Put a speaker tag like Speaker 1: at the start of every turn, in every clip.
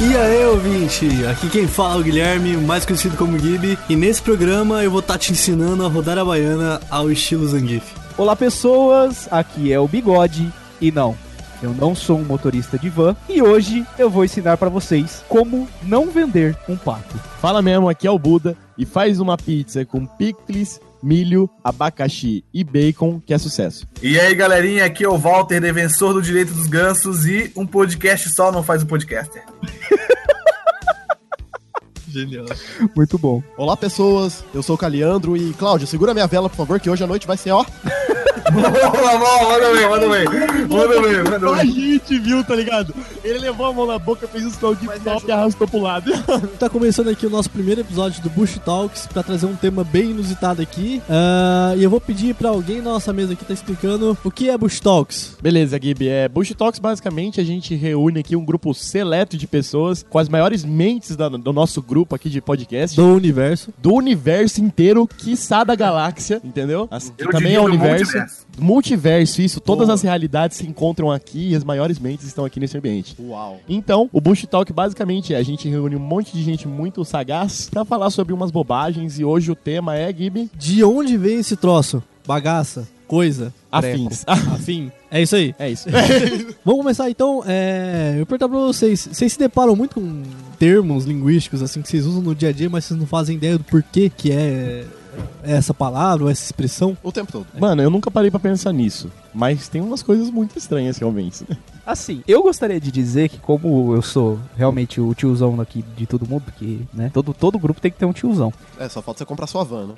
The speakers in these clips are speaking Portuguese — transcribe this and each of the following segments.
Speaker 1: E aí, ouvinte! Aqui quem fala é o Guilherme, mais conhecido como Gibi, e nesse programa eu vou estar te ensinando a rodar a baiana ao estilo Zangief.
Speaker 2: Olá pessoas, aqui é o Bigode e não, eu não sou um motorista de van e hoje eu vou ensinar pra vocês como não vender um pato.
Speaker 3: Fala mesmo, aqui é o Buda e faz uma pizza com picles, milho, abacaxi e bacon que é sucesso.
Speaker 4: E aí, galerinha, aqui é o Walter, defensor do direito dos gansos e um podcast só não faz um podcaster.
Speaker 1: Genial.
Speaker 2: Muito bom.
Speaker 3: Olá pessoas, eu sou o Caliandro e Cláudio, segura minha vela por favor que hoje à noite vai ser ó.
Speaker 4: Boa, boa, manda bem, manda bem. Manda bem, manda
Speaker 3: A
Speaker 4: bem.
Speaker 3: gente viu, tá ligado? Ele levou a mão na boca, fez um sinal de top e arrastou pro lado.
Speaker 5: Tá começando aqui o nosso primeiro episódio do Bush Talks pra trazer um tema bem inusitado aqui. Ah, e eu vou pedir pra alguém na nossa mesa aqui tá explicando o que é Bush Talks.
Speaker 3: Beleza, Gibi. É, Bush Talks, basicamente, a gente reúne aqui um grupo seleto de pessoas com as maiores mentes da- do nosso grupo aqui de podcast.
Speaker 5: Do universo.
Speaker 3: do universo inteiro, quiçá da galáxia, entendeu? As-
Speaker 4: Eu
Speaker 3: também
Speaker 4: diria
Speaker 3: é o
Speaker 4: do
Speaker 3: universo.
Speaker 4: multiverso.
Speaker 3: Multiverso. isso. Todas as realidades se encontram aqui e as maiores mentes estão aqui nesse ambiente. Uau. Então, o Bush Talk basicamente é a gente reúne um monte de gente muito sagaz pra falar sobre umas bobagens e hoje o tema é, Gibi,
Speaker 5: De onde vem esse troço? Bagaça, coisa,
Speaker 3: afins.
Speaker 5: afim. É isso aí.
Speaker 3: É isso.
Speaker 5: Vamos começar então. É... Eu vou perguntar pra vocês: vocês se deparam muito com termos linguísticos assim que vocês usam no dia a dia, mas vocês não fazem ideia do porquê que é essa palavra ou essa expressão?
Speaker 6: O tempo todo.
Speaker 3: Mano, eu nunca parei pra pensar nisso, mas tem umas coisas muito estranhas realmente.
Speaker 2: Assim, eu gostaria de dizer que como eu sou realmente o tiozão aqui de todo mundo, porque, né, todo, todo grupo tem que ter um tiozão.
Speaker 6: É, só falta você comprar sua van, né?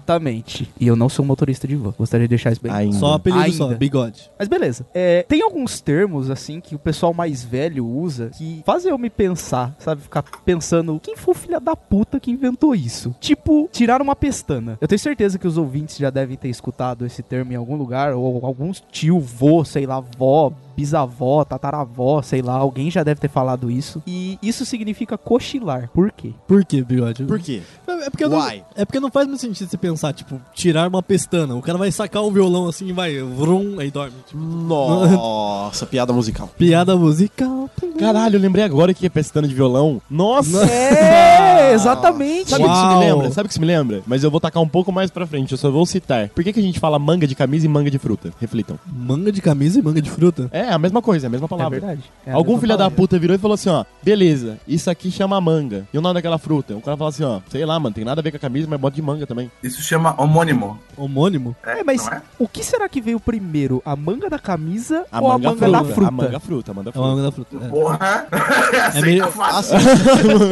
Speaker 2: Exatamente. E eu não sou um motorista de van, gostaria de deixar isso bem
Speaker 3: Ainda.
Speaker 6: Hum.
Speaker 5: Só apelido só,
Speaker 2: Ainda.
Speaker 5: bigode.
Speaker 2: Mas beleza. É, tem alguns termos, assim, que o pessoal mais velho usa que fazem eu me pensar, sabe? Ficar pensando quem foi o filho da puta que inventou isso. Tipo, tirar uma pestana. Eu tenho certeza que os ouvintes já devem ter escutado esse termo em algum lugar, ou alguns tio, vô, sei lá, vó, bisavó, tataravó, sei lá, alguém já deve ter falado isso. E isso significa cochilar. Por quê?
Speaker 5: Por quê, bigode?
Speaker 6: Por quê?
Speaker 5: É porque, não,
Speaker 6: Why?
Speaker 5: é porque não faz muito sentido você pensar, tipo, tirar uma pestana. O cara vai sacar um violão assim e vai, vrum, aí dorme. Tipo,
Speaker 6: Nossa, piada musical.
Speaker 5: piada musical.
Speaker 3: Caralho, eu lembrei agora que é pestana de violão. Nossa!
Speaker 6: né?
Speaker 2: É, exatamente.
Speaker 3: Sabe o que isso
Speaker 5: Uau.
Speaker 3: me lembra? Sabe o que isso me lembra? Mas eu vou tacar um pouco mais pra frente, eu só vou citar. Por que, que a gente fala manga de camisa e manga de fruta? Reflitam.
Speaker 5: Manga de camisa e manga de fruta.
Speaker 3: É a mesma coisa, é a mesma
Speaker 2: É
Speaker 3: palavra.
Speaker 2: verdade. É a
Speaker 3: Algum
Speaker 2: mesma
Speaker 3: filho da
Speaker 2: palavra.
Speaker 3: puta virou e falou assim, ó, beleza, isso aqui chama manga. E o nome daquela fruta? O cara fala assim, ó, sei lá, mano, tem nada a ver com a camisa, mas bota de manga também.
Speaker 4: Isso chama homônimo.
Speaker 5: Homônimo.
Speaker 2: É, mas
Speaker 4: Não é?
Speaker 2: o que será que veio primeiro? A manga da camisa
Speaker 3: A
Speaker 2: ou
Speaker 3: manga,
Speaker 2: a manga
Speaker 3: fruta,
Speaker 2: da fruta?
Speaker 3: A manga fruta, a manga
Speaker 5: É uma
Speaker 3: fruta.
Speaker 5: manga da fruta. é.
Speaker 4: Porra!
Speaker 5: É
Speaker 4: Essa aí
Speaker 5: meio-
Speaker 4: tá fácil.
Speaker 6: Assim,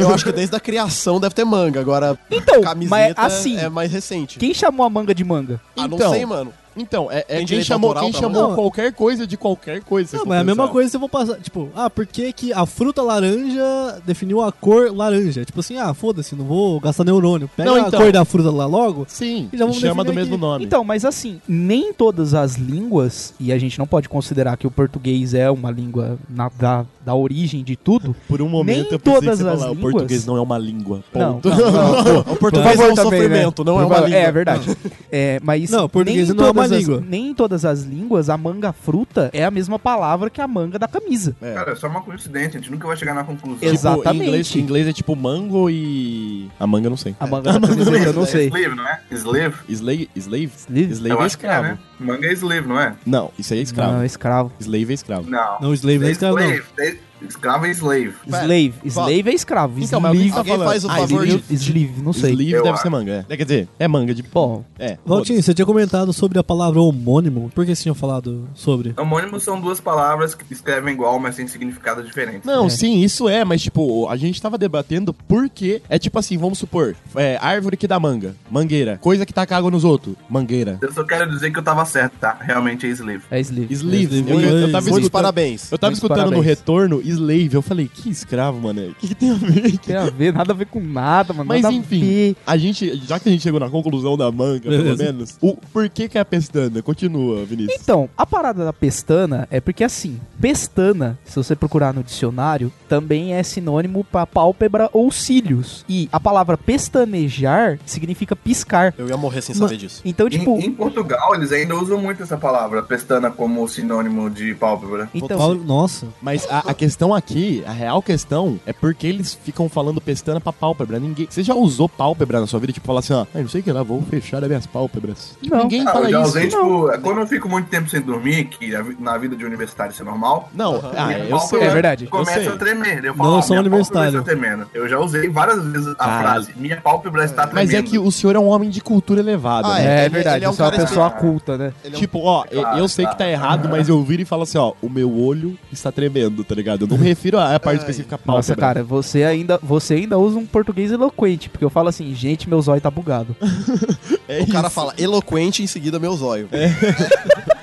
Speaker 6: eu acho que desde a criação deve ter manga. Agora,
Speaker 2: Então, mas
Speaker 6: camiseta
Speaker 2: assim,
Speaker 6: é mais recente.
Speaker 2: quem chamou a manga de manga?
Speaker 6: Ah, não
Speaker 3: Então.
Speaker 6: sei, mano.
Speaker 3: Então, é, é
Speaker 6: Tem
Speaker 3: quem
Speaker 6: direito
Speaker 3: chamou,
Speaker 6: autoral
Speaker 3: quem
Speaker 6: pra
Speaker 3: chamou
Speaker 5: manga?
Speaker 3: qualquer coisa de qualquer coisa. se
Speaker 5: Não,
Speaker 3: for
Speaker 5: mas é a mesma
Speaker 3: pensar.
Speaker 5: coisa se eu vou passar. Tipo, ah, por que, que a fruta laranja definiu a cor laranja? Tipo assim, ah, foda-se, não vou gastar neurônio. Pega
Speaker 3: Não,
Speaker 5: a
Speaker 3: então.
Speaker 5: cor da fruta lá logo.
Speaker 3: Sim,
Speaker 5: E já vamos
Speaker 3: chama do
Speaker 5: definir
Speaker 3: mesmo
Speaker 5: aqui.
Speaker 3: nome.
Speaker 2: Então, mas assim, nem todas as línguas, e a gente não pode considerar que o português é uma língua na- da, da origem de tudo.
Speaker 3: Por um momento
Speaker 2: nem
Speaker 3: eu pensei
Speaker 2: todas
Speaker 3: que você ia
Speaker 2: as
Speaker 3: falar, o
Speaker 2: línguas-
Speaker 3: português não é uma língua.
Speaker 2: Não,
Speaker 3: Ponto.
Speaker 2: não, não, não.
Speaker 6: O português é um sofrimento, não é uma língua.
Speaker 2: É verdade. É, mas
Speaker 5: Não, português
Speaker 2: nem
Speaker 5: não é uma
Speaker 2: todas as-
Speaker 5: língua.
Speaker 2: nem em todas as línguas, a manga fruta é a mesma palavra que a manga da camisa.
Speaker 4: Cara, é só uma coincidência, a gente nunca vai chegar na conclusão.
Speaker 2: Exato.
Speaker 3: Tipo, em inglês,
Speaker 2: Exatamente.
Speaker 3: em inglês é tipo mango e. A manga eu não sei.
Speaker 2: É. A manga da camisa, eu não sei.
Speaker 4: Slave, não é? Slave?
Speaker 3: Slave? Slave?
Speaker 2: Slave?
Speaker 3: é
Speaker 4: que é,
Speaker 3: escravo.
Speaker 4: né? Manga é slave, não é?
Speaker 3: Não, isso aí é escravo.
Speaker 2: Não, escravo.
Speaker 3: Slave é escravo.
Speaker 4: Não.
Speaker 5: Não, slave não é escravo, não.
Speaker 4: Slave, é- Escravo é slave.
Speaker 2: Slave.
Speaker 6: fala.
Speaker 2: Slave é escravo.
Speaker 3: Então, mas
Speaker 2: Sleeve,
Speaker 3: tá
Speaker 6: Alguém
Speaker 3: falando.
Speaker 6: faz o
Speaker 3: Ah,
Speaker 6: favor
Speaker 3: slave-
Speaker 6: de...
Speaker 2: sleeve, não sei.
Speaker 3: Sleeve
Speaker 4: Eu
Speaker 3: deve
Speaker 4: acho.
Speaker 3: ser manga, é. Quer dizer, é manga de.
Speaker 2: Bom,
Speaker 3: É.
Speaker 5: Valtinho, você tinha comentado sobre a palavra homônimo. Por que vocês tinham falado sobre?
Speaker 4: Homônimos são duas palavras que escrevem igual, mas têm significado diferente.
Speaker 3: Não,
Speaker 2: É.
Speaker 3: sim, isso é, mas tipo, a gente tava debatendo porque é tipo assim, vamos supor, é, árvore que dá manga, mangueira, coisa que taca água nos outros, mangueira.
Speaker 4: Eu só quero dizer que eu tava certo, tá? Realmente é slave.
Speaker 2: é sleeve.
Speaker 3: Slave,
Speaker 5: Slave.
Speaker 3: eu, eu,
Speaker 5: Muito
Speaker 3: eu tava
Speaker 6: Muitos
Speaker 3: escutando,
Speaker 6: parabéns.
Speaker 3: eu tava
Speaker 2: Muitos
Speaker 3: escutando no
Speaker 2: parabéns.
Speaker 3: retorno slave, eu falei, que escravo, mano, o que, que tem a ver?
Speaker 2: Tem a ver, nada a ver com nada, mano.
Speaker 3: Mas
Speaker 2: nada A
Speaker 3: enfim,
Speaker 2: ver.
Speaker 3: a gente, já que a gente chegou na conclusão da manga, pelo
Speaker 5: Beleza.
Speaker 3: menos, o por que que é a pestana? Continua, Vinícius.
Speaker 2: Então, a parada da pestana é porque assim, pestana, se você procurar no dicionário, também é sinônimo pra pálpebra ou cílios. E a palavra pestanejar significa piscar.
Speaker 6: Eu ia morrer sem
Speaker 2: Ma-
Speaker 6: saber disso.
Speaker 2: Então, tipo,
Speaker 4: Em, em Portugal, eles ainda usam muito essa palavra, pestana, como sinônimo de pálpebra.
Speaker 2: então
Speaker 5: Paulo- nossa.
Speaker 3: Mas a, a questão aqui, a real questão, é porque eles ficam falando pestana pra pálpebra. Ninguém. Você já usou pálpebra na sua vida? Tipo, falar assim, ó, "Ah, não sei o que lá, vou fechar as minhas pálpebras.
Speaker 2: Não.
Speaker 3: Ninguém
Speaker 4: Ah,
Speaker 3: fala
Speaker 4: eu já
Speaker 3: isso.
Speaker 4: usei, tipo, quando eu fico muito tempo sem dormir, que a vi- na vida de universitário isso é normal.
Speaker 3: Não, ah,
Speaker 4: minha
Speaker 3: eu sei.
Speaker 4: pálpebra
Speaker 2: É verdade, eu
Speaker 4: Começa
Speaker 3: sei.
Speaker 4: a tremer. Eu
Speaker 5: Não
Speaker 4: falo, ah,
Speaker 5: sou
Speaker 4: minha
Speaker 5: universitário.
Speaker 4: pálpebra está tremendo. Eu já usei várias vezes a
Speaker 3: Caralho.
Speaker 4: frase, minha pálpebra está tremendo.
Speaker 3: Mas é que o senhor é um homem de cultura elevada,
Speaker 6: Ah,
Speaker 3: né?
Speaker 6: é,
Speaker 2: É,
Speaker 6: ele-
Speaker 2: verdade,
Speaker 6: ele é um
Speaker 2: você é uma
Speaker 6: cara
Speaker 2: pessoa
Speaker 4: espe-
Speaker 2: culta, né?
Speaker 6: Ele é um-
Speaker 3: Tipo, ó, eu- eu sei que tá errado, mas eu viro e falo assim, ó, o meu olho está tremendo, tá ligado? Eu não me refiro à parte
Speaker 6: Ai.
Speaker 3: específica pálpebra.
Speaker 2: Nossa, cara, você ainda, você ainda usa um português eloquente, porque eu falo assim, gente, meu zóio tá bugado.
Speaker 3: É
Speaker 6: o cara
Speaker 3: isso.
Speaker 6: fala eloquente em seguida meu zóio.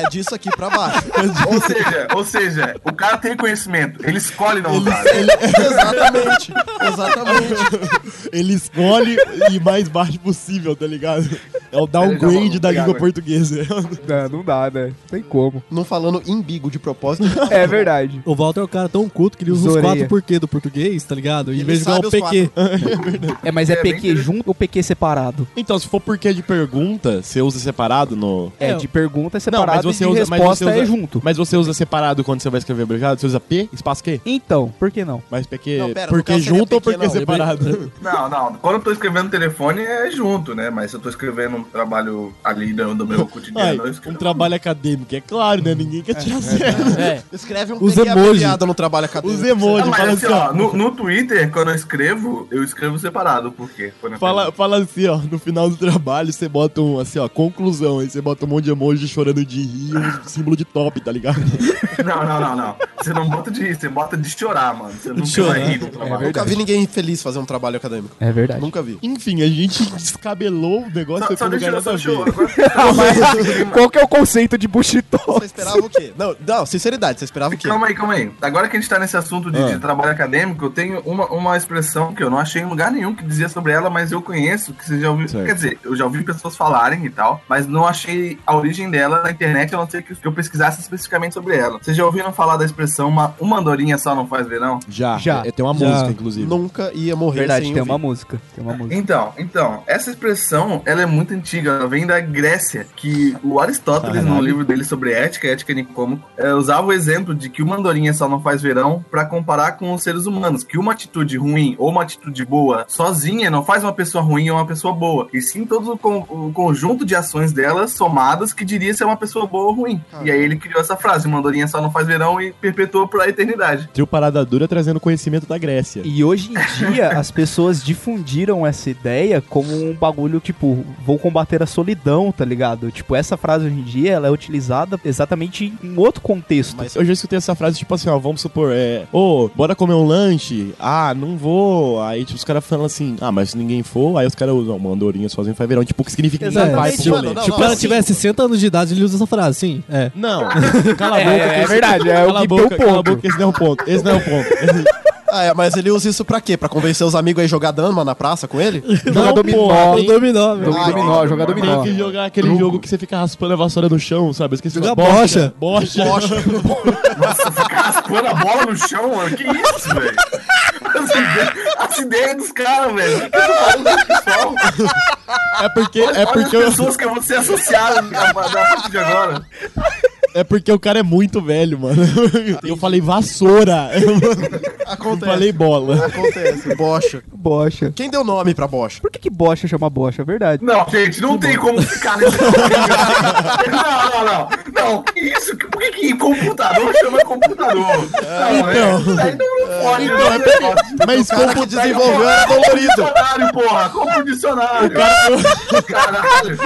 Speaker 6: É. disso aqui pra baixo.
Speaker 4: Ou seja, ou seja, o cara tem conhecimento, ele escolhe não usar.
Speaker 6: exatamente. Exatamente.
Speaker 3: Ele escolhe e mais baixo possível, tá ligado? É o downgrade
Speaker 4: downgrade
Speaker 3: da
Speaker 4: da
Speaker 3: língua
Speaker 4: língua
Speaker 3: portuguesa.
Speaker 2: Não, não dá, né? Tem como.
Speaker 6: Não falando embigo de propósito.
Speaker 2: É verdade.
Speaker 5: O Walter é um cara tão culto que ele usa
Speaker 2: Zoreia.
Speaker 5: os quatro porquê do português, tá ligado? Em
Speaker 6: Ele
Speaker 5: vez de usar
Speaker 6: sabe
Speaker 5: o
Speaker 6: os
Speaker 5: PQ.
Speaker 2: É, mas é,
Speaker 4: É, bem
Speaker 2: PQ junto ou PQ separado?
Speaker 3: Então, se for porquê de pergunta, você usa separado no.
Speaker 2: É,
Speaker 5: É,
Speaker 2: de pergunta é
Speaker 3: Não,
Speaker 2: separado
Speaker 3: mas você
Speaker 2: e de
Speaker 3: usa. Mas você
Speaker 2: resposta
Speaker 3: usa
Speaker 2: é junto.
Speaker 3: Mas você usa separado quando você vai escrever obrigado? Você usa P, espaço Q?
Speaker 2: Então, por que não?
Speaker 3: Mas PQ.
Speaker 6: Não, pera, no
Speaker 3: porque
Speaker 6: caso seria
Speaker 3: junto ou
Speaker 6: PQ,
Speaker 3: porque
Speaker 6: não,
Speaker 3: separado?
Speaker 4: Não, não. Quando eu tô escrevendo no telefone é junto, né? Mas se eu tô escrevendo um trabalho ali do, do meu
Speaker 3: Ai,
Speaker 4: cotidiano, eu
Speaker 3: um
Speaker 4: escrevo.
Speaker 3: trabalho acadêmico, é claro, né? Ninguém quer tirar zero.
Speaker 2: É.
Speaker 6: Escreve um
Speaker 5: Os
Speaker 6: PQ
Speaker 5: emoji.
Speaker 6: abreviado no trabalho acadêmico.
Speaker 3: Os
Speaker 4: Ah,
Speaker 3: emojis, fala
Speaker 4: mas
Speaker 3: assim,
Speaker 4: assim, ó,
Speaker 3: ó.
Speaker 4: no, no Twitter, quando eu escrevo, eu escrevo separado, porque
Speaker 3: Fala, fala assim, ó, no final do trabalho você bota um, assim, ó, conclusão, aí você bota um monte de emoji chorando de rir, um símbolo de top, tá ligado?
Speaker 4: Não, não, não, não. Você não bota de rir, você bota de chorar, mano. Você nunca
Speaker 5: chorar.
Speaker 4: vai rir no
Speaker 2: É
Speaker 4: trabalho.
Speaker 6: Nunca
Speaker 2: verdade.
Speaker 6: vi ninguém feliz fazer um trabalho acadêmico.
Speaker 2: É verdade.
Speaker 6: Nunca vi.
Speaker 3: Enfim, a gente descabelou o negócio
Speaker 4: só,
Speaker 3: foi
Speaker 4: só
Speaker 3: pro
Speaker 4: deixa
Speaker 3: lugar
Speaker 4: eu
Speaker 3: nada a
Speaker 4: só
Speaker 3: ver.
Speaker 4: chorar.
Speaker 2: Qual que é o conceito de Bushito?
Speaker 6: Você esperava o quê? Não, não, sinceridade, você esperava o quê?
Speaker 4: Calma aí, calma aí. Agora que a gente tá nesse assunto de,
Speaker 3: é? Ah.
Speaker 4: de trabalho acadêmico, eu tenho uma, uma expressão que eu não achei em lugar nenhum que dizia sobre ela, mas eu conheço, que você já ouviu.
Speaker 3: Certo.
Speaker 4: Quer dizer, eu já ouvi pessoas falarem e tal, mas não achei a origem dela na internet, a não ser que eu pesquisasse especificamente sobre ela. Vocês já ouviram falar da expressão uma, uma andorinha só não faz verão?
Speaker 3: Já,
Speaker 2: Já.
Speaker 3: É, tem uma
Speaker 5: Já.
Speaker 3: música, inclusive.
Speaker 6: Nunca ia morrer
Speaker 2: Verdade,
Speaker 6: sem
Speaker 2: tem
Speaker 6: ouvir.
Speaker 2: uma música. Tem uma música.
Speaker 4: Então, então, essa expressão, ela é muito antiga, ela vem da Grécia, que o Aristóteles,
Speaker 3: Caralho.
Speaker 4: no livro dele sobre ética, ética Nicômaco, eh, usava o exemplo de que uma andorinha só não faz verão pra comparar com os seres humanos, que uma atitude ruim ou uma atitude boa sozinha não faz uma pessoa ruim ou uma pessoa boa, e sim todo o, con- o conjunto de ações delas somadas que diria ser uma pessoa boa ou ruim. E aí ele criou essa frase, uma andorinha só não faz verão e perpetuou pra eternidade.
Speaker 3: Trio Parada Dura trazendo conhecimento da Grécia.
Speaker 2: E hoje em dia as pessoas difundiram essa ideia como um bagulho tipo, vou combater a solidão, tá ligado? Tipo, essa frase hoje em dia ela é utilizada exatamente em outro contexto.
Speaker 3: Mas eu já escutei essa frase, tipo assim, ó, vamos supor, é, ô, bora comer um lanche? Ah, não vou. Aí, tipo, os caras falam assim, ah, mas se ninguém for, aí os caras usam uma andorinha sozinho faz verão, tipo, o que significa que ninguém vai
Speaker 5: Exatamente,
Speaker 3: pro rolê. Tipo,
Speaker 6: mano, não,
Speaker 5: Tipo, Se o
Speaker 6: não,
Speaker 5: cara
Speaker 6: assim,
Speaker 5: tiver 60 anos de idade, ele usa essa frase, sim. É.
Speaker 3: Não, cala a boca. que esse-
Speaker 2: verdade, é
Speaker 3: Cala a boca, cala a boca, esse não é o ponto. Esse não é o ponto.
Speaker 6: Ah, é, mas ele usa isso pra quê? Pra convencer os amigos aí jogar dama na praça com ele?
Speaker 2: Joga
Speaker 3: Não,
Speaker 2: dominó,
Speaker 3: pô,
Speaker 5: O dominó, velho.
Speaker 2: Joga dominó, joga
Speaker 3: Tem
Speaker 2: dominó.
Speaker 3: que jogar aquele jogo que você fica raspando a vassoura no chão, sabe? Eu esqueci
Speaker 5: Jogar
Speaker 3: bocha. Bocha.
Speaker 6: Poxa,
Speaker 4: Nossa, ficar raspando a bola no chão, mano, que isso, velho? As ideias- As ideias dos caras, velho. O que eu falo do pessoal?
Speaker 3: É porque, é
Speaker 4: Olha
Speaker 3: porque,
Speaker 4: as
Speaker 3: eu-
Speaker 4: pessoas que vão ser associadas a a partir de agora.
Speaker 3: é porque o cara é muito velho, mano. Eu falei vassoura. Eu não
Speaker 6: acontece.
Speaker 3: falei bola.
Speaker 6: Acontece, bocha.
Speaker 2: Bocha.
Speaker 6: Quem deu nome pra bocha?
Speaker 2: Por que, que bocha chama bocha? É verdade.
Speaker 4: Não, gente, não tem como ficar nesse. Não, não, não. Não, que isso? Que- Por que, que computador chama computador? Não, é. Isso aí não, não pode.
Speaker 3: Então,
Speaker 4: não
Speaker 3: é
Speaker 4: pode.
Speaker 3: Mas
Speaker 6: O cara
Speaker 3: como
Speaker 6: que
Speaker 2: tá
Speaker 6: desenvolveu era dolorido.
Speaker 4: Dicionário, porra. Compra um dicionário. Caralho.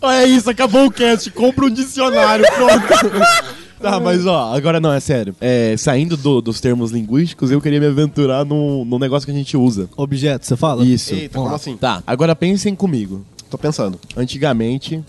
Speaker 3: Olha É isso, acabou o cast, compra um dicionário, pronto. Tá, mas ó, agora não, é sério. É, saindo do- dos termos linguísticos, eu queria me aventurar num, num negócio que a gente usa.
Speaker 5: Objeto, você fala?
Speaker 3: Isso.
Speaker 6: Eita, como assim?
Speaker 3: Tá, agora pensem comigo.
Speaker 6: Tô pensando. Uhum,
Speaker 3: Antigamente,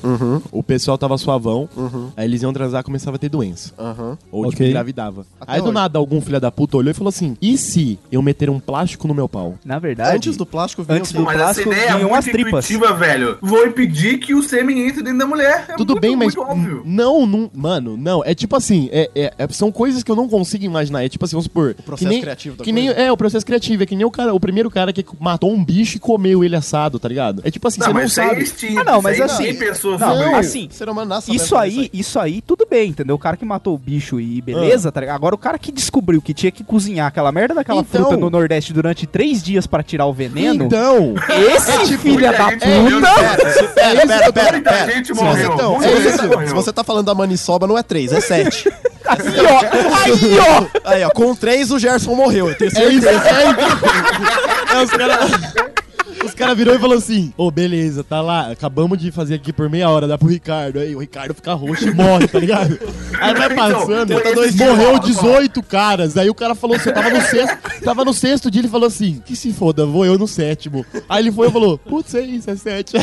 Speaker 3: o pessoal tava suavão, aí eles iam transar e começava a ter doença.
Speaker 6: Aham.
Speaker 3: Ou tipo,
Speaker 5: Ok.
Speaker 3: engravidava.
Speaker 6: Até
Speaker 3: aí do
Speaker 6: hoje.
Speaker 3: nada, algum filho da puta olhou e falou assim: e se eu meter um plástico no meu pau?
Speaker 2: Na verdade.
Speaker 6: Antes do plástico vinha
Speaker 2: Antes
Speaker 6: o quê?
Speaker 2: do
Speaker 4: Mas essa
Speaker 2: plástico
Speaker 4: ideia é
Speaker 2: vinham
Speaker 4: muito
Speaker 2: as tripas.
Speaker 4: intuitiva, velho. Vou impedir que o sêmen entre dentro da mulher. É
Speaker 3: Tudo
Speaker 4: muito,
Speaker 3: bem, mas.
Speaker 4: muito óbvio.
Speaker 3: Não, não. Mano, não. É tipo assim, é, é- é- são coisas que eu não consigo imaginar. É tipo assim, vamos supor. O
Speaker 6: processo criativo da
Speaker 3: que nem,
Speaker 6: coisa.
Speaker 3: É, o processo criativo. É que nem o cara, o primeiro cara que matou um bicho e comeu ele assado, tá ligado? É tipo assim,
Speaker 4: Não,
Speaker 3: você
Speaker 4: mas
Speaker 3: não
Speaker 4: isso aí é extinto.
Speaker 2: Ah, não, mas
Speaker 4: isso aí
Speaker 2: assim-
Speaker 4: Tem pessoas
Speaker 2: Não,
Speaker 4: sobre-
Speaker 2: assim,
Speaker 6: O ser humano nasce
Speaker 2: Isso
Speaker 6: sabendo é
Speaker 2: aí, isso aí, tudo bem, entendeu? O cara que matou o bicho e beleza,
Speaker 6: Ah.
Speaker 2: tá ligado? Agora o cara que descobriu que tinha que cozinhar aquela merda daquela
Speaker 3: Então-
Speaker 2: fruta no Nordeste durante três dias pra tirar o
Speaker 4: é
Speaker 2: veneno,
Speaker 3: Então,
Speaker 2: esse
Speaker 6: É tipo
Speaker 2: filho
Speaker 4: muita
Speaker 2: da
Speaker 4: gente morreu,
Speaker 2: puta...
Speaker 4: cara.
Speaker 6: Pera, pera, pera,
Speaker 4: Muita
Speaker 6: pera.
Speaker 4: gente
Speaker 6: Se você,
Speaker 4: morreu.
Speaker 6: então, se,
Speaker 4: Muita
Speaker 6: você
Speaker 4: gente
Speaker 6: tá,
Speaker 4: morreu.
Speaker 6: se você tá falando da maniçoba, não é 3, é 7.
Speaker 2: Aí, ó, aí, ó!
Speaker 6: Aí, ó, com 3 o Gerson morreu, eu tenho
Speaker 3: é
Speaker 6: certeza.
Speaker 3: isso. É, os caras os cara virou e falou assim: Ô, beleza, tá lá. Acabamos de fazer aqui por meia hora, dá pro Ricardo. Aí o Ricardo fica roxo e morre, tá ligado? Aí vai
Speaker 4: Então,
Speaker 3: passando,
Speaker 4: tenta dois
Speaker 3: morreu
Speaker 4: dias.
Speaker 3: 18 caras. Aí o cara falou assim: eu tava no sexto, tava no sexto dia, ele falou assim: que se foda, vou eu no sétimo. Aí ele foi e falou: putz, é isso, é 7.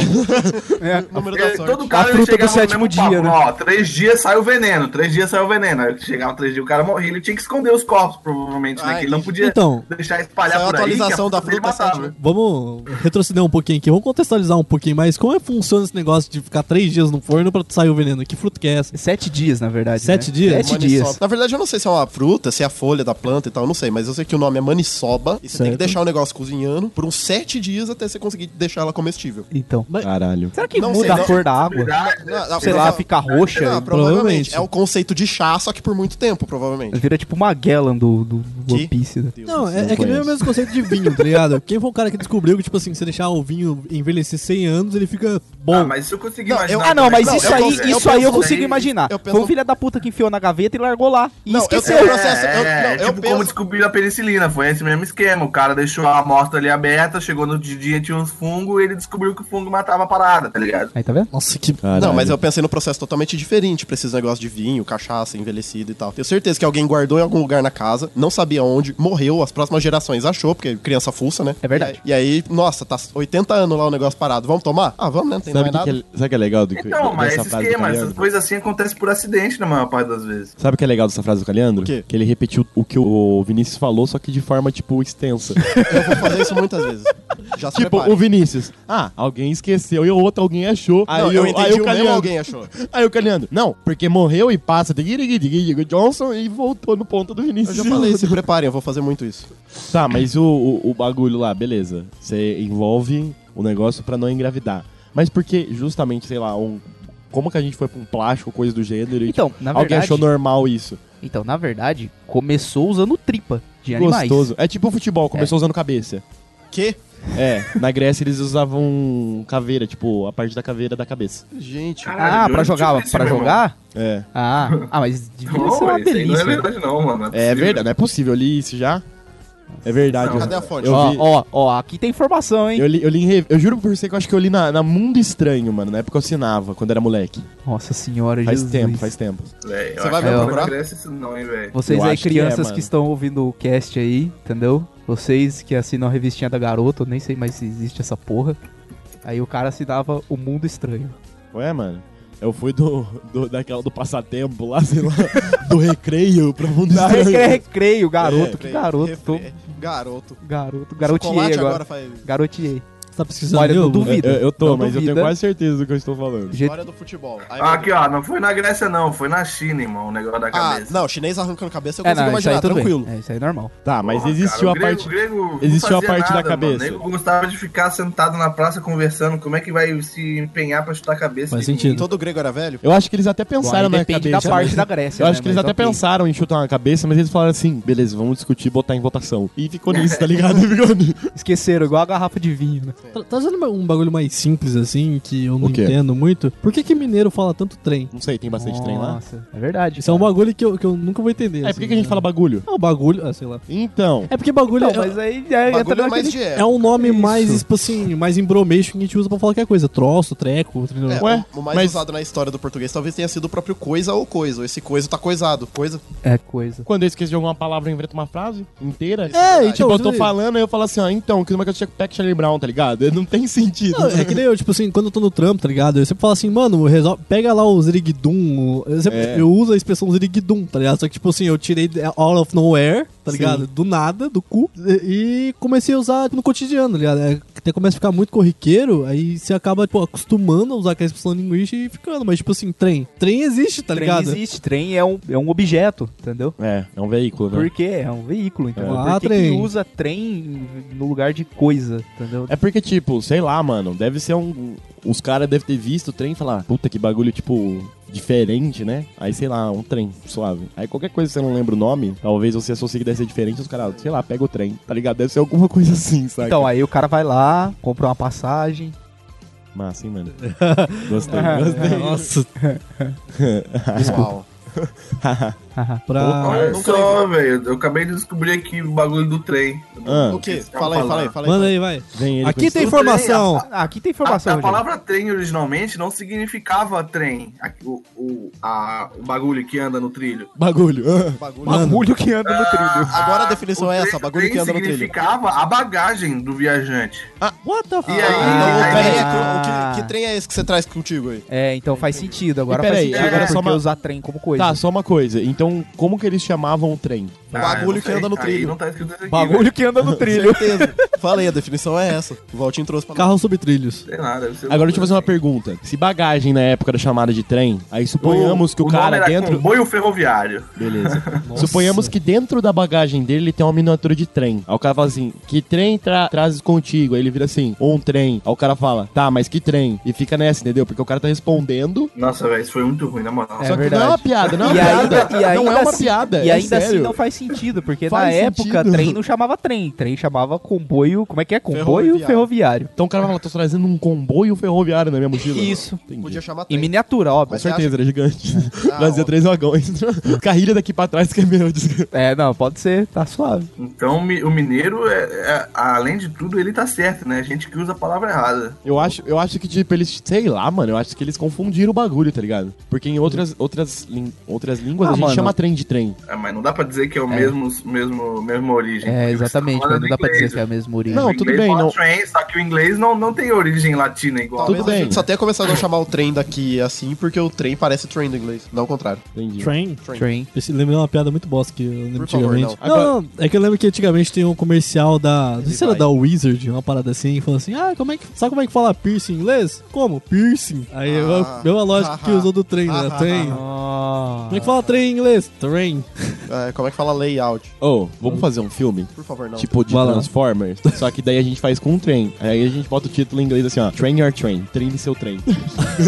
Speaker 2: É.
Speaker 3: Número
Speaker 4: É,
Speaker 3: da sorte.
Speaker 4: todo cara
Speaker 2: fruta do
Speaker 4: ele chegava no
Speaker 2: sétimo
Speaker 4: mesmo
Speaker 2: dia,
Speaker 4: papo,
Speaker 2: né?
Speaker 4: Ó, três dias sai o veneno, três dias sai o veneno. Aí chegava três dias, o cara morria, ele tinha que esconder os corpos, provavelmente, né?
Speaker 6: Ah,
Speaker 4: Que ele não podia
Speaker 5: Então,
Speaker 4: deixar espalhar
Speaker 6: Saiu a
Speaker 4: por aí.
Speaker 6: atualização
Speaker 4: é que a
Speaker 6: da fruta
Speaker 4: dele matava.
Speaker 6: sete, né?
Speaker 5: vamos retroceder um pouquinho aqui. Vamos contextualizar um pouquinho mais como é que funciona esse negócio de ficar três dias no forno pra sair o veneno. Que fruta que é essa?
Speaker 2: Sete dias, na verdade.
Speaker 5: Sete
Speaker 2: né?
Speaker 5: dias?
Speaker 2: Sete
Speaker 6: Maniçoba.
Speaker 2: dias.
Speaker 6: Na verdade, eu não sei se é uma fruta, se é a folha da planta e tal, eu não sei, mas eu sei que o nome é maniçoba. E você tem que
Speaker 5: Certo.
Speaker 6: deixar o negócio cozinhando por uns 7 dias até você conseguir deixar ela comestível.
Speaker 2: Então.
Speaker 3: Caralho.
Speaker 2: Será que
Speaker 6: Não
Speaker 2: muda
Speaker 6: sei,
Speaker 2: a
Speaker 6: não.
Speaker 2: cor da água?
Speaker 4: Ah,
Speaker 6: Não, não,
Speaker 2: Sei
Speaker 6: não,
Speaker 2: lá,
Speaker 6: não,
Speaker 2: fica
Speaker 6: não,
Speaker 2: roxa?
Speaker 5: provavelmente.
Speaker 6: provavelmente. É o conceito de chá, só que por muito tempo, provavelmente.
Speaker 2: Vira tipo uma Magellan do, do, do One
Speaker 6: Que?
Speaker 2: Piece. né?
Speaker 5: Não, é,
Speaker 3: não
Speaker 5: é que nem é o
Speaker 3: conheço.
Speaker 5: mesmo conceito de vinho, tá ligado? Quem foi o cara que descobriu que, tipo assim, se deixar o vinho envelhecer 100 anos, ele fica bom.
Speaker 4: Ah, mas isso eu consegui
Speaker 6: Não, eu-
Speaker 4: imaginar.
Speaker 2: Ah, não, mas
Speaker 6: Não,
Speaker 2: isso
Speaker 6: eu
Speaker 2: aí,
Speaker 6: consigo-
Speaker 2: isso
Speaker 6: eu
Speaker 2: aí eu
Speaker 6: penso-
Speaker 2: consigo
Speaker 4: eu
Speaker 2: imaginar.
Speaker 6: penso-
Speaker 2: Foi um filho da puta que enfiou na gaveta e largou lá. E
Speaker 6: Não, eu
Speaker 2: esqueceu.
Speaker 6: tenho-
Speaker 4: É,
Speaker 6: processo, eu-
Speaker 4: é,
Speaker 6: não, eu
Speaker 4: tipo
Speaker 6: penso-
Speaker 4: como descobriram a penicilina, foi esse mesmo esquema. O cara deixou a amostra ali aberta, chegou no outro dia, tinha uns fungos, e ele descobriu que o fungo matava a parada, tá ligado?
Speaker 2: Aí, tá vendo?
Speaker 5: Nossa,
Speaker 3: Tipo,
Speaker 5: que.
Speaker 6: Não, mas eu pensei no processo totalmente diferente pra esses negócios de vinho, cachaça, envelhecido e tal. Tenho certeza que alguém guardou em algum lugar na casa, não sabia onde, morreu, as próximas gerações achou, porque criança fuça, né?
Speaker 2: É verdade.
Speaker 6: E aí, nossa, tá 80 anos lá o negócio parado. Vamos tomar? Ah, vamos, né? Não tem
Speaker 3: Sabe
Speaker 6: mais
Speaker 3: o que,
Speaker 6: nada.
Speaker 3: que é, sabe o que é legal do que
Speaker 4: Então,
Speaker 3: dessa né?
Speaker 4: mas esse
Speaker 3: frase do
Speaker 4: esquema,
Speaker 3: Calhando?
Speaker 4: essas coisas assim acontecem por acidente na maior parte das vezes.
Speaker 3: Sabe o que é legal dessa frase do Calhandro?
Speaker 6: O quê?
Speaker 3: Que ele repetiu o que o Vinícius falou, só que de forma, tipo, extensa.
Speaker 6: Eu vou fazer isso muitas vezes. Já se
Speaker 3: tipo,
Speaker 6: prepare.
Speaker 3: o Vinícius. Ah, alguém esqueceu e o outro alguém achou. Aí,
Speaker 6: Não,
Speaker 3: eu,
Speaker 6: eu
Speaker 3: aí
Speaker 6: entendi
Speaker 3: o
Speaker 6: o mesmo
Speaker 3: Calhandro.
Speaker 6: alguém achou.
Speaker 3: Aí o Calhandro. Não, porque morreu e passa. tiquiriquitiquiri, Johnson e voltou no ponto do
Speaker 6: Eu
Speaker 3: Vinícius.
Speaker 6: já falei, se preparem, eu vou fazer muito isso.
Speaker 3: Tá, mas o, o, o bagulho lá, beleza. Você envolve o negócio pra não engravidar. Mas porque, justamente, sei lá, um- como que a gente foi pra um plástico, coisa do gênero e
Speaker 2: Então, na
Speaker 3: tipo, alguém
Speaker 2: verdade,
Speaker 3: achou normal isso?
Speaker 2: então, na verdade, começou usando tripa de animais.
Speaker 3: Gostoso. É tipo futebol, começou usando cabeça.
Speaker 6: Que?
Speaker 3: É, na Grécia eles usavam caveira, tipo, a parte da caveira da cabeça.
Speaker 6: Gente.
Speaker 2: Ah,
Speaker 4: Caralho,
Speaker 2: pra
Speaker 4: eu
Speaker 2: jogar,
Speaker 4: não tinha
Speaker 2: pra
Speaker 4: isso, meu
Speaker 2: jogar?
Speaker 3: É.
Speaker 2: Ah, ah, mas devia ser uma
Speaker 4: irmão. Não, isso aí não é
Speaker 2: delícia.
Speaker 4: verdade não, mano.
Speaker 3: É
Speaker 4: possível.
Speaker 3: verdade, não é possível, eu li isso já. É verdade.
Speaker 6: Cadê
Speaker 3: eu,
Speaker 6: a fonte?
Speaker 3: eu
Speaker 2: ó,
Speaker 3: vi-
Speaker 2: ó, ó, aqui tem informação, hein?
Speaker 3: eu li, eu li em rev- eu juro por você que eu acho que eu li na, na Mundo Estranho, mano, na época eu assinava, quando era moleque.
Speaker 2: Nossa senhora,
Speaker 3: Faz
Speaker 2: Jesus.
Speaker 3: tempo, faz tempo.
Speaker 4: Véi, eu
Speaker 6: Você vai
Speaker 4: acho que
Speaker 6: me
Speaker 4: não
Speaker 6: procurar?
Speaker 4: cresce isso não, hein, velho.
Speaker 2: Vocês
Speaker 3: Eu
Speaker 2: aí,
Speaker 3: acho que é,
Speaker 2: crianças que,
Speaker 3: mano.
Speaker 2: estão ouvindo o cast aí, entendeu? Vocês que assinam a revistinha da garota, eu nem sei mais se existe essa porra. Aí o cara assinava O Mundo Estranho.
Speaker 3: Ué, mano. Eu fui do, do, daquela, do passatempo lá, sei lá, do recreio pra Mundo
Speaker 2: Ah,
Speaker 3: Estranho.
Speaker 2: recreio, recreio, garoto, que
Speaker 3: É,
Speaker 6: Refre-
Speaker 2: garoto, tô,
Speaker 6: refre- Garoto.
Speaker 2: garoto, garotiei
Speaker 6: Chocolate
Speaker 2: agora.
Speaker 6: faz.
Speaker 2: Garotiei.
Speaker 5: Você tá precisando
Speaker 2: Olha,
Speaker 5: de
Speaker 2: eu
Speaker 5: algum?
Speaker 2: duvido.
Speaker 3: Eu, eu tô,
Speaker 2: Não
Speaker 3: mas eu tenho
Speaker 2: duvida.
Speaker 3: quase certeza do que eu estou falando.
Speaker 2: Do jeito-
Speaker 6: História do futebol. Ai,
Speaker 4: Ah,
Speaker 6: meu
Speaker 4: Aqui,
Speaker 6: Deus.
Speaker 4: ó, não foi na Grécia não, foi na China, irmão, o negócio da
Speaker 6: Ah,
Speaker 4: cabeça.
Speaker 6: não, chinês arrancando cabeça eu
Speaker 2: É,
Speaker 6: consigo
Speaker 2: não, isso aí
Speaker 6: imaginar,
Speaker 2: tudo
Speaker 6: tranquilo.
Speaker 2: bem. É, isso aí é normal.
Speaker 3: Tá, mas
Speaker 4: Porra,
Speaker 3: existiu
Speaker 4: cara, o
Speaker 3: a
Speaker 4: grego-
Speaker 3: parte.
Speaker 4: o grego não
Speaker 3: existiu a
Speaker 4: fazia
Speaker 3: parte da
Speaker 4: mano.
Speaker 3: cabeça.
Speaker 4: O nego gostava de ficar sentado na praça conversando. Como é que vai se empenhar pra chutar a cabeça?
Speaker 5: Faz
Speaker 4: de ninguém?
Speaker 5: sentido.
Speaker 6: Todo grego era velho?
Speaker 3: Eu acho que eles até pensaram
Speaker 2: Bom, aí
Speaker 3: na
Speaker 2: depende
Speaker 3: cabeça.
Speaker 2: da parte
Speaker 3: né?
Speaker 2: da Grécia.
Speaker 3: Eu
Speaker 2: né,
Speaker 3: acho que eles
Speaker 2: mas
Speaker 3: até
Speaker 2: ok.
Speaker 3: pensaram em chutar na cabeça, mas eles falaram assim: beleza, vamos discutir, botar em votação. E ficou nisso, tá ligado? Ficou nisso.
Speaker 2: Esqueceram, igual a garrafa de vinho, né?
Speaker 5: Tá trazendo uma- um bagulho mais simples, assim, que eu não
Speaker 3: O quê?
Speaker 5: entendo muito. Por que que mineiro fala tanto trem?
Speaker 3: Não sei, tem bastante trem lá.
Speaker 2: Nossa, é verdade.
Speaker 5: Isso é um bagulho que eu, que eu nunca vou entender.
Speaker 3: É, por que que a gente fala
Speaker 5: bagulho?
Speaker 3: bagulho?
Speaker 5: Ah, o bagulho, ah, sei lá.
Speaker 3: Então.
Speaker 5: É porque bagulho
Speaker 2: Não,
Speaker 5: é-
Speaker 2: mas aí é,
Speaker 6: Bagulho
Speaker 2: entra
Speaker 6: é mais
Speaker 2: naquele...
Speaker 6: de
Speaker 5: é,
Speaker 6: é,
Speaker 5: um nome
Speaker 2: isso.
Speaker 5: mais, tipo assim, mais embromation que a gente usa pra falar qualquer coisa. Troço, treco, entendeu?
Speaker 6: é,
Speaker 3: Ué,
Speaker 6: o, o mais
Speaker 3: mas-
Speaker 6: usado na história do português talvez tenha sido o próprio coisa ou coisa. ou Esse coisa tá coisado. Coisa.
Speaker 2: É coisa.
Speaker 3: Quando eu esqueço de alguma palavra, eu invento uma frase inteira.
Speaker 5: É,
Speaker 6: verdade.
Speaker 3: Tipo, eu tô
Speaker 5: tudo-
Speaker 3: falando, aí eu falo assim, ó, então, que uma que eu tinha com Charlie Brown, tá ligado? Não tem sentido.
Speaker 5: Não, é que nem eu, tipo assim, quando eu tô no trampo, tá ligado? Eu sempre falo assim, mano, resol- pega lá o Zirigdum. o- Eu, sempre-
Speaker 3: É.
Speaker 5: eu uso a expressão Zirigdum, tá ligado? Só que, tipo assim, eu tirei de- out of nowhere, tá ligado? Do nada, do cu, e e comecei a usar no tipo, cotidiano, tá ligado? É, até começa a ficar muito corriqueiro, aí você acaba, tipo, acostumando a usar aquela expressão linguística e ficando. Mas, tipo assim, trem. Trem existe, tá
Speaker 2: trem
Speaker 5: ligado?
Speaker 2: existe, trem é um, é um objeto, entendeu?
Speaker 3: É, é um veículo, né?
Speaker 2: Porque é um veículo, entendeu?
Speaker 5: Ah,
Speaker 2: Por que, que
Speaker 5: trem.
Speaker 2: usa trem no lugar de coisa, entendeu?
Speaker 3: É porque, tipo, sei lá, mano, deve ser um. Os caras devem ter visto o trem e falar, puta que bagulho, tipo, diferente, né? Aí, sei lá, um trem suave. Aí qualquer coisa que você não lembra o nome, talvez você associe que deve ser diferente, os caras, sei lá, pega o trem, tá ligado? Deve ser alguma coisa assim, sabe?
Speaker 2: Então, aí o cara vai lá, compra uma passagem.
Speaker 3: Massa, hein, mano? Gostei, gostei.
Speaker 5: Nossa,
Speaker 6: Uau.
Speaker 3: Ah,
Speaker 5: pra.
Speaker 4: Olha só, velho. Eu acabei de descobrir aqui o bagulho do trem.
Speaker 3: Ah,
Speaker 6: O quê?
Speaker 4: Vocês estavam
Speaker 6: Fala aí, fala aí,
Speaker 4: falando.
Speaker 6: fala aí.
Speaker 5: Manda aí, vai.
Speaker 3: vem ele
Speaker 5: Aqui
Speaker 3: com
Speaker 5: tem
Speaker 4: isso.
Speaker 5: informação.
Speaker 2: Ah, aqui tem
Speaker 4: A,
Speaker 2: informação.
Speaker 6: tá
Speaker 4: a
Speaker 2: gente.
Speaker 4: palavra trem originalmente não significava trem, a- o, o, a- o bagulho que anda no trilho. Ah,
Speaker 3: Bagulho.
Speaker 6: Bagulho.
Speaker 2: Bagulho que anda no trilho.
Speaker 6: Agora a
Speaker 4: O
Speaker 6: definição é essa,
Speaker 4: trem-
Speaker 6: bagulho que anda no trilho.
Speaker 4: significava a bagagem do viajante.
Speaker 5: What the
Speaker 4: E
Speaker 5: fuck?
Speaker 4: aí?
Speaker 6: Ah, não,
Speaker 4: aí-
Speaker 6: pera aí,
Speaker 2: Ah.
Speaker 6: o que, que trem é esse que você traz contigo aí?
Speaker 2: É, então faz sentido. Agora
Speaker 3: E pera
Speaker 2: faz
Speaker 3: aí,
Speaker 2: sentido.
Speaker 4: agora
Speaker 2: porque
Speaker 3: só uma-
Speaker 2: usar trem como coisa.
Speaker 3: Tá, só uma coisa. Então, como que eles chamavam o trem?
Speaker 6: bagulho
Speaker 4: Ah, eu não
Speaker 6: que anda
Speaker 4: sei.
Speaker 6: no
Speaker 4: Aí
Speaker 6: trilho.
Speaker 4: não tá escrito isso aqui,
Speaker 2: Bagulho que anda no trilho.
Speaker 6: Certeza. Falei, a definição é essa. O Valtinho trouxe pra nós.
Speaker 5: Carro sobre trilhos.
Speaker 4: velho. Sei lá, deve ser
Speaker 3: Agora deixa eu fazer uma
Speaker 4: assim.
Speaker 3: pergunta. Se bagagem na época era chamada de trem, aí suponhamos que o,
Speaker 4: assim. nome
Speaker 3: cara
Speaker 4: era
Speaker 3: dentro.
Speaker 4: Comboio ferroviário.
Speaker 3: Beleza. Suponhamos que dentro da bagagem dele ele tem uma miniatura de trem. Aí o cara fala assim: Que trem tra trazes contigo? Aí ele vira assim: Um trem. Aí o cara fala: Tá, mas que trem? E fica nessa, entendeu? Porque o cara tá respondendo.
Speaker 4: Nossa, velho, isso foi muito ruim, na moral.
Speaker 2: É
Speaker 3: só que
Speaker 2: verdade.
Speaker 3: não é uma piada, não é uma
Speaker 2: E ainda-
Speaker 3: piada.
Speaker 2: e
Speaker 3: não é
Speaker 2: ainda
Speaker 3: uma
Speaker 2: assim-
Speaker 3: piada.
Speaker 2: E
Speaker 3: é
Speaker 2: ainda assim
Speaker 3: sério.
Speaker 2: não faz sentido, porque
Speaker 3: Faz
Speaker 2: na época
Speaker 3: sentido.
Speaker 2: trem não chamava trem, trem chamava comboio, como é que é? Comboio
Speaker 6: Ferroviário.
Speaker 2: ferroviário.
Speaker 3: Então o cara fala: Tô trazendo um comboio ferroviário na minha mochila.
Speaker 2: Isso.
Speaker 3: Entendi.
Speaker 6: Podia chamar
Speaker 2: Em
Speaker 6: trem.
Speaker 2: miniatura, óbvio.
Speaker 3: Com
Speaker 6: Mas você
Speaker 3: certeza, era gigante.
Speaker 2: É.
Speaker 6: Ah,
Speaker 3: Trazia
Speaker 6: ó.
Speaker 3: três vagões. Carrilha daqui pra trás que é meu.
Speaker 2: É, não, pode ser, tá suave.
Speaker 4: Então mi- o mineiro, é, é- além de tudo, ele tá certo, né? A gente que usa a palavra errada.
Speaker 3: Eu acho, eu acho que, tipo, eles. Sei lá, mano. Eu acho que eles confundiram o bagulho, tá ligado? Porque em outras, outras, lin- outras línguas
Speaker 2: Ah,
Speaker 3: a gente
Speaker 2: mano.
Speaker 3: chama trem de trem.
Speaker 4: É, mas não dá pra dizer que é o mesmo, mesmo, mesma origem.
Speaker 2: É, exatamente,
Speaker 4: Fala
Speaker 2: mas não
Speaker 4: do
Speaker 2: dá pra
Speaker 4: inglês,
Speaker 2: dizer que é a mesma origem.
Speaker 3: Não,
Speaker 4: O
Speaker 3: tudo
Speaker 4: inglês
Speaker 3: bem,
Speaker 4: fala
Speaker 3: não.
Speaker 4: Train, só que o inglês não, não tem origem latina igual.
Speaker 6: Talvez
Speaker 3: Tudo
Speaker 6: a
Speaker 3: bem.
Speaker 6: gente só tenha começado a chamar o trem daqui assim, porque o trem parece trem do inglês. Não ao contrário.
Speaker 3: Entendi.
Speaker 5: Train?
Speaker 2: Train.
Speaker 5: Preciso lembrar uma piada muito bosta que eu lembro
Speaker 6: Por favor,
Speaker 5: antigamente.
Speaker 6: não.
Speaker 5: não.
Speaker 3: Agora-
Speaker 5: não, é que eu lembro que antigamente tem um comercial da. Não sei se era
Speaker 6: vai.
Speaker 5: da Wizard, uma parada assim, falando assim: ah, como é que. Sabe como é que fala piercing em inglês? Como? Piercing. Aí é
Speaker 6: Ah.
Speaker 5: a mesma lógica que usou do trem, né?
Speaker 6: Ah.
Speaker 5: Trem.
Speaker 2: Ah.
Speaker 5: Como é que fala trem em inglês? Train.
Speaker 6: É, como é que fala layout?
Speaker 3: Ô, vamos fazer um filme?
Speaker 6: Por favor, não.
Speaker 3: Tipo de
Speaker 5: Vai lá.
Speaker 3: Transformers. Só que daí a gente faz com um trem. Aí a gente bota o título em inglês assim, ó. Train your train. Treine seu trem.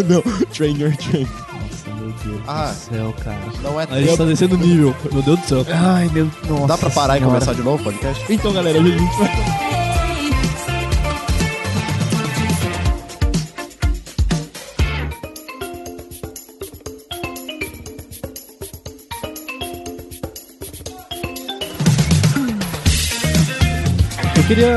Speaker 3: não, train your train.
Speaker 2: Nossa, meu Deus
Speaker 6: Ah.
Speaker 2: do céu, cara.
Speaker 6: não é
Speaker 5: Aí a gente
Speaker 6: trem.
Speaker 5: tá descendo o nível. Meu Deus do céu.
Speaker 2: Ai, meu... Nossa
Speaker 6: Dá pra parar e
Speaker 2: Senhora.
Speaker 6: começar de novo o podcast?
Speaker 3: Então, galera, a gente vai.
Speaker 5: Eu queria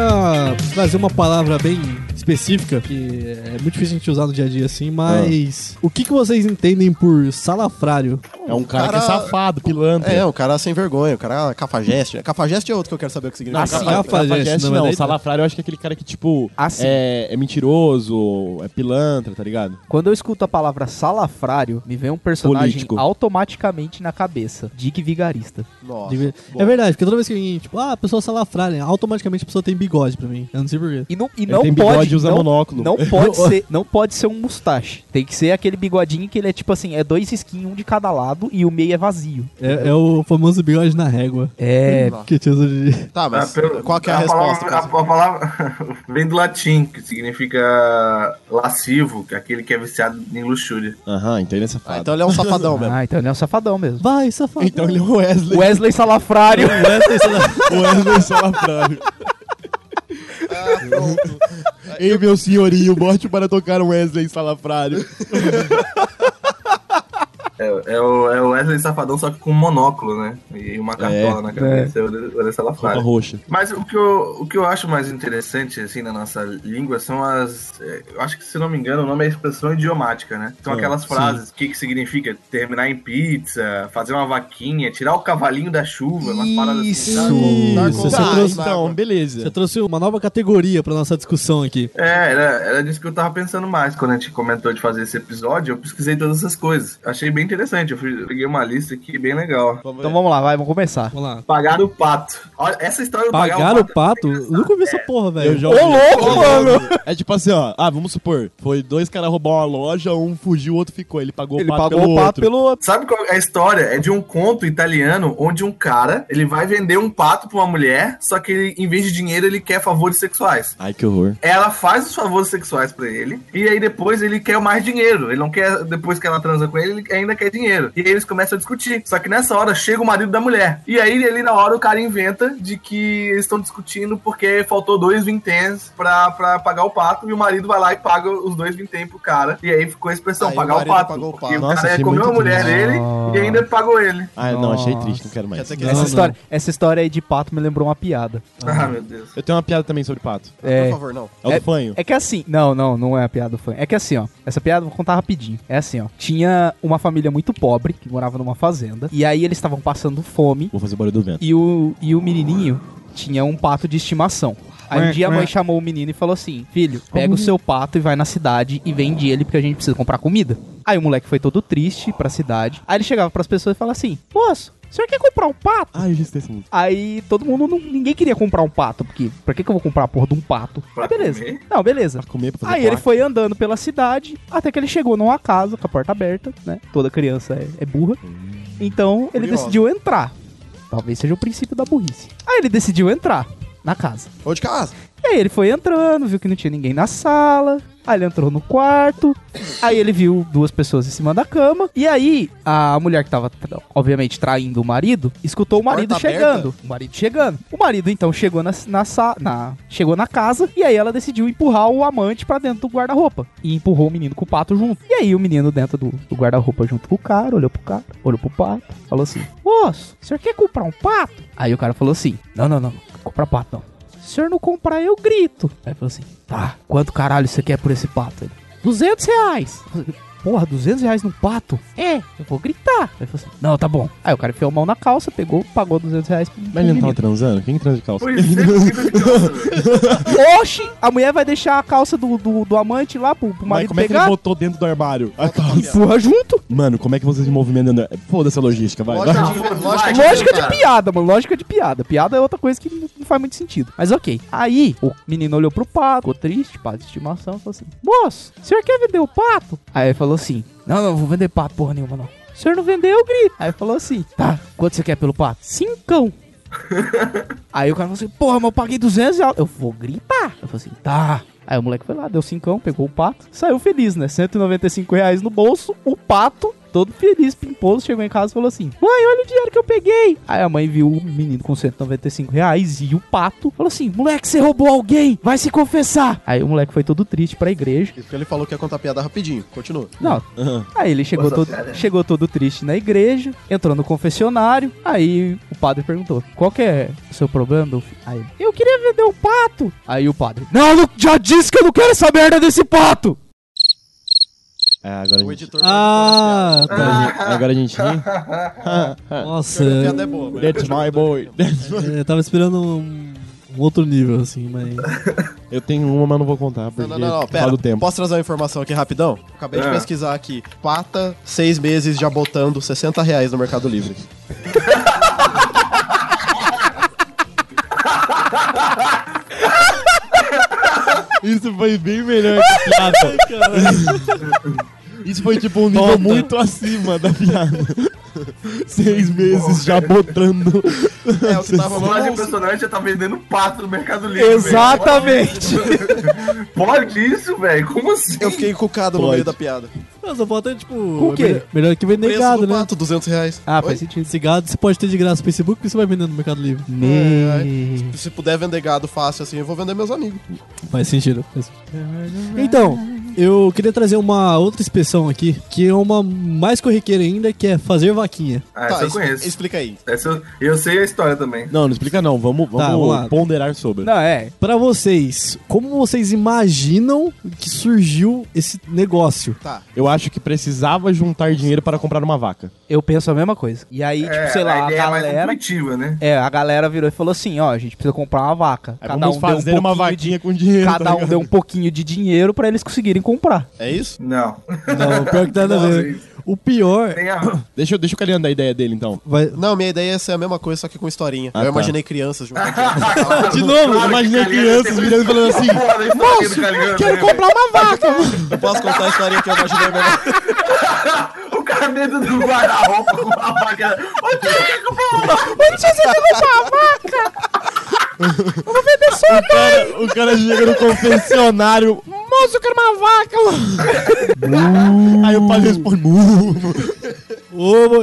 Speaker 5: trazer uma palavra bem específica, que é muito difícil a gente usar no dia a dia assim,
Speaker 3: Ah.
Speaker 5: mas. O que, que vocês entendem por salafrário?
Speaker 3: É um cara, que é
Speaker 6: Cara-
Speaker 3: safado, pilantra.
Speaker 6: É, o cara sem vergonha, o cara cafajeste. né? Cafajeste é outro que eu quero saber o que significa.
Speaker 3: Ah,
Speaker 5: sim.
Speaker 3: capa-
Speaker 5: Cafajeste,
Speaker 3: Cafajeste
Speaker 5: não,
Speaker 3: não,
Speaker 5: mas daí-
Speaker 3: salafrário eu acho que é aquele cara que, tipo,
Speaker 2: Ah, sim.
Speaker 3: é, é mentiroso, é pilantra, tá ligado?
Speaker 2: Quando eu escuto a palavra salafrário, me vem um personagem
Speaker 3: Político.
Speaker 2: automaticamente na cabeça. Dick Vigarista.
Speaker 6: Nossa.
Speaker 5: De ver-
Speaker 6: boa.
Speaker 5: É verdade, porque toda vez que alguém, tipo, ah, a pessoa salafrária, automaticamente a pessoa tem bigode pra mim. Eu não sei porquê.
Speaker 2: E não, e
Speaker 3: Ele
Speaker 2: não
Speaker 3: tem bigode
Speaker 2: pode...
Speaker 3: e usa
Speaker 2: não,
Speaker 3: monóculo.
Speaker 2: Não pode ser, não pode ser um mustache. Tem que ser aquele bigodinho que ele é tipo assim, é dois skin, um de cada lado e o meio é vazio.
Speaker 5: É, é o famoso bigode na régua.
Speaker 2: É,
Speaker 5: Que te usa de.
Speaker 6: Tá, mas
Speaker 4: Ah, pelo-
Speaker 6: qual que é a, resposta?
Speaker 4: Palavra, a, a palavra vem do latim, que significa lascivo, que é aquele que é viciado em luxúria.
Speaker 3: Aham, então ele é
Speaker 6: Ah,
Speaker 3: safado.
Speaker 6: então ele é um safadão mesmo.
Speaker 2: Ah, então ele é um safadão mesmo.
Speaker 5: Vai, safado.
Speaker 3: Então ele é o Wesley.
Speaker 2: Wesley Salafrário.
Speaker 5: Wesley Salaf-
Speaker 3: O Wesley Salafrário. Ei, meu senhorinho, bote para tocar um Wesley Salafrário.
Speaker 4: É, é o, é o Wesley Safadão, só que com monóculo, né? E uma cartola na cabeça. É. o Wesley
Speaker 3: Roupa
Speaker 4: Salafrário.
Speaker 3: roxa.
Speaker 4: Mas o que, eu, o que eu acho mais interessante, assim, na nossa língua são as. eh, Eu acho que, se não me engano, o nome é expressão idiomática, né? São
Speaker 3: Ah,
Speaker 4: aquelas
Speaker 3: sim.
Speaker 4: frases. O que, que significa? Terminar em pizza, fazer uma vaquinha, tirar o cavalinho da chuva, umas paradas assim,
Speaker 2: Isso.
Speaker 4: sabe?
Speaker 6: Tá
Speaker 5: Isso, você trouxe-
Speaker 3: então,
Speaker 5: Você
Speaker 3: beleza.
Speaker 5: trouxe uma nova categoria pra nossa discussão aqui.
Speaker 4: É, era, era disso que eu tava pensando mais quando a gente comentou de fazer esse episódio. Eu pesquisei todas essas coisas. Achei bem interessante. interessante. Eu fui- eu peguei uma lista aqui bem legal.
Speaker 2: Então vamos lá, vai, vamos começar.
Speaker 5: Vamos lá.
Speaker 4: Pagar o pato. Olha, essa história do
Speaker 5: Pagar o pato?
Speaker 4: é
Speaker 5: Eu nunca vi essa porra, velho.
Speaker 3: Eu já
Speaker 2: Ô louco, mano!
Speaker 3: É tipo assim, ó. Ah, vamos supor. Foi dois caras roubar uma loja, um fugiu, o outro ficou. Ele pagou
Speaker 2: Ele
Speaker 3: o pato
Speaker 2: pagou
Speaker 3: pelo
Speaker 2: o pato
Speaker 3: outro.
Speaker 2: pelo outro.
Speaker 4: Sabe qual é a história? É de um conto italiano onde um cara, ele vai vender um pato pra uma mulher, só que ele, em vez de dinheiro ele quer favores sexuais.
Speaker 3: Ai, que horror.
Speaker 4: Ela faz os favores sexuais pra ele e aí depois ele quer mais dinheiro. Ele não quer depois que ela transa com ele, ele ainda quer dinheiro. E aí eles começam a discutir. Só que nessa hora chega o marido da mulher. E aí ali na hora o cara inventa de que eles estão discutindo porque faltou dois vinténs pra, pra pagar o pato e o marido vai lá e paga os dois vintém pro cara. E aí ficou a expressão
Speaker 6: Aí o
Speaker 4: pagar o,
Speaker 6: marido
Speaker 4: pato.
Speaker 6: pagou o
Speaker 4: Porque o
Speaker 6: pato.
Speaker 3: Nossa,
Speaker 4: cara
Speaker 3: achei
Speaker 4: comeu a
Speaker 3: muito
Speaker 4: mulher
Speaker 2: triste.
Speaker 4: dele e ainda pagou ele.
Speaker 3: Ah, não, achei
Speaker 2: Nossa.
Speaker 3: triste, não quero mais.
Speaker 6: Quer dizer que
Speaker 5: Não,
Speaker 2: essa,
Speaker 5: não.
Speaker 2: História, essa história aí de pato me lembrou uma piada.
Speaker 4: Ah, meu Deus.
Speaker 3: Eu tenho uma piada também sobre pato.
Speaker 2: É,
Speaker 6: Por favor, não.
Speaker 3: É o do fanho.
Speaker 2: é que assim. Não, não, não é a piada do fã. É que assim, ó. Essa piada eu vou contar rapidinho. É assim, ó. Tinha uma família muito pobre que morava numa fazenda. E aí eles estavam passando fome.
Speaker 3: Vou fazer o barulho do vento.
Speaker 2: E o, e o menininho tinha um pato de estimação. Aí um dia a mãe chamou o menino e falou assim: Filho, pega o seu pato e vai na cidade e vende ele porque a gente precisa comprar comida. Aí o moleque foi todo triste pra cidade. Aí ele chegava pras pessoas e falava assim: Moço, o senhor quer comprar um pato?
Speaker 3: Ah, eu já esqueci muito.
Speaker 2: Aí todo mundo, não- ninguém queria comprar um pato, porque pra que, que eu vou comprar a porra de um pato?
Speaker 4: Pra
Speaker 2: Mas beleza.
Speaker 4: comer?
Speaker 2: Não, beleza.
Speaker 3: Pra comer, pra fazer
Speaker 2: Aí ele
Speaker 3: placa.
Speaker 2: foi andando pela cidade, até que ele chegou numa casa com a porta aberta, né? Toda criança é, é burra. Então ele
Speaker 6: Curiosa.
Speaker 2: decidiu entrar. Talvez seja o princípio da burrice. Aí ele decidiu entrar na casa.
Speaker 6: Ou de casa.
Speaker 2: E aí ele foi entrando, viu que não tinha ninguém na sala. Aí ele entrou no quarto. Aí ele viu duas pessoas em cima da cama. E aí a mulher que tava, tra- obviamente, traindo o marido, escutou o marido
Speaker 6: Porta
Speaker 2: chegando. O marido chegando. O marido então chegou na, na, sa- na- chegou na casa. E aí ela decidiu empurrar o amante pra dentro do guarda-roupa. E empurrou o menino com o pato junto. E aí o menino dentro do, do guarda-roupa junto com o cara, olhou pro cara, olhou pro pato, falou assim: Moço, o senhor quer comprar um pato? Aí o cara falou assim: Não, não, não, comprar pato não. Se o senhor não comprar, eu grito. Aí ele falou assim: tá, quanto caralho você quer por esse pato? Ele, 200 reais. Eu falei, Porra, 200 reais num pato? É, eu vou gritar. Aí ele falou assim: não, tá bom. Aí o cara enfiou a mão na calça, pegou, pagou 200 reais. pro- pro
Speaker 3: Mas então, tá. ele não tava
Speaker 2: menino.
Speaker 3: transando? Quem que transa de calça?
Speaker 4: Pois é, fica de calça, velho.
Speaker 2: Oxi, a mulher vai deixar a calça do, do, do amante lá pro, pro
Speaker 3: Mas
Speaker 2: marido
Speaker 3: como é que ele
Speaker 2: pegar?
Speaker 3: botou dentro do armário? A calça.
Speaker 2: Empurra junto.
Speaker 3: Mano, como é que vocês se movimentam? dentro do- Foda-se a logística, vai.
Speaker 6: Lógica
Speaker 3: vai.
Speaker 4: Não,
Speaker 6: de-
Speaker 4: foda-se,
Speaker 6: lógica
Speaker 4: vai.
Speaker 6: de-
Speaker 2: Lógica de
Speaker 6: cara.
Speaker 2: piada, mano. Lógica de piada. Piada é outra coisa que não não faz muito sentido. Mas ok. Aí, o menino olhou pro pato, ficou triste, pato de estimação, falou assim: Moço, o senhor quer vender o pato? Aí ele falou assim: Não, não, vou vender pato porra nenhuma, não. Se o senhor não vender, eu grito. Aí ele falou assim: Tá, quanto você quer pelo pato? Cincão. Aí o cara falou assim: Porra, mas eu paguei 200 reais. Eu vou gritar. Eu falei assim: Tá. Aí o moleque foi lá, deu cincão, pegou o pato, saiu feliz, né? 195 reais no bolso, o pato, todo feliz, pimposo, chegou em casa e falou assim: Mãe, olha o dinheiro que eu peguei. Aí a mãe viu o menino com 195 reais e o pato, falou assim: Moleque, você roubou alguém, vai se confessar. Aí o moleque foi todo triste pra igreja.
Speaker 6: Isso que ele falou que ia contar piada rapidinho. Continua.
Speaker 2: Não,
Speaker 3: Aham.
Speaker 2: Aí ele chegou
Speaker 4: Nossa,
Speaker 2: todo,
Speaker 4: cara.
Speaker 2: chegou todo triste na igreja, entrou no confessionário, aí o padre perguntou, qual que é o seu problema? meu filho?" Aí ele, eu queria vender um pato. Aí o padre, não, eu já disse que eu não quero essa merda desse pato.
Speaker 3: É, agora a
Speaker 6: O
Speaker 3: gente...
Speaker 6: editor.
Speaker 5: Ah,
Speaker 3: Agora
Speaker 5: tá.
Speaker 3: a gente, agora a gente ri.
Speaker 5: Nossa,
Speaker 6: A piada é boa, mas-
Speaker 3: That's my boy.
Speaker 5: eu, eu tava esperando um, um outro nível, assim, mas.
Speaker 3: Eu tenho uma, mas não vou contar, porque
Speaker 6: Não, não, não, não,
Speaker 3: por causa
Speaker 6: pera.
Speaker 3: do tempo.
Speaker 6: Posso trazer uma informação aqui rapidão? Acabei de
Speaker 4: Ah.
Speaker 6: pesquisar aqui. Pata, seis meses já botando 60 reais no Mercado Livre.
Speaker 3: Isso foi bem melhor que piada. Isso foi tipo um nível
Speaker 6: Tonta.
Speaker 3: muito acima da piada. Seis meses já botando.
Speaker 6: É, o que tava
Speaker 4: Uma loja
Speaker 6: bom.
Speaker 4: impressionante já tá vendendo pato no Mercado Livre. velho.
Speaker 2: Exatamente.
Speaker 4: Pode isso, velho? Como assim?
Speaker 6: Eu fiquei encucado no
Speaker 3: Pode.
Speaker 6: meio da piada.
Speaker 5: Não, só falta, tipo.
Speaker 2: o quê?
Speaker 5: melhor- Melhor que vender
Speaker 6: Preço
Speaker 5: gado,
Speaker 6: do
Speaker 5: né?
Speaker 6: pato, 200 reais.
Speaker 2: ah,
Speaker 6: Oi? É,
Speaker 2: faz sentido.
Speaker 5: Esse gado você pode ter de graça no Facebook porque você vai vender no Mercado Livre.
Speaker 6: É,
Speaker 2: Me...
Speaker 6: Se puder vender gado fácil assim, eu vou vender meus amigos.
Speaker 5: Faz sentido. faz
Speaker 6: é.
Speaker 5: sentido. Então, eu queria trazer uma outra expressão aqui, que é uma mais corriqueira ainda, que é fazer vaquinha.
Speaker 3: Tá,
Speaker 4: Ah, essa eu
Speaker 6: es-
Speaker 4: conheço.
Speaker 6: Tá, explica aí.
Speaker 4: Essa eu, eu sei a história também.
Speaker 3: Não, não explica não. Vamos, vamos,
Speaker 5: Tá, vamos lá.
Speaker 3: ponderar sobre.
Speaker 2: Não, é.
Speaker 5: Pra vocês, como vocês imaginam que surgiu esse negócio?
Speaker 6: Tá.
Speaker 3: Eu acho que precisava juntar dinheiro para comprar uma vaca.
Speaker 2: Eu penso a mesma coisa. E aí, tipo, sei
Speaker 4: a
Speaker 2: lá, a
Speaker 4: ideia é mais
Speaker 2: galera...
Speaker 4: intuitiva, né?
Speaker 2: É, a galera virou e falou assim, ó, a gente precisa comprar uma vaca. um
Speaker 3: Aí É, vamos
Speaker 2: deu
Speaker 3: um fazer uma
Speaker 2: pouquinho de-
Speaker 3: vaquinha com dinheiro. tá
Speaker 2: Cada um deu um pouquinho de dinheiro pra eles conseguirem comprar.
Speaker 6: É isso?
Speaker 4: Não.
Speaker 5: Não, pior que tá nada a
Speaker 4: Nossa,
Speaker 5: ver.
Speaker 4: isso.
Speaker 5: O pior
Speaker 4: Tem a...
Speaker 3: Deixa, eu- deixa o Caliano dar a ideia dele, então.
Speaker 5: vai.
Speaker 6: Não, minha ideia é ser a mesma coisa, só que com historinha.
Speaker 3: Ah,
Speaker 6: eu
Speaker 3: tá.
Speaker 6: imaginei crianças juntando.
Speaker 5: é
Speaker 3: De novo, imaginei crianças virando e falando assim:
Speaker 4: Moço,
Speaker 3: Quero comprar uma vaca!
Speaker 6: eu posso contar a historinha que eu imaginei melhor.
Speaker 4: O cara dentro do guarda-roupa com uma vaca. Ô, cara, quer comprar uma vaca?
Speaker 3: O cara, o cara chega no confessionário. Moço, eu quero uma vaca! Aí o padre responde: "Mu".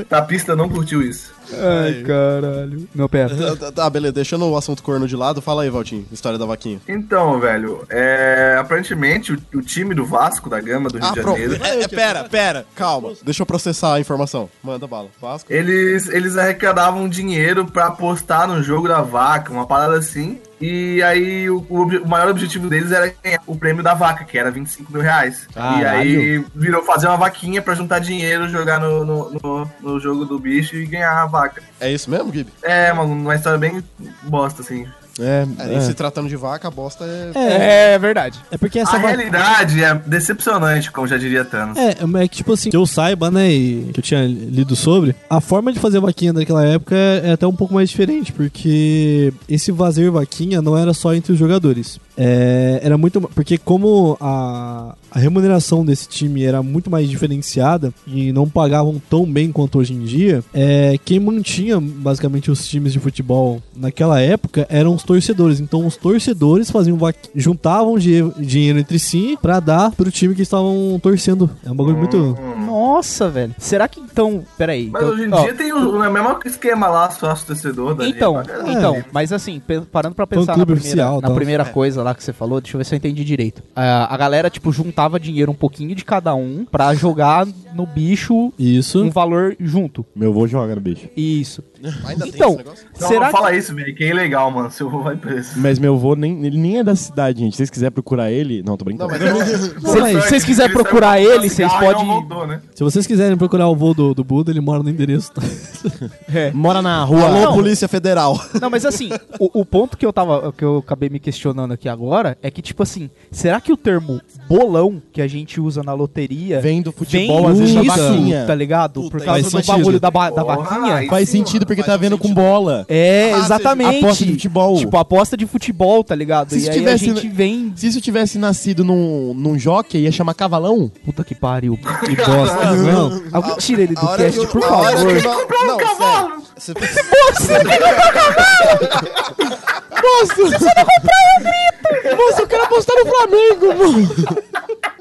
Speaker 4: Tapista não curtiu isso.
Speaker 2: Ai, caralho. Não, pera.
Speaker 6: Tá, Tá, beleza, deixando o assunto corno de lado, fala aí, Valtinho, história da vaquinha.
Speaker 4: Então, velho, é, aparentemente o, o time do Vasco, da Gama, do Rio
Speaker 3: Ah,
Speaker 4: de Janeiro,
Speaker 6: É, é, pera, pera, calma. Deixa eu processar a informação. Manda bala. Vasco.
Speaker 4: eles, eles arrecadavam dinheiro pra apostar no jogo da vaca, uma parada assim. E aí o, o obje- o maior objetivo deles era ganhar o prêmio da vaca, que era 25 mil reais. E aí virou fazer uma vaquinha pra juntar dinheiro, jogar no, no, no- no jogo do bicho e ganhar a vaca.
Speaker 6: É isso mesmo, Gibi?
Speaker 4: É, mano, uma história bem bosta, assim.
Speaker 3: É,
Speaker 6: É,
Speaker 3: é.
Speaker 6: Se tratando de vaca, a bosta é.
Speaker 5: É,
Speaker 2: É verdade.
Speaker 5: é porque essa
Speaker 4: a
Speaker 5: vai.
Speaker 4: realidade é decepcionante, como já diria Thanos.
Speaker 5: É, é que tipo assim, que eu saiba, né, e que eu tinha lido sobre, a forma de fazer vaquinha naquela época é até um pouco mais diferente, porque esse fazer vaquinha não era só entre os jogadores. É, era muito. Porque como a, a remuneração desse time era muito mais diferenciada e não pagavam tão bem quanto hoje em dia, é, quem mantinha basicamente os times de futebol naquela época eram os torcedores. Então os torcedores faziam vaqui- juntavam di- dinheiro entre si pra dar pro time que estavam torcendo. É um bagulho
Speaker 2: Hum.
Speaker 5: muito.
Speaker 2: Nossa, velho. Será que então. Pera aí.
Speaker 4: Mas
Speaker 2: então-
Speaker 4: hoje em
Speaker 2: ó,
Speaker 4: dia tem o, o mesmo esquema lá, sócio torcedor da
Speaker 2: Então,
Speaker 4: Liga.
Speaker 2: então, mas assim, pe- parando pra pensar na
Speaker 5: clube
Speaker 2: primeira,
Speaker 5: oficial,
Speaker 2: na
Speaker 5: tal.
Speaker 2: primeira
Speaker 4: É.
Speaker 2: coisa lá que você falou, deixa eu ver se eu entendi direito. A, a galera, tipo, juntava dinheiro um pouquinho de cada um pra jogar no bicho
Speaker 5: Isso.
Speaker 2: um valor junto.
Speaker 3: Meu vô joga no bicho.
Speaker 2: Isso.
Speaker 6: Ainda tem
Speaker 2: Então,
Speaker 6: esse negócio?
Speaker 4: Não,
Speaker 2: será
Speaker 4: não fala isso, velho, que é ilegal, mano. Seu avô vai preso.
Speaker 3: Mas meu vô nem, ele nem é da cidade, gente. Se vocês quiserem procurar ele. Não, tô
Speaker 6: Não,
Speaker 3: brincando.
Speaker 6: mas é- eu-
Speaker 2: que se
Speaker 5: mas-
Speaker 2: vocês quiserem procurar
Speaker 4: saiu pra comprar
Speaker 2: ele, vocês
Speaker 4: cigarro e é não
Speaker 2: podem.
Speaker 4: voltou, né?
Speaker 5: Se vocês quiserem procurar o voo do, do Buda, ele mora no endereço.
Speaker 2: É.
Speaker 3: Mora na rua.
Speaker 6: Alô,
Speaker 2: Não.
Speaker 6: Polícia Federal.
Speaker 2: Não, mas assim, o, o ponto que eu tava. que eu acabei me questionando aqui agora é que, tipo assim, será que o termo bolão que a gente usa na loteria
Speaker 3: Vem do
Speaker 2: vem
Speaker 3: futebol, às vezes da
Speaker 2: disso,
Speaker 3: vaquinha.
Speaker 2: tá ligado?
Speaker 6: Puta,
Speaker 2: Por causa
Speaker 3: faz
Speaker 2: do
Speaker 3: sentido.
Speaker 2: bagulho da, ba- da
Speaker 4: Porra,
Speaker 2: vaquinha.
Speaker 4: aí
Speaker 3: Faz
Speaker 4: sim,
Speaker 3: sentido porque
Speaker 6: faz
Speaker 3: tá vendo
Speaker 6: sentido.
Speaker 3: com bola.
Speaker 2: É,
Speaker 6: Ah, seja,
Speaker 2: exatamente.
Speaker 3: aposta de futebol.
Speaker 2: Tipo, aposta de futebol, tá ligado?
Speaker 3: Se
Speaker 2: e aí
Speaker 3: tivesse-
Speaker 2: a gente vem.
Speaker 3: Se isso tivesse nascido num, num jockey, ia chamar cavalão.
Speaker 2: Puta que pariu.
Speaker 5: Que bosta. Não.
Speaker 2: Alguém tira ele do
Speaker 6: A hora
Speaker 2: cast,
Speaker 6: que eu-
Speaker 2: por
Speaker 6: a hora
Speaker 2: favor.
Speaker 6: que eu- Não, sério. Você
Speaker 3: Nossa, eu quero apostar no Flamengo, mano.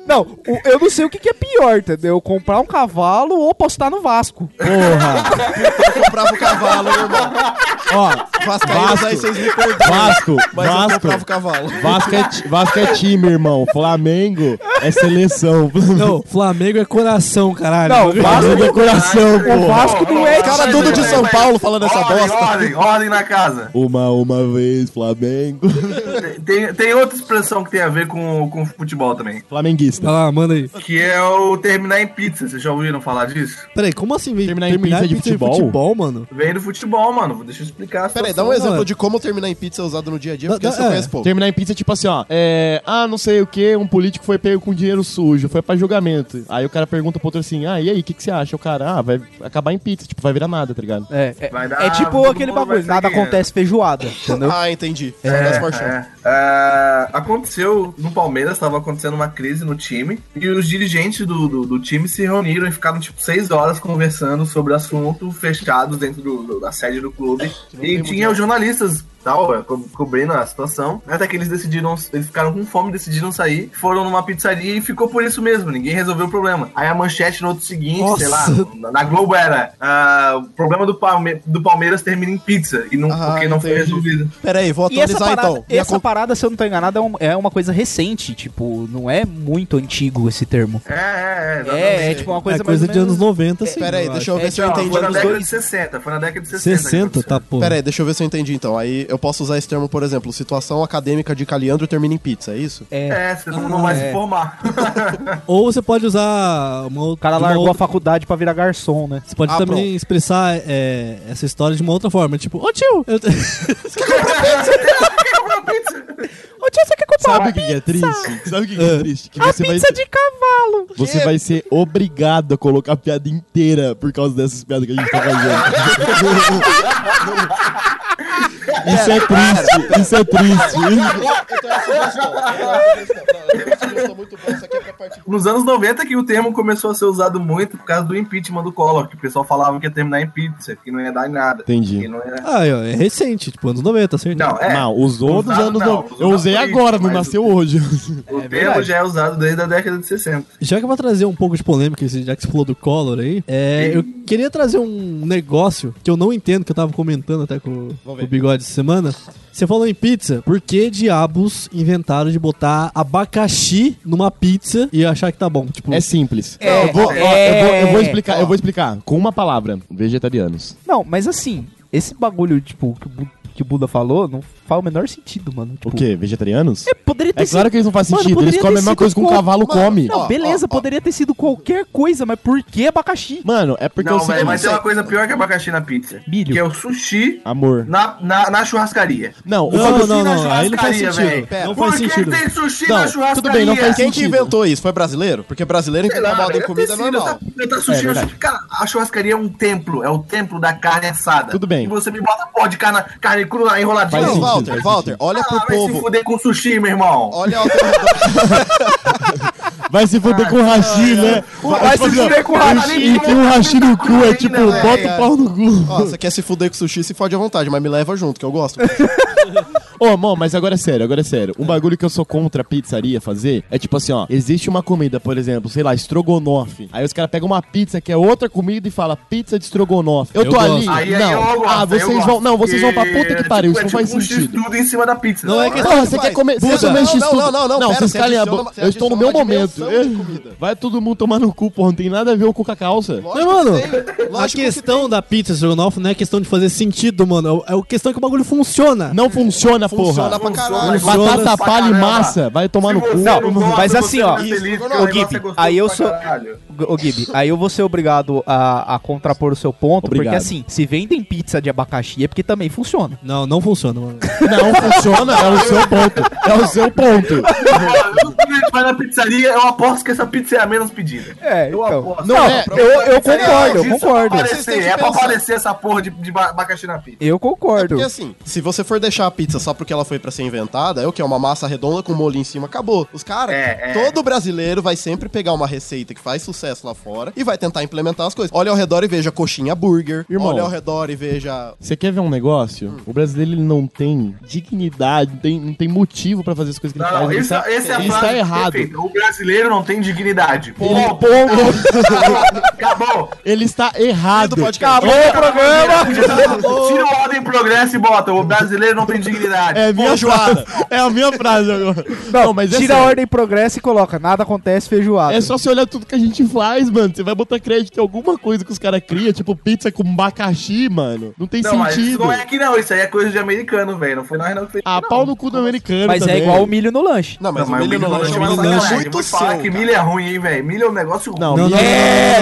Speaker 2: Não, o- eu não sei o que, que é pior, entendeu? Comprar um cavalo ou apostar no Vasco.
Speaker 3: Porra.
Speaker 6: comprava o cavalo, meu irmão.
Speaker 3: Ó,
Speaker 6: Vascaínos,
Speaker 3: Vasco.
Speaker 6: aí vocês me perdoam.
Speaker 3: Vasco,
Speaker 6: Mas eu
Speaker 3: Vasco.
Speaker 6: comprava o cavalo.
Speaker 3: Vasco é, ti- Vasco é time, irmão. Flamengo é seleção.
Speaker 5: Não, Flamengo é coração, caralho.
Speaker 2: Não, o Vasco,
Speaker 3: Flamengo é coração,
Speaker 2: Ah, o
Speaker 3: porra.
Speaker 2: Vasco não é.
Speaker 6: Os caras tudo de São Paulo falando essa
Speaker 4: ordem,
Speaker 6: bosta.
Speaker 4: Ordem, ordem na casa.
Speaker 3: Uma, uma vez, Flamengo.
Speaker 4: Tem, tem outra expressão que tem a ver com, com futebol também.
Speaker 5: Vai
Speaker 3: Flamenguista.
Speaker 5: lá, manda aí.
Speaker 4: Que é o terminar em pizza. Vocês já ouviram falar disso?
Speaker 5: Peraí, como assim? vem-
Speaker 3: Terminar em pizza de
Speaker 5: pizza
Speaker 3: futebol?
Speaker 5: mano?
Speaker 4: Vem do futebol, mano. Deixa eu explicar. a
Speaker 6: Peraí, dá
Speaker 4: situação.
Speaker 6: um exemplo
Speaker 5: mano.
Speaker 6: de como terminar em pizza é usado no dia a dia,
Speaker 5: Dá-
Speaker 6: porque
Speaker 5: dá-
Speaker 6: você
Speaker 5: é.
Speaker 6: conhece pouco.
Speaker 3: Terminar em pizza é tipo assim, ó. É, ah, não sei o que, um político foi pego com dinheiro sujo, foi pra julgamento. Aí o cara pergunta pro outro assim, ah, e aí, o que, que você acha? O cara, ah, vai acabar em pizza, tipo, vai virar nada, tá ligado?
Speaker 2: É, é,
Speaker 4: Vai dar-
Speaker 2: é tipo
Speaker 4: todo
Speaker 2: aquele
Speaker 4: mundo vai
Speaker 2: bagulho,
Speaker 4: sair
Speaker 2: nada
Speaker 4: ganhando.
Speaker 2: acontece feijoada, entendeu?
Speaker 6: Ah, entendi.
Speaker 4: É,
Speaker 6: Fernandes Marchão.
Speaker 4: é. Ah, aconteceu no Palmeiras, estava acontecendo uma crise no time e os dirigentes do, do, do time se reuniram e ficaram tipo seis horas conversando sobre o assunto, fechados dentro do- do- da sede do clube. E tinha os jornalistas tal, eh, co- cobrindo a situação. Até que eles decidiram, eles ficaram com fome, decidiram sair, foram numa pizzaria e ficou por isso mesmo. Ninguém resolveu o problema. Aí a manchete no outro seguinte, sei lá,
Speaker 5: Nossa.
Speaker 4: na- na Globo era: ah, o problema do, Palme do Palmeiras termina em pizza e não,
Speaker 6: Ah,
Speaker 4: porque não foi
Speaker 6: entendi.
Speaker 4: resolvido.
Speaker 6: Peraí, vou
Speaker 2: E essa
Speaker 6: atualizar
Speaker 2: parada,
Speaker 6: então. Minha
Speaker 2: essa
Speaker 6: con-
Speaker 2: parada, se eu não tô enganado, é, um- é uma coisa recente. Tipo, não é muito antigo esse termo.
Speaker 4: É, é, é. exatamente.
Speaker 2: É, é tipo uma coisa
Speaker 5: é coisa
Speaker 2: mais
Speaker 5: de
Speaker 2: ou menos-
Speaker 5: anos assim. 90, sim.
Speaker 6: Peraí,
Speaker 5: eu
Speaker 6: deixa eu
Speaker 2: É,
Speaker 6: ver se eu
Speaker 4: Não,
Speaker 6: entendi.
Speaker 4: foi na
Speaker 2: os
Speaker 4: década
Speaker 2: dois.
Speaker 4: de 60, foi na década de
Speaker 5: acho.
Speaker 4: 60. que
Speaker 5: 60,
Speaker 4: aconteceu.
Speaker 5: tá, pô.
Speaker 6: Peraí, deixa eu ver se eu entendi então. Aí eu posso usar esse termo, por exemplo, situação acadêmica de Caliandro termina em pizza, é isso?
Speaker 2: É.
Speaker 4: É, você não, não vai se formar.
Speaker 5: Ou você pode usar uma
Speaker 2: O
Speaker 5: outra...
Speaker 2: cara
Speaker 5: uma
Speaker 2: largou a
Speaker 5: outra-
Speaker 2: faculdade pra virar garçom, né?
Speaker 5: Você pode
Speaker 6: Ah,
Speaker 5: também
Speaker 6: pronto.
Speaker 5: expressar é, essa história de uma outra forma. Tipo, ô tio! eu-
Speaker 2: Ô tio, você quer comprar
Speaker 3: Sabe
Speaker 2: uma
Speaker 3: o que que é
Speaker 2: pizza?
Speaker 3: triste? Sabe o que que é triste? Que
Speaker 2: A
Speaker 3: você vai,
Speaker 2: pizza de cavalo.
Speaker 3: você vai ser obrigado a colocar a piada inteira por causa dessas piadas que a gente tá fazendo. Isso é triste, isso é triste.
Speaker 6: Eu tenho uma é sugestão. Eu tenho uma sugestão muito boa. Isso aqui é pra parte
Speaker 4: Nos anos 90 que o termo começou a ser usado muito por causa do impeachment do Collor, que o pessoal falava que ia terminar em pizza, que não ia dar em nada.
Speaker 3: Entendi.
Speaker 4: Que não ia...
Speaker 5: Ah, é é recente, tipo, anos 90, certo?
Speaker 4: Não, é.
Speaker 3: Não, usou dos
Speaker 4: Usado
Speaker 3: anos.
Speaker 4: não,
Speaker 3: do-
Speaker 4: usado
Speaker 3: Eu usei
Speaker 4: foi isso,
Speaker 3: agora, não
Speaker 4: mas-
Speaker 3: nasceu hoje.
Speaker 4: o termo
Speaker 2: verdade.
Speaker 4: já é usado desde a década de 60.
Speaker 5: Já que eu vou trazer um pouco de polêmica, esse- já que você falou do Collor aí, é, eu queria trazer um negócio que eu não entendo, que eu tava comentando até com, com o Bigode essa semana. Você falou em pizza, por que diabos inventaram de botar abacaxi numa pizza e achar que tá bom? Tipo,
Speaker 3: É simples.
Speaker 2: É,
Speaker 3: eu, vou, ó,
Speaker 2: é.
Speaker 3: eu vou- eu vou explicar, eu vou explicar com uma palavra: vegetarianos.
Speaker 2: Não, mas assim, esse bagulho, tipo, que o, Bu- que o Buda falou, não faz o menor sentido, mano. Tipo,
Speaker 3: O quê? Vegetarianos?
Speaker 2: É, poderia ter
Speaker 3: É claro
Speaker 2: sido...
Speaker 3: que eles não fazem
Speaker 2: Mano,
Speaker 3: sentido. Eles
Speaker 2: poderia
Speaker 3: comem a
Speaker 2: ter
Speaker 3: mesma
Speaker 2: sido
Speaker 3: coisa que um
Speaker 2: qual-
Speaker 3: cavalo
Speaker 6: Mano,
Speaker 3: come.
Speaker 2: Não,
Speaker 6: Ó,
Speaker 2: beleza,
Speaker 6: ó, ó.
Speaker 2: poderia ter sido qualquer coisa, mas por que abacaxi?
Speaker 3: Mano, é porque eu
Speaker 4: não,
Speaker 3: sei.
Speaker 4: velho, mas tem uma coisa pior que abacaxi na pizza.
Speaker 2: Milho.
Speaker 4: Que é o sushi
Speaker 3: Amor.
Speaker 4: na, na, na churrascaria.
Speaker 3: Não, o é assim,
Speaker 5: Não,
Speaker 3: bagulho-
Speaker 5: não, não,
Speaker 4: na
Speaker 5: aí não faz
Speaker 4: churrascaria,
Speaker 5: sentido.
Speaker 4: velho.
Speaker 6: Pera,
Speaker 5: Não
Speaker 4: Por
Speaker 5: faz
Speaker 4: que
Speaker 5: sentido.
Speaker 4: tem sushi
Speaker 3: Não,
Speaker 4: na
Speaker 3: tudo
Speaker 4: churrascaria?
Speaker 3: bem, não faz
Speaker 6: Quem
Speaker 3: sentido.
Speaker 6: que inventou isso? Foi brasileiro? Porque brasileiro
Speaker 4: Sei lá,
Speaker 6: entendeu mal
Speaker 4: velho,
Speaker 6: da comida
Speaker 4: deve ter sido
Speaker 6: normal.
Speaker 4: essa- tá sushi
Speaker 3: É
Speaker 4: na
Speaker 3: verdade.
Speaker 4: churrascaria. Cara, a churrascaria é um templo, é o templo da carne assada.
Speaker 3: Tudo bem.
Speaker 4: E você me bota pó de carne, carne crua enroladinha.
Speaker 3: Faz
Speaker 6: Não,
Speaker 3: sentido,
Speaker 6: Walter,
Speaker 3: faz
Speaker 6: Walter, olha
Speaker 4: Ah,
Speaker 6: pro
Speaker 4: vai se
Speaker 6: povo.
Speaker 4: fuder com sushi, meu irmão.
Speaker 6: Olha a alternativa.
Speaker 3: Vai se foder com o hashi, né?
Speaker 4: Vai se fuder com o hashi.
Speaker 3: Enfia o hashi no cu, é tipo,
Speaker 4: Ainda,
Speaker 3: bota
Speaker 6: velho.
Speaker 3: o pau no cu.
Speaker 6: Ó, você quer se fuder com sushi, se fode à vontade, mas me leva junto, que eu gosto.
Speaker 3: Ô, mano, mas agora é sério, agora é sério. Um bagulho que eu sou contra a pizzaria fazer é tipo assim, ó. Existe uma comida, por exemplo, sei lá, estrogonofe. Aí os caras pegam uma pizza que é outra comida e fala pizza de estrogonofe. Eu,
Speaker 5: Eu
Speaker 3: tô
Speaker 5: gosto.
Speaker 3: ali.
Speaker 4: Aí, aí
Speaker 3: não.
Speaker 4: eu gosto,
Speaker 3: ah,
Speaker 4: aí eu
Speaker 3: vocês
Speaker 4: gosto,
Speaker 3: vão. Não, vocês vão pra puta que
Speaker 4: porque,
Speaker 3: pariu,
Speaker 4: tipo,
Speaker 3: isso não
Speaker 4: é
Speaker 3: faz
Speaker 4: tipo
Speaker 3: sentido.
Speaker 4: Um x tudo em cima da pizza.
Speaker 5: Não é
Speaker 4: que
Speaker 5: que-
Speaker 3: Porra, você
Speaker 6: Faz.
Speaker 3: quer comer.
Speaker 6: Você
Speaker 3: Você
Speaker 6: não-
Speaker 3: come
Speaker 6: não,
Speaker 3: X tudo.
Speaker 6: não, não, não, pera,
Speaker 3: vocês
Speaker 6: você
Speaker 3: calem a
Speaker 6: adiciona-
Speaker 3: boca.
Speaker 6: você
Speaker 3: Eu estou no meu
Speaker 6: adiciona uma
Speaker 3: momento. É.
Speaker 6: dimensão de comida.
Speaker 3: Vai todo mundo tomar no cu, porra. Não tem nada a ver com a calça.
Speaker 6: Lógico
Speaker 5: Não, mano,
Speaker 6: que tem,
Speaker 5: a
Speaker 6: lógico que
Speaker 3: é
Speaker 5: questão da pizza estrogonofe não é questão de fazer sentido, mano. É a questão que o bagulho funciona.
Speaker 3: Não funciona,
Speaker 6: Funciona
Speaker 3: porra.
Speaker 6: pra caralho.
Speaker 5: Funciona.
Speaker 3: Batata
Speaker 4: pra
Speaker 3: palha e
Speaker 4: caramba.
Speaker 3: massa. Vai tomar no cu.
Speaker 2: não gosta, mas assim, ó,
Speaker 6: Ô,
Speaker 2: Gui, aí eu sou- Ô Gibi, aí eu vou ser obrigado a, a contrapor o seu ponto,
Speaker 3: Obrigado.
Speaker 2: porque assim, se vendem pizza de abacaxi é porque também funciona.
Speaker 5: Não, não funciona, mano.
Speaker 3: Não funciona, é o seu ponto. É o seu ponto.
Speaker 4: Quando a gente vai na pizzaria, eu aposto que essa pizza é a menos pedida.
Speaker 2: É,
Speaker 4: Eu aposto.
Speaker 2: Não,
Speaker 3: é,
Speaker 2: eu, eu
Speaker 6: pizzaria,
Speaker 2: concordo, eu
Speaker 4: Isso
Speaker 2: concordo.
Speaker 4: É pra
Speaker 6: Vocês têm
Speaker 4: aparecer,
Speaker 6: que
Speaker 4: é pra
Speaker 6: pensar.
Speaker 4: aparecer essa porra de, de ba- abacaxi na pizza.
Speaker 2: Eu concordo.
Speaker 6: Porque assim, se você for deixar a pizza só porque ela foi pra ser inventada, é o que? Uma massa redonda com molho em cima, acabou. Os caras,
Speaker 4: É, é.
Speaker 6: todo brasileiro vai sempre pegar uma receita que faz sucesso lá fora e vai tentar implementar as coisas. Olha ao redor e veja coxinha burger.
Speaker 3: Irmão.
Speaker 6: Olha ao redor e veja.
Speaker 3: Você quer ver um negócio? O brasileiro ele não tem dignidade, não tem, não tem motivo pra fazer as coisas que ele
Speaker 4: Não, não,
Speaker 3: faz.
Speaker 4: isso,
Speaker 3: ele
Speaker 4: esse é a
Speaker 3: ele
Speaker 4: frase
Speaker 3: está errado.
Speaker 4: perfeita. O brasileiro não tem dignidade.
Speaker 3: Ele, tá-
Speaker 4: Ponto. Acabou.
Speaker 3: ele está errado.
Speaker 6: Do podcast.
Speaker 3: Ô, programa!
Speaker 4: Tira o ordem progresso e bota. O brasileiro não tem dignidade.
Speaker 3: É a minha frase. É a minha frase agora. é
Speaker 2: Não, tira a
Speaker 3: sério.
Speaker 2: ordem progresso e coloca, nada acontece feijoada.
Speaker 3: É só você olhar tudo que a gente faz, mano. Você vai botar crédito em alguma coisa que os caras criam, tipo pizza com abacaxi, mano. Não tem
Speaker 4: não, mas isso
Speaker 3: sentido.
Speaker 4: não é aqui não. Isso aí é coisa de americano, velho. Não foi nós não que fez.
Speaker 3: Ah,
Speaker 4: não.
Speaker 3: pau no cu do americano.
Speaker 2: Mas é
Speaker 3: também.
Speaker 2: igual o milho no lanche.
Speaker 6: Não, mas
Speaker 4: Não,
Speaker 6: o milho não
Speaker 4: lanche
Speaker 6: lanche é
Speaker 4: uma
Speaker 6: um
Speaker 4: sacanagem.
Speaker 6: negócio
Speaker 4: Eu
Speaker 6: muito
Speaker 4: vou te falar
Speaker 6: seu.
Speaker 4: que milho é ruim, hein, velho. Milho é um negócio ruim.
Speaker 3: Não,
Speaker 5: Não, não,
Speaker 2: É,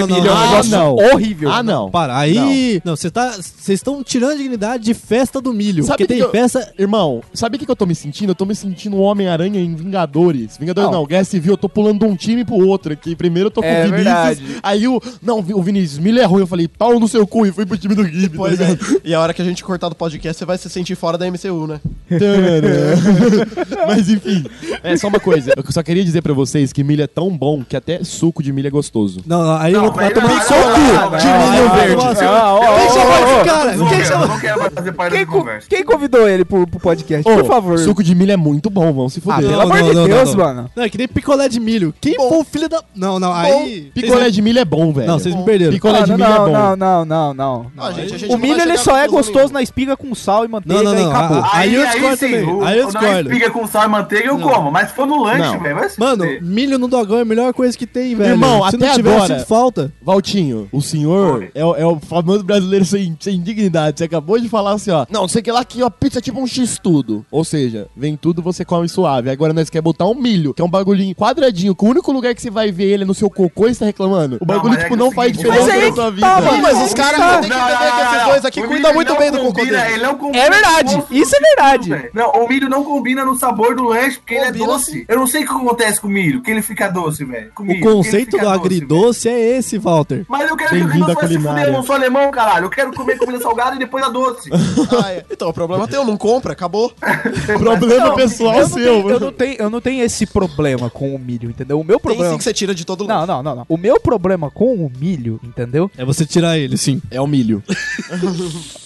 Speaker 5: não, não, não,
Speaker 2: milho é um
Speaker 5: não.
Speaker 2: negócio
Speaker 3: Ah, não.
Speaker 2: horrível.
Speaker 3: Ah, não.
Speaker 5: Para, aí. Não, vocês tá, vocês estão tirando a dignidade de festa do milho.
Speaker 3: Sabe
Speaker 5: porque
Speaker 3: que
Speaker 5: tem
Speaker 3: eu-
Speaker 5: festa.
Speaker 3: Irmão, sabe o que, que eu tô me sentindo? Eu tô me sentindo um Homem-Aranha em Vingadores. Vingadores
Speaker 2: Não.
Speaker 3: não, Guerra Civil, eu tô pulando de um time pro outro aqui. Primeiro eu tô com
Speaker 2: É
Speaker 3: o Vinícius,
Speaker 2: verdade.
Speaker 3: aí o... Não, o Vinícius, Milho é ruim. Eu falei, pau no seu cu e fui pro time do Gibi, tá
Speaker 6: Pois é.
Speaker 3: ligado?
Speaker 6: E a hora que a gente cortar do podcast, você vai se sentir fora da MCU, né?
Speaker 3: Tcharam. Mas enfim, é só uma coisa. Eu só queria dizer pra vocês que milho é tão bom que até suco de milho é gostoso.
Speaker 5: Não, não, aí eu vou
Speaker 4: velho,
Speaker 5: tomar
Speaker 4: não,
Speaker 5: no
Speaker 4: não,
Speaker 5: seu
Speaker 4: não, não,
Speaker 5: cu
Speaker 4: não,
Speaker 5: de
Speaker 4: não,
Speaker 5: milho
Speaker 4: não,
Speaker 5: verde.
Speaker 4: não, não,
Speaker 5: Quem chamou esse cara?
Speaker 4: não,
Speaker 5: Quem
Speaker 4: quero,
Speaker 5: chamou?
Speaker 4: não quero mais fazer parte
Speaker 2: Quem,
Speaker 4: dessa
Speaker 2: co-
Speaker 4: conversa.
Speaker 2: quem convidou ele pro, pro podcast?
Speaker 3: Ô,
Speaker 2: Por favor.
Speaker 3: Suco de milho é muito bom, vão se
Speaker 2: Ah,
Speaker 3: fuder.
Speaker 2: pelo amor de Deus, mano.
Speaker 5: Não, é que nem picolé de milho. Quem
Speaker 6: Bom.
Speaker 5: foi o filho da. Não, não, aí.
Speaker 3: Picolé de milho é bom, velho.
Speaker 5: Não, vocês me perderam.
Speaker 3: Picolé
Speaker 2: Ah,
Speaker 3: de
Speaker 2: não,
Speaker 3: milho é bom.
Speaker 2: não, não, não, não, não.
Speaker 6: Ah, gente, a gente
Speaker 2: O
Speaker 6: não vai
Speaker 2: milho ele
Speaker 6: chegar
Speaker 2: só
Speaker 6: a
Speaker 2: é
Speaker 6: conclusão
Speaker 2: gostoso
Speaker 6: nenhuma.
Speaker 2: na espiga com sal e manteiga
Speaker 5: Não, não,
Speaker 2: e
Speaker 5: não.
Speaker 2: acabou.
Speaker 5: Ah, Aí eu discordo também.
Speaker 4: o-
Speaker 5: Aí eu
Speaker 4: o- na
Speaker 5: discordo.
Speaker 4: espiga com sal e manteiga eu como, mas se for no lanche,
Speaker 3: Não.
Speaker 4: velho, vai se
Speaker 5: Mano,
Speaker 4: fuder.
Speaker 5: milho no dogão é a melhor coisa que tem, velho.
Speaker 3: Irmão,
Speaker 5: Se
Speaker 3: até
Speaker 5: não tiver,
Speaker 3: agora-
Speaker 5: eu sinto falta.
Speaker 3: Valtinho, o senhor é, o- é o famoso brasileiro sem, sem dignidade. Você acabou de falar assim, ó. Não, não sei o que lá aqui, ó. Pizza é tipo um X-tudo. Ou seja, vem tudo, você come suave. Agora nós quer botar um milho, que é um bagulhinho quadradinho, que o único lugar que você vai ver ele é no seu cocô e você tá reclamando. O bagulho,
Speaker 4: mas é
Speaker 3: tipo,
Speaker 4: que é
Speaker 3: não
Speaker 4: o
Speaker 3: faz
Speaker 4: seguinte,
Speaker 3: diferença
Speaker 4: mas
Speaker 3: na
Speaker 4: aí
Speaker 3: sua vida.
Speaker 2: tá,
Speaker 6: Não, mas os caras
Speaker 2: Não,
Speaker 6: têm que entender que esses dois aqui
Speaker 4: O
Speaker 6: cuidam
Speaker 4: milho
Speaker 6: muito
Speaker 4: não
Speaker 6: bem do cocô
Speaker 4: combina,
Speaker 6: dele.
Speaker 4: Ele não combina.
Speaker 2: É verdade,
Speaker 4: com
Speaker 2: isso é
Speaker 4: tudo,
Speaker 2: verdade.
Speaker 4: velho. Não, o milho não combina no sabor do lanche, porque ele é
Speaker 6: Combina
Speaker 4: doce.
Speaker 6: sim.
Speaker 4: Eu não sei o que acontece com o milho, que ele fica doce, velho. Com
Speaker 5: O
Speaker 4: milho, que ele
Speaker 5: conceito do
Speaker 4: fica doce, velho.
Speaker 5: agridoce é esse, Walter.
Speaker 4: Mas eu quero que o
Speaker 3: Bem-vindo à
Speaker 4: agridoce vai se fuder,
Speaker 3: culinária.
Speaker 4: eu não sou alemão, caralho. Eu quero comer comida salgada e depois a doce.
Speaker 6: Ah, é. Então, o problema é teu, não compra, acabou.
Speaker 3: Problema
Speaker 2: Não,
Speaker 3: pessoal
Speaker 2: eu não
Speaker 3: seu.
Speaker 2: tenho- eu, não tenho, eu não tenho esse problema com o milho, entendeu? O meu
Speaker 6: Tem
Speaker 2: problema.
Speaker 6: sim que você tira de todo lugar.
Speaker 2: Não, não, não, não. O meu problema com o milho, entendeu?
Speaker 5: É você tirar ele, sim.
Speaker 3: É o milho.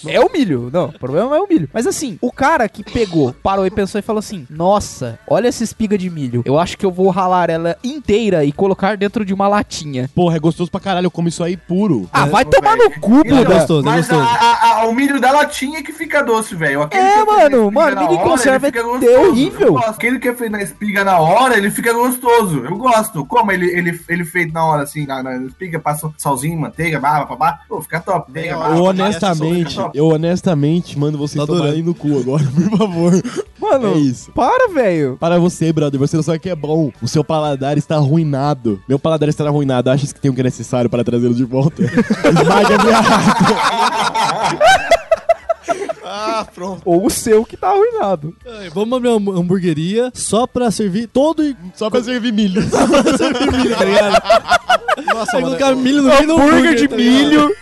Speaker 2: É o milho. Não, o problema é o milho. Mas assim, o cara que pegou, parou e pensou e falou assim: Nossa, olha essa espiga de milho. Eu acho que eu vou ralar ela inteira e colocar dentro de uma latinha.
Speaker 3: Porra, é gostoso pra caralho. Eu como isso aí puro.
Speaker 2: Ah, vai
Speaker 4: ô,
Speaker 2: tomar
Speaker 4: velho.
Speaker 2: no cu,
Speaker 5: Não, é
Speaker 2: Duda.
Speaker 5: gostoso, é
Speaker 4: Então, Mas a,
Speaker 5: gostoso.
Speaker 4: a- a- o milho da latinha é que fica doce, velho. Aquele
Speaker 2: É,
Speaker 4: que feito na
Speaker 2: mano,
Speaker 4: espiga
Speaker 2: mano,
Speaker 4: na
Speaker 2: milho em
Speaker 4: hora,
Speaker 2: conserva
Speaker 4: ele fica
Speaker 2: é
Speaker 4: gostoso.
Speaker 2: horrível.
Speaker 4: Eu gosto. Aquele que é feito na espiga na hora, ele fica gostoso. Eu gosto. Como ele, ele, ele feito na hora, assim, na, na espiga, passa salzinho, manteiga, blá, blá, blá. Pô, fica top. né? Ah, Manteiga, blá,
Speaker 3: Eu
Speaker 4: blá, blá.
Speaker 3: honestamente,
Speaker 4: só-
Speaker 3: eu honestamente mando vocês
Speaker 5: Tá
Speaker 3: tomarem no cu agora, por favor.
Speaker 2: Mano,
Speaker 3: É isso.
Speaker 2: para, velho.
Speaker 3: Para você, brother, você não sabe o que é bom. O seu paladar está arruinado. Meu paladar está arruinado. Acha que tem o que é necessário para trazê-lo de volta? Esmaga a minha rata.
Speaker 6: Ah, pronto.
Speaker 2: Ou o seu que tá arruinado.
Speaker 5: Ai, Vamos abrir uma hamburgueria só pra servir todo e
Speaker 3: Só pra servir milho.
Speaker 5: milho, tá ligado?
Speaker 6: Nossa,
Speaker 5: Vai
Speaker 6: mano.
Speaker 5: colocar milho no meio do
Speaker 2: Hambúrguer de
Speaker 5: tá ligado?
Speaker 2: milho.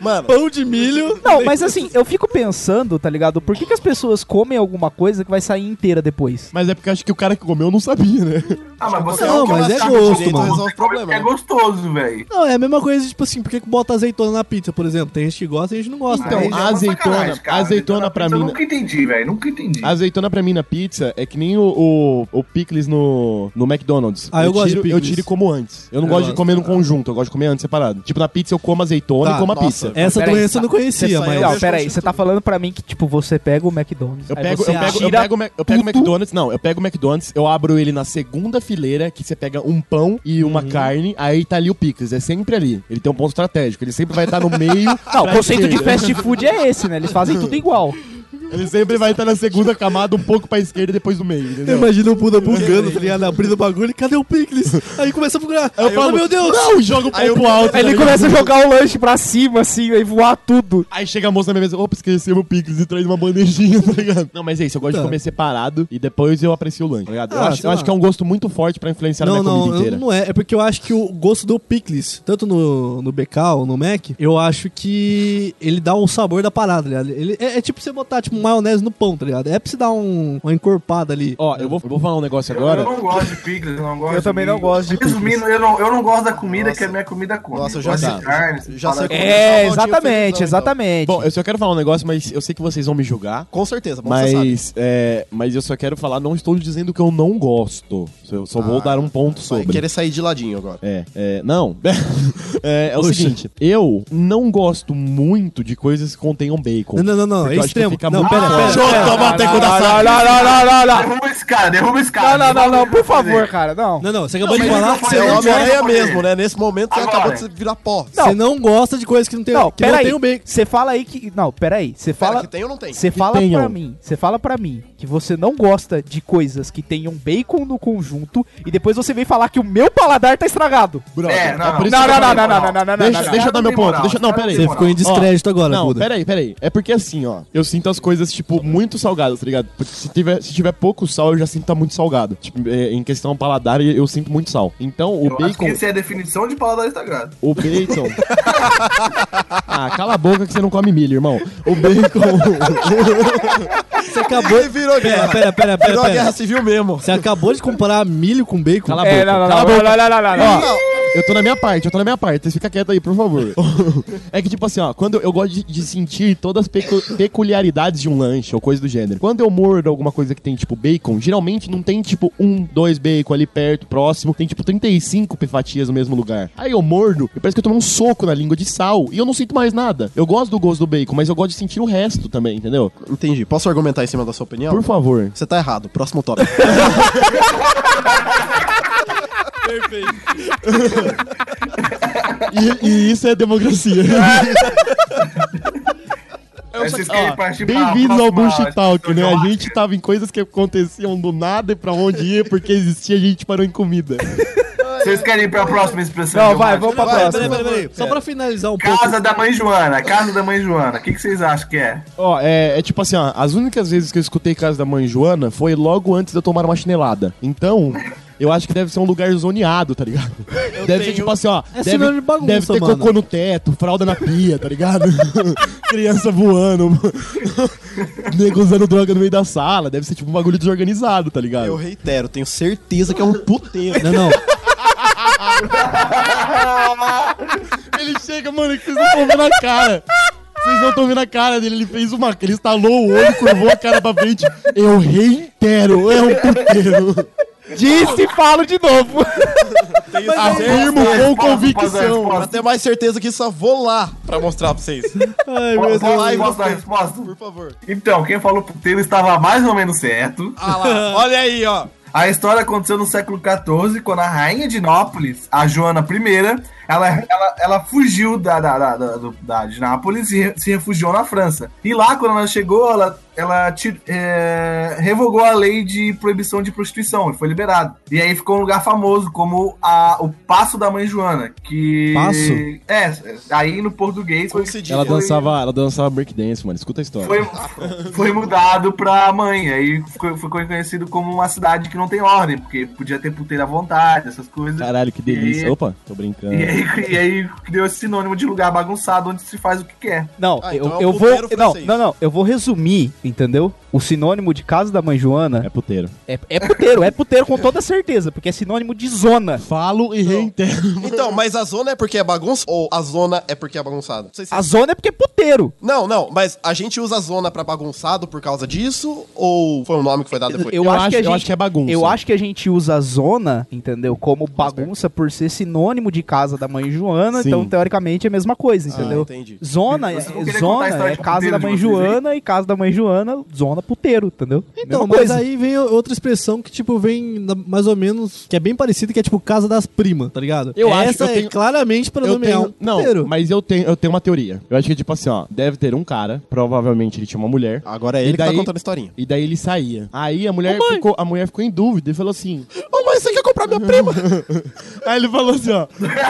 Speaker 6: Mano,
Speaker 5: Pão de milho.
Speaker 2: Não, mas assim, eu fico pensando, tá ligado? Por que, que as pessoas comem alguma coisa que vai sair inteira depois?
Speaker 3: Mas é porque eu acho que o cara que comeu não sabia, né?
Speaker 4: Ah, mas você
Speaker 5: Não,
Speaker 6: o que
Speaker 5: mas é
Speaker 6: mastiga
Speaker 5: gosto,
Speaker 6: direito
Speaker 5: mano.
Speaker 6: resolve o problema.
Speaker 4: é
Speaker 6: né?
Speaker 4: gostoso, velho.
Speaker 5: Não, é a mesma coisa, tipo assim, por que que bota azeitona na pizza, por exemplo? Tem gente que gosta e a gente não gosta.
Speaker 3: Então,
Speaker 5: Aí-
Speaker 4: Mas é uma
Speaker 3: azeitona-
Speaker 4: sacanagem, cara.
Speaker 3: azeitona pra
Speaker 4: pizza
Speaker 3: mim-
Speaker 4: Eu nunca entendi, velho. Nunca entendi.
Speaker 3: A azeitona pra mim na pizza é que nem o, o, o picles no, no McDonald's.
Speaker 5: Ah, eu gosto de
Speaker 3: tiro, Eu
Speaker 5: picles.
Speaker 3: tiro e como antes. Eu não
Speaker 5: Eu
Speaker 3: gosto, de
Speaker 5: gosto.
Speaker 3: comer no conjunto, eu gosto de comer antes separado. Tipo, na pizza eu como azeitona
Speaker 5: Tá,
Speaker 3: e como a
Speaker 6: nossa.
Speaker 3: pizza.
Speaker 5: essa
Speaker 2: Peraí, tá-
Speaker 5: doença eu não
Speaker 6: essa
Speaker 5: conhecia,
Speaker 6: aí é
Speaker 5: mas...
Speaker 2: não,
Speaker 6: vejo
Speaker 2: pera aí,
Speaker 6: isso
Speaker 2: você tá falando pra mim que, tipo, você pega o McDonald's.
Speaker 3: Eu
Speaker 2: aí
Speaker 3: pego,
Speaker 2: você
Speaker 3: eu pego, eu
Speaker 2: tira-
Speaker 3: pego, o Mac- eu pego o McDonald's, não, eu pego o McDonald's, eu abro ele na segunda fileira, que você pega um pão e uma carne, aí tá ali o Picles, é sempre ali. Ele tem um ponto estratégico, ele sempre vai estar no meio.
Speaker 2: Não, o
Speaker 3: pra
Speaker 2: conceito de
Speaker 3: esquerda.
Speaker 2: fast food é esse, né? Eles fazem tudo igual.
Speaker 3: Ele sempre vai estar na segunda camada, um pouco pra esquerda e depois no meio, entendeu?
Speaker 5: Imagina o Buda bugando, tá ligado? Abrindo o bagulho, cadê o Picles? Aí começa a bugar.
Speaker 3: Aí eu falo,
Speaker 5: oh, meu Deus!
Speaker 3: Não, joga o pão pro alto.
Speaker 2: Aí ele
Speaker 3: tá ligado?
Speaker 2: começa a jogar o lanche pra cima, assim, aí voar tudo.
Speaker 3: Aí chega a moça na minha mesa, opa, esquecemos o Picles e traz uma bandejinha, tá ligado? Não, mas é isso, eu gosto
Speaker 5: Tá.
Speaker 3: de comer separado e depois eu aprecio o lanche, tá ligado? eu
Speaker 5: Ah,
Speaker 3: acho,
Speaker 5: sei
Speaker 3: eu
Speaker 5: lá.
Speaker 3: acho que é um gosto muito forte pra influenciar a
Speaker 5: Não,
Speaker 3: minha comida
Speaker 5: não,
Speaker 3: inteira.
Speaker 5: eu- não é. É porque eu acho que o gosto do picles, tanto no, no BK ou no Mac, eu acho que ele dá o sabor da parada, tá ligado? Ele, é, é tipo você botar, tipo, maionese no pão, tá ligado? É pra você dar um, uma encorpada ali.
Speaker 3: Ó, eu vou, eu vou falar um negócio
Speaker 4: Eu-
Speaker 3: agora.
Speaker 4: Eu, não gosto de picles, eu não gosto
Speaker 2: Eu também não gosto de
Speaker 4: Resumindo, eu não, eu não gosto da comida
Speaker 6: Nossa.
Speaker 4: que a minha comida come.
Speaker 6: Nossa,
Speaker 4: Eu
Speaker 6: já
Speaker 4: gosto
Speaker 3: tá.
Speaker 4: de carne, essas
Speaker 6: Já
Speaker 4: paradas.
Speaker 6: sei como deixar a
Speaker 2: É,
Speaker 6: voltinha felizão,
Speaker 2: exatamente,
Speaker 6: então.
Speaker 2: exatamente.
Speaker 3: Bom, eu só quero falar um negócio, mas eu sei que vocês vão me julgar.
Speaker 6: Com certeza, bom que você sabe.
Speaker 3: Mas, é, mas eu só quero falar, não estou dizendo que eu não gosto. Eu só vou
Speaker 6: Ah,
Speaker 3: dar um ponto
Speaker 6: Vai
Speaker 3: sobre.
Speaker 6: querer sair de ladinho agora.
Speaker 3: É, é, não. é, é o
Speaker 5: Oxe.
Speaker 3: seguinte, eu não gosto muito de coisas que contenham bacon.
Speaker 5: Não, não, não, não.
Speaker 3: Porque
Speaker 5: É
Speaker 3: eu acho que
Speaker 5: extremo.
Speaker 3: fica
Speaker 5: Não,
Speaker 3: muito
Speaker 5: pera,
Speaker 3: forte.
Speaker 5: pera.
Speaker 6: Jota, matei com
Speaker 2: não, não, não, não,
Speaker 6: é.
Speaker 2: não.
Speaker 4: Derruba esse cara, derruba esse
Speaker 2: Não, não,
Speaker 4: cara.
Speaker 2: não, não, por favor,
Speaker 4: Fazer.
Speaker 2: cara, não.
Speaker 5: Não, não. Você acabou de
Speaker 4: mas
Speaker 5: falar
Speaker 4: ele
Speaker 5: que
Speaker 4: não
Speaker 5: você
Speaker 4: foi
Speaker 6: É
Speaker 5: não,
Speaker 4: óbvio.
Speaker 5: gosta,
Speaker 6: Homem-Aranha
Speaker 4: Agora.
Speaker 6: mesmo, né? Nesse momento você
Speaker 4: Agora.
Speaker 6: acabou de se virar pó.
Speaker 5: você não gosta de coisa que não tem,
Speaker 2: Não,
Speaker 5: que não
Speaker 2: peraí.
Speaker 5: tem o bacon.
Speaker 2: Você fala aí que. Não, peraí. Você
Speaker 6: Fala
Speaker 2: fala.
Speaker 6: que tem ou não tem?
Speaker 2: Você fala
Speaker 3: tenham.
Speaker 2: pra mim, você fala para mim que você não gosta de coisas que tenham bacon no conjunto e depois você vem falar que o meu paladar tá estragado.
Speaker 3: Brother,
Speaker 4: É, não,
Speaker 3: tá por isso
Speaker 2: Não,
Speaker 3: que
Speaker 2: não,
Speaker 3: eu
Speaker 2: não,
Speaker 3: falei,
Speaker 2: não, não, não, não, não,
Speaker 3: Deixa,
Speaker 2: não, não.
Speaker 3: deixa eu dar meu
Speaker 4: Não tem
Speaker 3: ponto.
Speaker 4: moral,
Speaker 3: Deixa, não,
Speaker 4: cara,
Speaker 3: peraí.
Speaker 4: não
Speaker 5: Você
Speaker 4: tem
Speaker 5: ficou em
Speaker 4: moral.
Speaker 5: descrédito agora,
Speaker 3: Não,
Speaker 5: Buda.
Speaker 3: peraí, peraí. É porque assim, ó, eu sinto as coisas, tipo, muito salgadas, tá ligado? Porque se tiver, se tiver pouco sal, eu já sinto que tá muito salgado. Tipo, é, em questão ao paladar, eu eu sinto muito sal. Então, o
Speaker 4: Eu acho que
Speaker 3: bacon.
Speaker 4: essa é a definição de paladar sagrado.
Speaker 3: O bacon. ah, cala a boca que você não come milho, irmão. O bacon.
Speaker 5: Você acabou...
Speaker 6: Ele virou
Speaker 5: Pera,
Speaker 6: guerra.
Speaker 5: pera, pera, pera,
Speaker 6: Virou a guerra
Speaker 5: pera.
Speaker 6: civil mesmo.
Speaker 5: Você acabou de comparar milho com bacon?
Speaker 3: Cala a
Speaker 2: É,
Speaker 3: boca.
Speaker 2: não, não,
Speaker 3: cala
Speaker 2: não,
Speaker 3: a boca.
Speaker 2: não, não, não, não, não.
Speaker 3: Ó, eu tô na minha parte, eu tô na minha parte. Vocês ficam quietos aí, por favor. é que, tipo assim, ó, quando eu gosto de, de sentir todas as pecu- peculiaridades de um lanche ou coisa do gênero. Quando eu mordo alguma coisa que tem, tipo, bacon, geralmente não tem, tipo, um, dois bacon ali perto, próximo. Tem, tipo, 35 fatias no mesmo lugar. Aí eu mordo e parece que eu tomei um soco na língua de sal e eu não sinto mais nada. Eu gosto do gosto do bacon, mas eu gosto de sentir o resto também, entendeu?
Speaker 6: Entendi. Posso argumentar em cima da sua opinião?
Speaker 3: Por favor.
Speaker 6: Você tá errado. Próximo tópico.
Speaker 3: E, e isso é democracia.
Speaker 6: Eu
Speaker 4: Aí
Speaker 3: só-
Speaker 4: vocês querem
Speaker 3: ó,
Speaker 4: partir pra
Speaker 3: Bem-vindos ao
Speaker 5: Ah,
Speaker 4: próxima
Speaker 3: Bush Talk,
Speaker 4: discussão
Speaker 3: né? A
Speaker 4: geográfica.
Speaker 3: gente tava em coisas que aconteciam do nada e pra onde ia, porque existia, a gente parou em comida.
Speaker 4: Vocês querem ir pra próxima expressão?
Speaker 2: Não, vai,
Speaker 4: geográfica?
Speaker 2: vamos um pra
Speaker 6: Vai,
Speaker 2: próxima.
Speaker 6: peraí, peraí.
Speaker 5: Só pra finalizar um pouco.
Speaker 4: Casa da mãe Joana, casa da mãe Joana. O que, que vocês acham que é?
Speaker 3: Ó, é, é tipo assim, ó, as únicas vezes que eu escutei Casa da Mãe Joana foi logo antes de eu tomar uma chinelada. Então, eu acho que deve ser um lugar zoneado, tá ligado? deve ser tipo assim, ó.
Speaker 5: É
Speaker 3: deve,
Speaker 5: sinônimo de bagunça,
Speaker 3: deve ter
Speaker 5: mano.
Speaker 3: cocô no teto, fralda na pia, tá ligado? Criança voando, nego usando droga no meio da sala. Deve ser tipo um bagulho desorganizado, tá ligado?
Speaker 6: Eu reitero, tenho certeza que é um puteiro.
Speaker 5: Não, não.
Speaker 3: Ele chega, mano, que vocês não estão vendo a cara. Vocês não estão vendo a cara dele. Ele fez uma. Ele estalou o olho, curvou a cara pra frente. Eu reitero, é um puteiro.
Speaker 2: Disse e falo de novo.
Speaker 6: Tenho
Speaker 4: é
Speaker 3: Afirmo com
Speaker 4: Posso dar a
Speaker 3: convicção.
Speaker 6: Pra
Speaker 4: resposta?
Speaker 6: ter mais certeza que só vou lá pra mostrar pra vocês.
Speaker 5: Ai, meu
Speaker 4: Posso-
Speaker 5: Deus.
Speaker 6: Ai,
Speaker 4: Posso dar a
Speaker 6: você.
Speaker 4: resposta?
Speaker 6: Por favor.
Speaker 4: Então, quem falou puteiro estava mais ou menos certo.
Speaker 6: Ah lá, olha aí, ó.
Speaker 4: A história aconteceu no século XIV, quando a rainha de Nápoles, a Joana I, ela, ela, ela fugiu da, da, da, da- do- da- de Nápoles e re- se refugiou na França. E lá, quando ela chegou, ela, ela ti- é, revogou a lei de proibição de prostituição e foi liberado. E aí ficou um lugar famoso como a- o Passo da Mãe Joana, que...
Speaker 5: Passo?
Speaker 4: É, aí no português... Foi,
Speaker 6: Como se diz?
Speaker 3: Ela
Speaker 4: foi-
Speaker 3: dançava, ela dançava breakdance, mano. Escuta a história.
Speaker 4: foi, foi mudado pra mãe. Aí ficou, ficou conhecido como uma cidade que não tem ordem, porque podia ter puteira à vontade, essas coisas.
Speaker 3: Caralho, que delícia.
Speaker 4: E-
Speaker 3: Opa, tô brincando.
Speaker 4: E aí, e aí deu esse sinônimo de lugar bagunçado onde se faz o que quer.
Speaker 2: Não,
Speaker 6: Ah,
Speaker 2: eu,
Speaker 6: então é um
Speaker 2: eu vou.
Speaker 6: puteiro
Speaker 2: Não,
Speaker 6: francês.
Speaker 2: não, não. Eu vou resumir, entendeu? O sinônimo de casa da mãe
Speaker 3: É
Speaker 2: Joana
Speaker 3: puteiro.
Speaker 2: é, é puteiro, é puteiro com toda certeza, porque é sinônimo de zona.
Speaker 3: Falo e reitero.
Speaker 6: Então, mas a zona é porque é bagunça ou a zona é porque é bagunçada? Não sei se-
Speaker 2: A zona é porque é puteiro.
Speaker 6: Não, não, mas a gente usa a zona pra bagunçado por causa disso ou foi um nome que foi dado depois?
Speaker 2: Eu,
Speaker 3: Eu
Speaker 2: acho,
Speaker 3: acho-
Speaker 2: que a
Speaker 3: eu
Speaker 2: gente,
Speaker 3: acho que é bagunça.
Speaker 2: Eu acho que a gente usa a zona, entendeu? Como bagunça por ser sinônimo de casa da mãe Joana,
Speaker 3: Sim.
Speaker 2: então teoricamente é a mesma coisa, entendeu?
Speaker 6: entendi.
Speaker 2: Zona, é,
Speaker 4: Vocês vão querer contar a
Speaker 2: zona
Speaker 4: história
Speaker 2: é
Speaker 4: de
Speaker 2: casa
Speaker 4: puteiro
Speaker 2: da
Speaker 4: de
Speaker 2: mãe
Speaker 4: vocês aí?
Speaker 2: Joana e casa da mãe Joana, zona puteiro, entendeu?
Speaker 5: Então,
Speaker 2: Mesma
Speaker 5: mas
Speaker 2: coisa.
Speaker 5: aí vem outra expressão que, tipo, vem na- mais ou menos, que é bem parecida, que é tipo casa das primas, tá ligado?
Speaker 3: Eu acho-
Speaker 5: Essa
Speaker 3: eu
Speaker 5: é
Speaker 3: tenho-
Speaker 5: claramente pra
Speaker 3: Eu
Speaker 5: nomear
Speaker 3: tenho,
Speaker 5: um
Speaker 3: não,
Speaker 5: puteiro.
Speaker 3: mas eu tenho, eu tenho uma teoria. Eu acho que tipo assim, ó, deve ter um cara, provavelmente ele tinha uma mulher.
Speaker 6: Agora é
Speaker 3: E
Speaker 6: ele que
Speaker 3: daí-
Speaker 6: tá contando a historinha.
Speaker 3: E daí ele saía. Aí a mulher, ficou, a mulher ficou em dúvida e falou assim.
Speaker 6: Ô, mãe, você quer comprar minha prima?
Speaker 3: Aí ele falou assim, ó.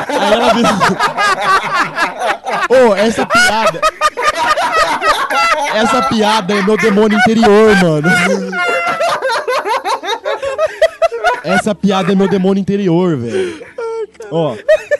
Speaker 3: Aí ela virou. Ô, essa piada. Essa piada é meu demônio interior, mano. Essa piada é meu demônio interior, velho. Ó,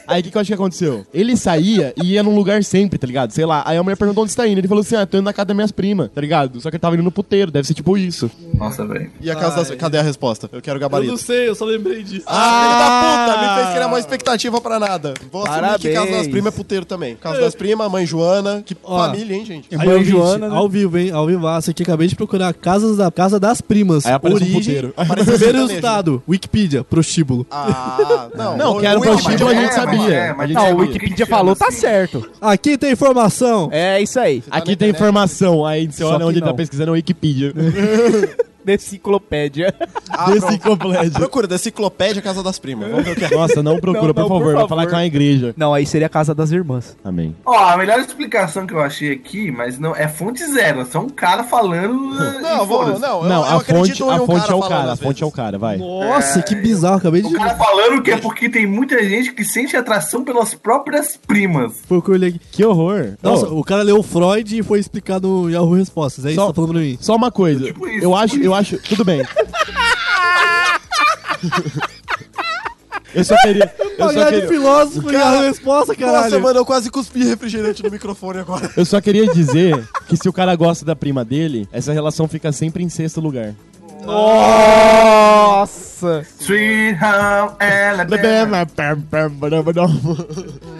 Speaker 3: aí o que, que eu acho que aconteceu? Ele saía e ia num lugar sempre, tá ligado? Sei lá. Aí a mulher perguntou onde você tá indo. Ele falou assim: ah, tô indo na casa das minhas primas, tá ligado? Só que ele tava indo no puteiro, deve ser tipo isso.
Speaker 2: Tá
Speaker 4: Nossa, velho.
Speaker 6: E a casa das... Cadê a resposta? Eu quero
Speaker 5: Eu não
Speaker 6: gabarito.
Speaker 5: sei, eu só lembrei disso.
Speaker 6: Ah, filho da puta! Me fez criar uma expectativa pra nada. Vou assumir que
Speaker 2: Parabéns.
Speaker 6: Casa das Primas é puteiro também. Casa das Primas, Mãe Joana. Que
Speaker 5: Ó.
Speaker 6: família, hein, gente?
Speaker 5: Aí,
Speaker 2: Mãe
Speaker 5: ouvinte,
Speaker 2: Joana, né?
Speaker 5: ao vivo, hein? Ao vivaço aqui, acabei de procurar Casas da Casa das Primas.
Speaker 3: Aí aparece um puteiro.
Speaker 5: Origem,
Speaker 6: Aparece um
Speaker 5: primeiro
Speaker 6: sertanejo.
Speaker 5: resultado, Wikipedia, prostíbulo.
Speaker 6: Ah, não.
Speaker 3: Não,
Speaker 6: o-
Speaker 3: que era
Speaker 6: o
Speaker 3: pra
Speaker 6: Wikipedia
Speaker 3: Chico, a
Speaker 6: é,
Speaker 3: gente
Speaker 6: mas- tipo,
Speaker 3: sabia. A gente
Speaker 2: Não, o
Speaker 3: sabia.
Speaker 2: Wikipedia falou,
Speaker 6: assim?
Speaker 2: tá
Speaker 4: assim.
Speaker 2: certo.
Speaker 5: Aqui tem informação.
Speaker 2: É isso aí.
Speaker 6: na
Speaker 3: Aqui tem
Speaker 6: internet.
Speaker 3: informação. Aí você
Speaker 2: Só
Speaker 3: olha
Speaker 2: que
Speaker 3: onde ele tá
Speaker 2: não.
Speaker 3: pesquisando é o Wikipedia.
Speaker 2: Da enciclopédia.
Speaker 6: Ah,
Speaker 3: Desse completo.
Speaker 6: Procura da enciclopédia Casa das Primas. Vamos ver o que é.
Speaker 3: Nossa, não procura,
Speaker 2: Não,
Speaker 3: por
Speaker 2: não,
Speaker 3: favor.
Speaker 2: por
Speaker 3: Vai
Speaker 2: favor.
Speaker 3: falar que é uma igreja.
Speaker 2: Não, aí seria a casa das irmãs.
Speaker 3: Amém.
Speaker 4: Ó, a melhor explicação que eu achei aqui, mas não é fonte zero, é só um cara falando. eh,
Speaker 6: Não,
Speaker 4: e
Speaker 6: vou,
Speaker 4: foda-se.
Speaker 6: não, eu,
Speaker 3: não,
Speaker 6: eu
Speaker 3: a fonte,
Speaker 6: acredito em
Speaker 3: a
Speaker 6: um
Speaker 3: fonte
Speaker 6: cara
Speaker 3: é o
Speaker 6: falando
Speaker 3: cara. A
Speaker 6: às
Speaker 3: fonte é o
Speaker 6: vezes.
Speaker 3: cara, vai.
Speaker 5: Nossa, que bizarro, acabei de...
Speaker 4: O cara falando que é porque tem muita gente que sente atração pelas próprias primas.
Speaker 5: Procurei aqui.
Speaker 3: Que horror.
Speaker 5: Nossa,
Speaker 3: Ô,
Speaker 5: o cara leu Freud e foi explicado no Yahoo Respostas. É isso
Speaker 3: Só-
Speaker 5: que tá falando pra mim.
Speaker 3: só uma coisa.
Speaker 4: Tipo isso,
Speaker 3: eu
Speaker 4: tipo
Speaker 3: acho, eu acho. Tudo bem. eu só queria. Eu só
Speaker 5: Pagar
Speaker 6: é
Speaker 5: de
Speaker 3: queria,
Speaker 5: filósofo e a
Speaker 6: Cara,
Speaker 5: resposta, caralho.
Speaker 6: Nossa, mano, eu quase cuspi refrigerante no microfone agora.
Speaker 3: eu só queria dizer que se o cara gosta da prima dele, essa relação fica sempre em sexto lugar.
Speaker 2: Nossa!
Speaker 4: Sweet Home Alabama.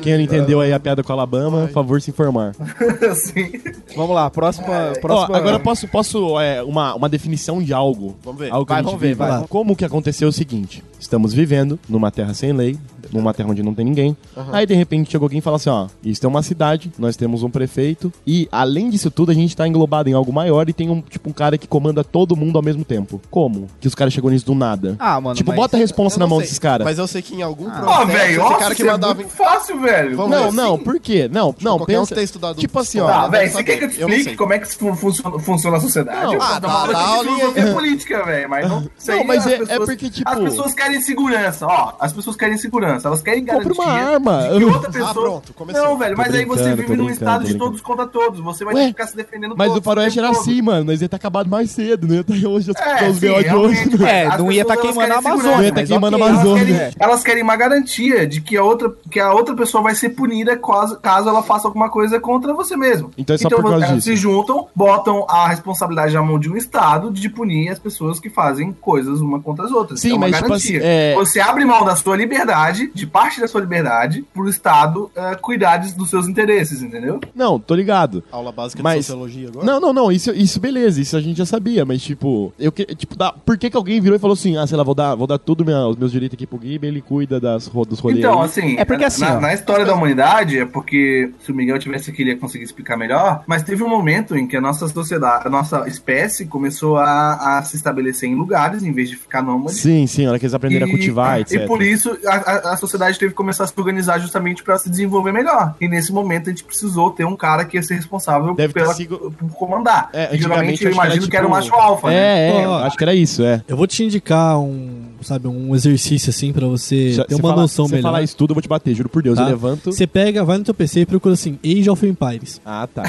Speaker 3: Quem não entendeu aí a piada com Alabama, por favor, se informar.
Speaker 4: Sim.
Speaker 2: Vamos lá, próxima. próxima...
Speaker 3: Ó, agora posso, posso é, uma, uma definição de algo.
Speaker 6: Vamos ver.
Speaker 3: Algo que
Speaker 2: Vai,
Speaker 3: a gente
Speaker 2: vamos ver,
Speaker 3: vive.
Speaker 2: vai.
Speaker 3: Como que aconteceu o seguinte? Estamos vivendo numa terra sem lei, numa terra onde não tem ninguém. Aí, de repente, chegou alguém e falou assim: ó, isso é uma cidade, nós temos um prefeito, e além disso tudo, a gente tá englobado em algo maior e tem um, tipo, um cara que comanda todo mundo ao mesmo tempo. Como? Que os caras chegou nisso do nada.
Speaker 2: Ah, mano,
Speaker 3: tipo,
Speaker 2: mas-
Speaker 3: bota a responsa
Speaker 6: Eu
Speaker 3: na
Speaker 6: não
Speaker 3: mão
Speaker 6: sei,
Speaker 3: desses caras.
Speaker 6: Mas eu sei que em algum
Speaker 4: Ó,
Speaker 6: processo,
Speaker 4: Ah, velho,
Speaker 6: esse
Speaker 4: nossa,
Speaker 6: cara que
Speaker 4: isso é
Speaker 6: mandava...
Speaker 4: muito fácil, velho.
Speaker 6: Vamos
Speaker 3: Não,
Speaker 6: assim?
Speaker 3: não, por quê? Não, não,
Speaker 6: qualquer um
Speaker 3: pensa.
Speaker 6: ter estudado
Speaker 3: tipo assim, ó.
Speaker 6: história.
Speaker 4: Ah,
Speaker 6: deve
Speaker 4: velho, você
Speaker 6: saber.
Speaker 4: quer que eu te
Speaker 6: Eu não
Speaker 4: explique
Speaker 6: sei.
Speaker 4: como é que isso fun- funciona, funciona a sociedade?
Speaker 3: Não,
Speaker 4: Eu
Speaker 6: ah,
Speaker 4: tô
Speaker 6: dá
Speaker 4: falando
Speaker 6: lá,
Speaker 4: de
Speaker 6: olha aí.
Speaker 4: filosofia política, velho, mas não... isso
Speaker 3: é- Não,
Speaker 4: aí
Speaker 3: mas
Speaker 4: as
Speaker 3: é- é
Speaker 4: pessoas-
Speaker 3: porque, tipo-
Speaker 4: As pessoas querem segurança, ó. As pessoas querem segurança, elas querem garantir...
Speaker 3: Compra uma arma.
Speaker 4: de que outra
Speaker 6: Ah,
Speaker 4: pessoa...
Speaker 6: pronto, começou.
Speaker 4: não, velho,
Speaker 3: Tô
Speaker 4: mas aí você
Speaker 3: brincando, tô
Speaker 4: vive num
Speaker 3: brincando, tô
Speaker 4: estado de
Speaker 3: brincando.
Speaker 4: todos contra todos. Você vai
Speaker 3: Ué,
Speaker 4: ter que ficar se defendendo
Speaker 3: Mas
Speaker 4: todos
Speaker 3: o faroeste
Speaker 4: tempo
Speaker 3: era
Speaker 4: todo.
Speaker 3: assim, mano. Nós ia ter acabado mais cedo, né? Ia ter hoje as-
Speaker 4: É,
Speaker 3: os
Speaker 4: sim,
Speaker 3: B.O. de hoje.
Speaker 4: realmente,
Speaker 3: né?
Speaker 2: É,
Speaker 4: as
Speaker 2: não ia
Speaker 4: pessoas,
Speaker 2: tá
Speaker 4: elas
Speaker 2: queimando a
Speaker 4: querem
Speaker 2: Amazônia.
Speaker 4: segurança,
Speaker 3: Não ia tá
Speaker 2: mas
Speaker 3: queimando a
Speaker 2: ok.
Speaker 4: Elas
Speaker 3: Amazônia.
Speaker 4: querem,
Speaker 3: É.
Speaker 4: elas querem uma garantia de que a outra, que a outra pessoa vai ser punida caso, caso ela faça alguma coisa contra você mesmo.
Speaker 3: Então é só por causa
Speaker 4: elas
Speaker 3: disso.
Speaker 4: se juntam, botam a responsabilidade na mão de um Estado de punir as pessoas que fazem coisas uma contra as outras.
Speaker 3: Sim,
Speaker 4: é uma
Speaker 3: mas, tipo
Speaker 4: garantia.
Speaker 3: assim, é-
Speaker 4: Você abre mão da sua liberdade, de parte da sua liberdade, pro Estado eh, cuidar de- dos seus interesses, entendeu?
Speaker 3: Não, tô ligado.
Speaker 6: Aula básica de
Speaker 3: Mas-
Speaker 6: sociologia agora?
Speaker 3: Não, não, não, isso, isso beleza, isso a gente já sabia, mas tipo, eu que, tipo, dá, por que que alguém virou e falou assim, ah, sei lá, vou dar, vou dar tudo minha- os meus direitos aqui pro Gui, ele cuida das, ro- dos rolês.
Speaker 4: Então,
Speaker 3: aí.
Speaker 4: assim,
Speaker 2: É porque assim,
Speaker 4: na,
Speaker 2: ó.
Speaker 4: na história da humanidade, é porque se o Miguel tivesse aqui, ele ia conseguir explicar melhor, mas teve um momento em que a nossa sociedade, a nossa espécie começou a, a se estabelecer em lugares em vez de ficar nômade.
Speaker 3: Sim, sim, a hora que eles aprenderam a cultivar,
Speaker 4: assim, e
Speaker 3: etc.
Speaker 4: por isso a, a- a sociedade teve que começar a se organizar justamente para se desenvolver melhor. E nesse momento a gente precisou ter um cara que ia ser responsável
Speaker 3: Deve ter
Speaker 4: pela-
Speaker 3: sigo-
Speaker 4: por comandar.
Speaker 3: É,
Speaker 4: E geralmente
Speaker 3: antigamente,
Speaker 4: eu
Speaker 3: acho que era,
Speaker 4: imagino que era um
Speaker 3: tipo,
Speaker 4: macho alfa, né?
Speaker 3: É, é,
Speaker 5: Ó, ó.
Speaker 3: acho que era isso, é.
Speaker 5: Eu vou te indicar um, sabe, um exercício assim pra você
Speaker 3: Se-
Speaker 5: ter
Speaker 3: se
Speaker 5: uma
Speaker 3: falar-
Speaker 5: noção
Speaker 3: se eu
Speaker 5: melhor.
Speaker 3: falar isso tudo, eu vou te bater, juro por Deus,
Speaker 5: Tá.
Speaker 3: eu levanto...
Speaker 5: Você pega, vai no teu PC e procura assim, Age of Empires.
Speaker 3: Ah, tá.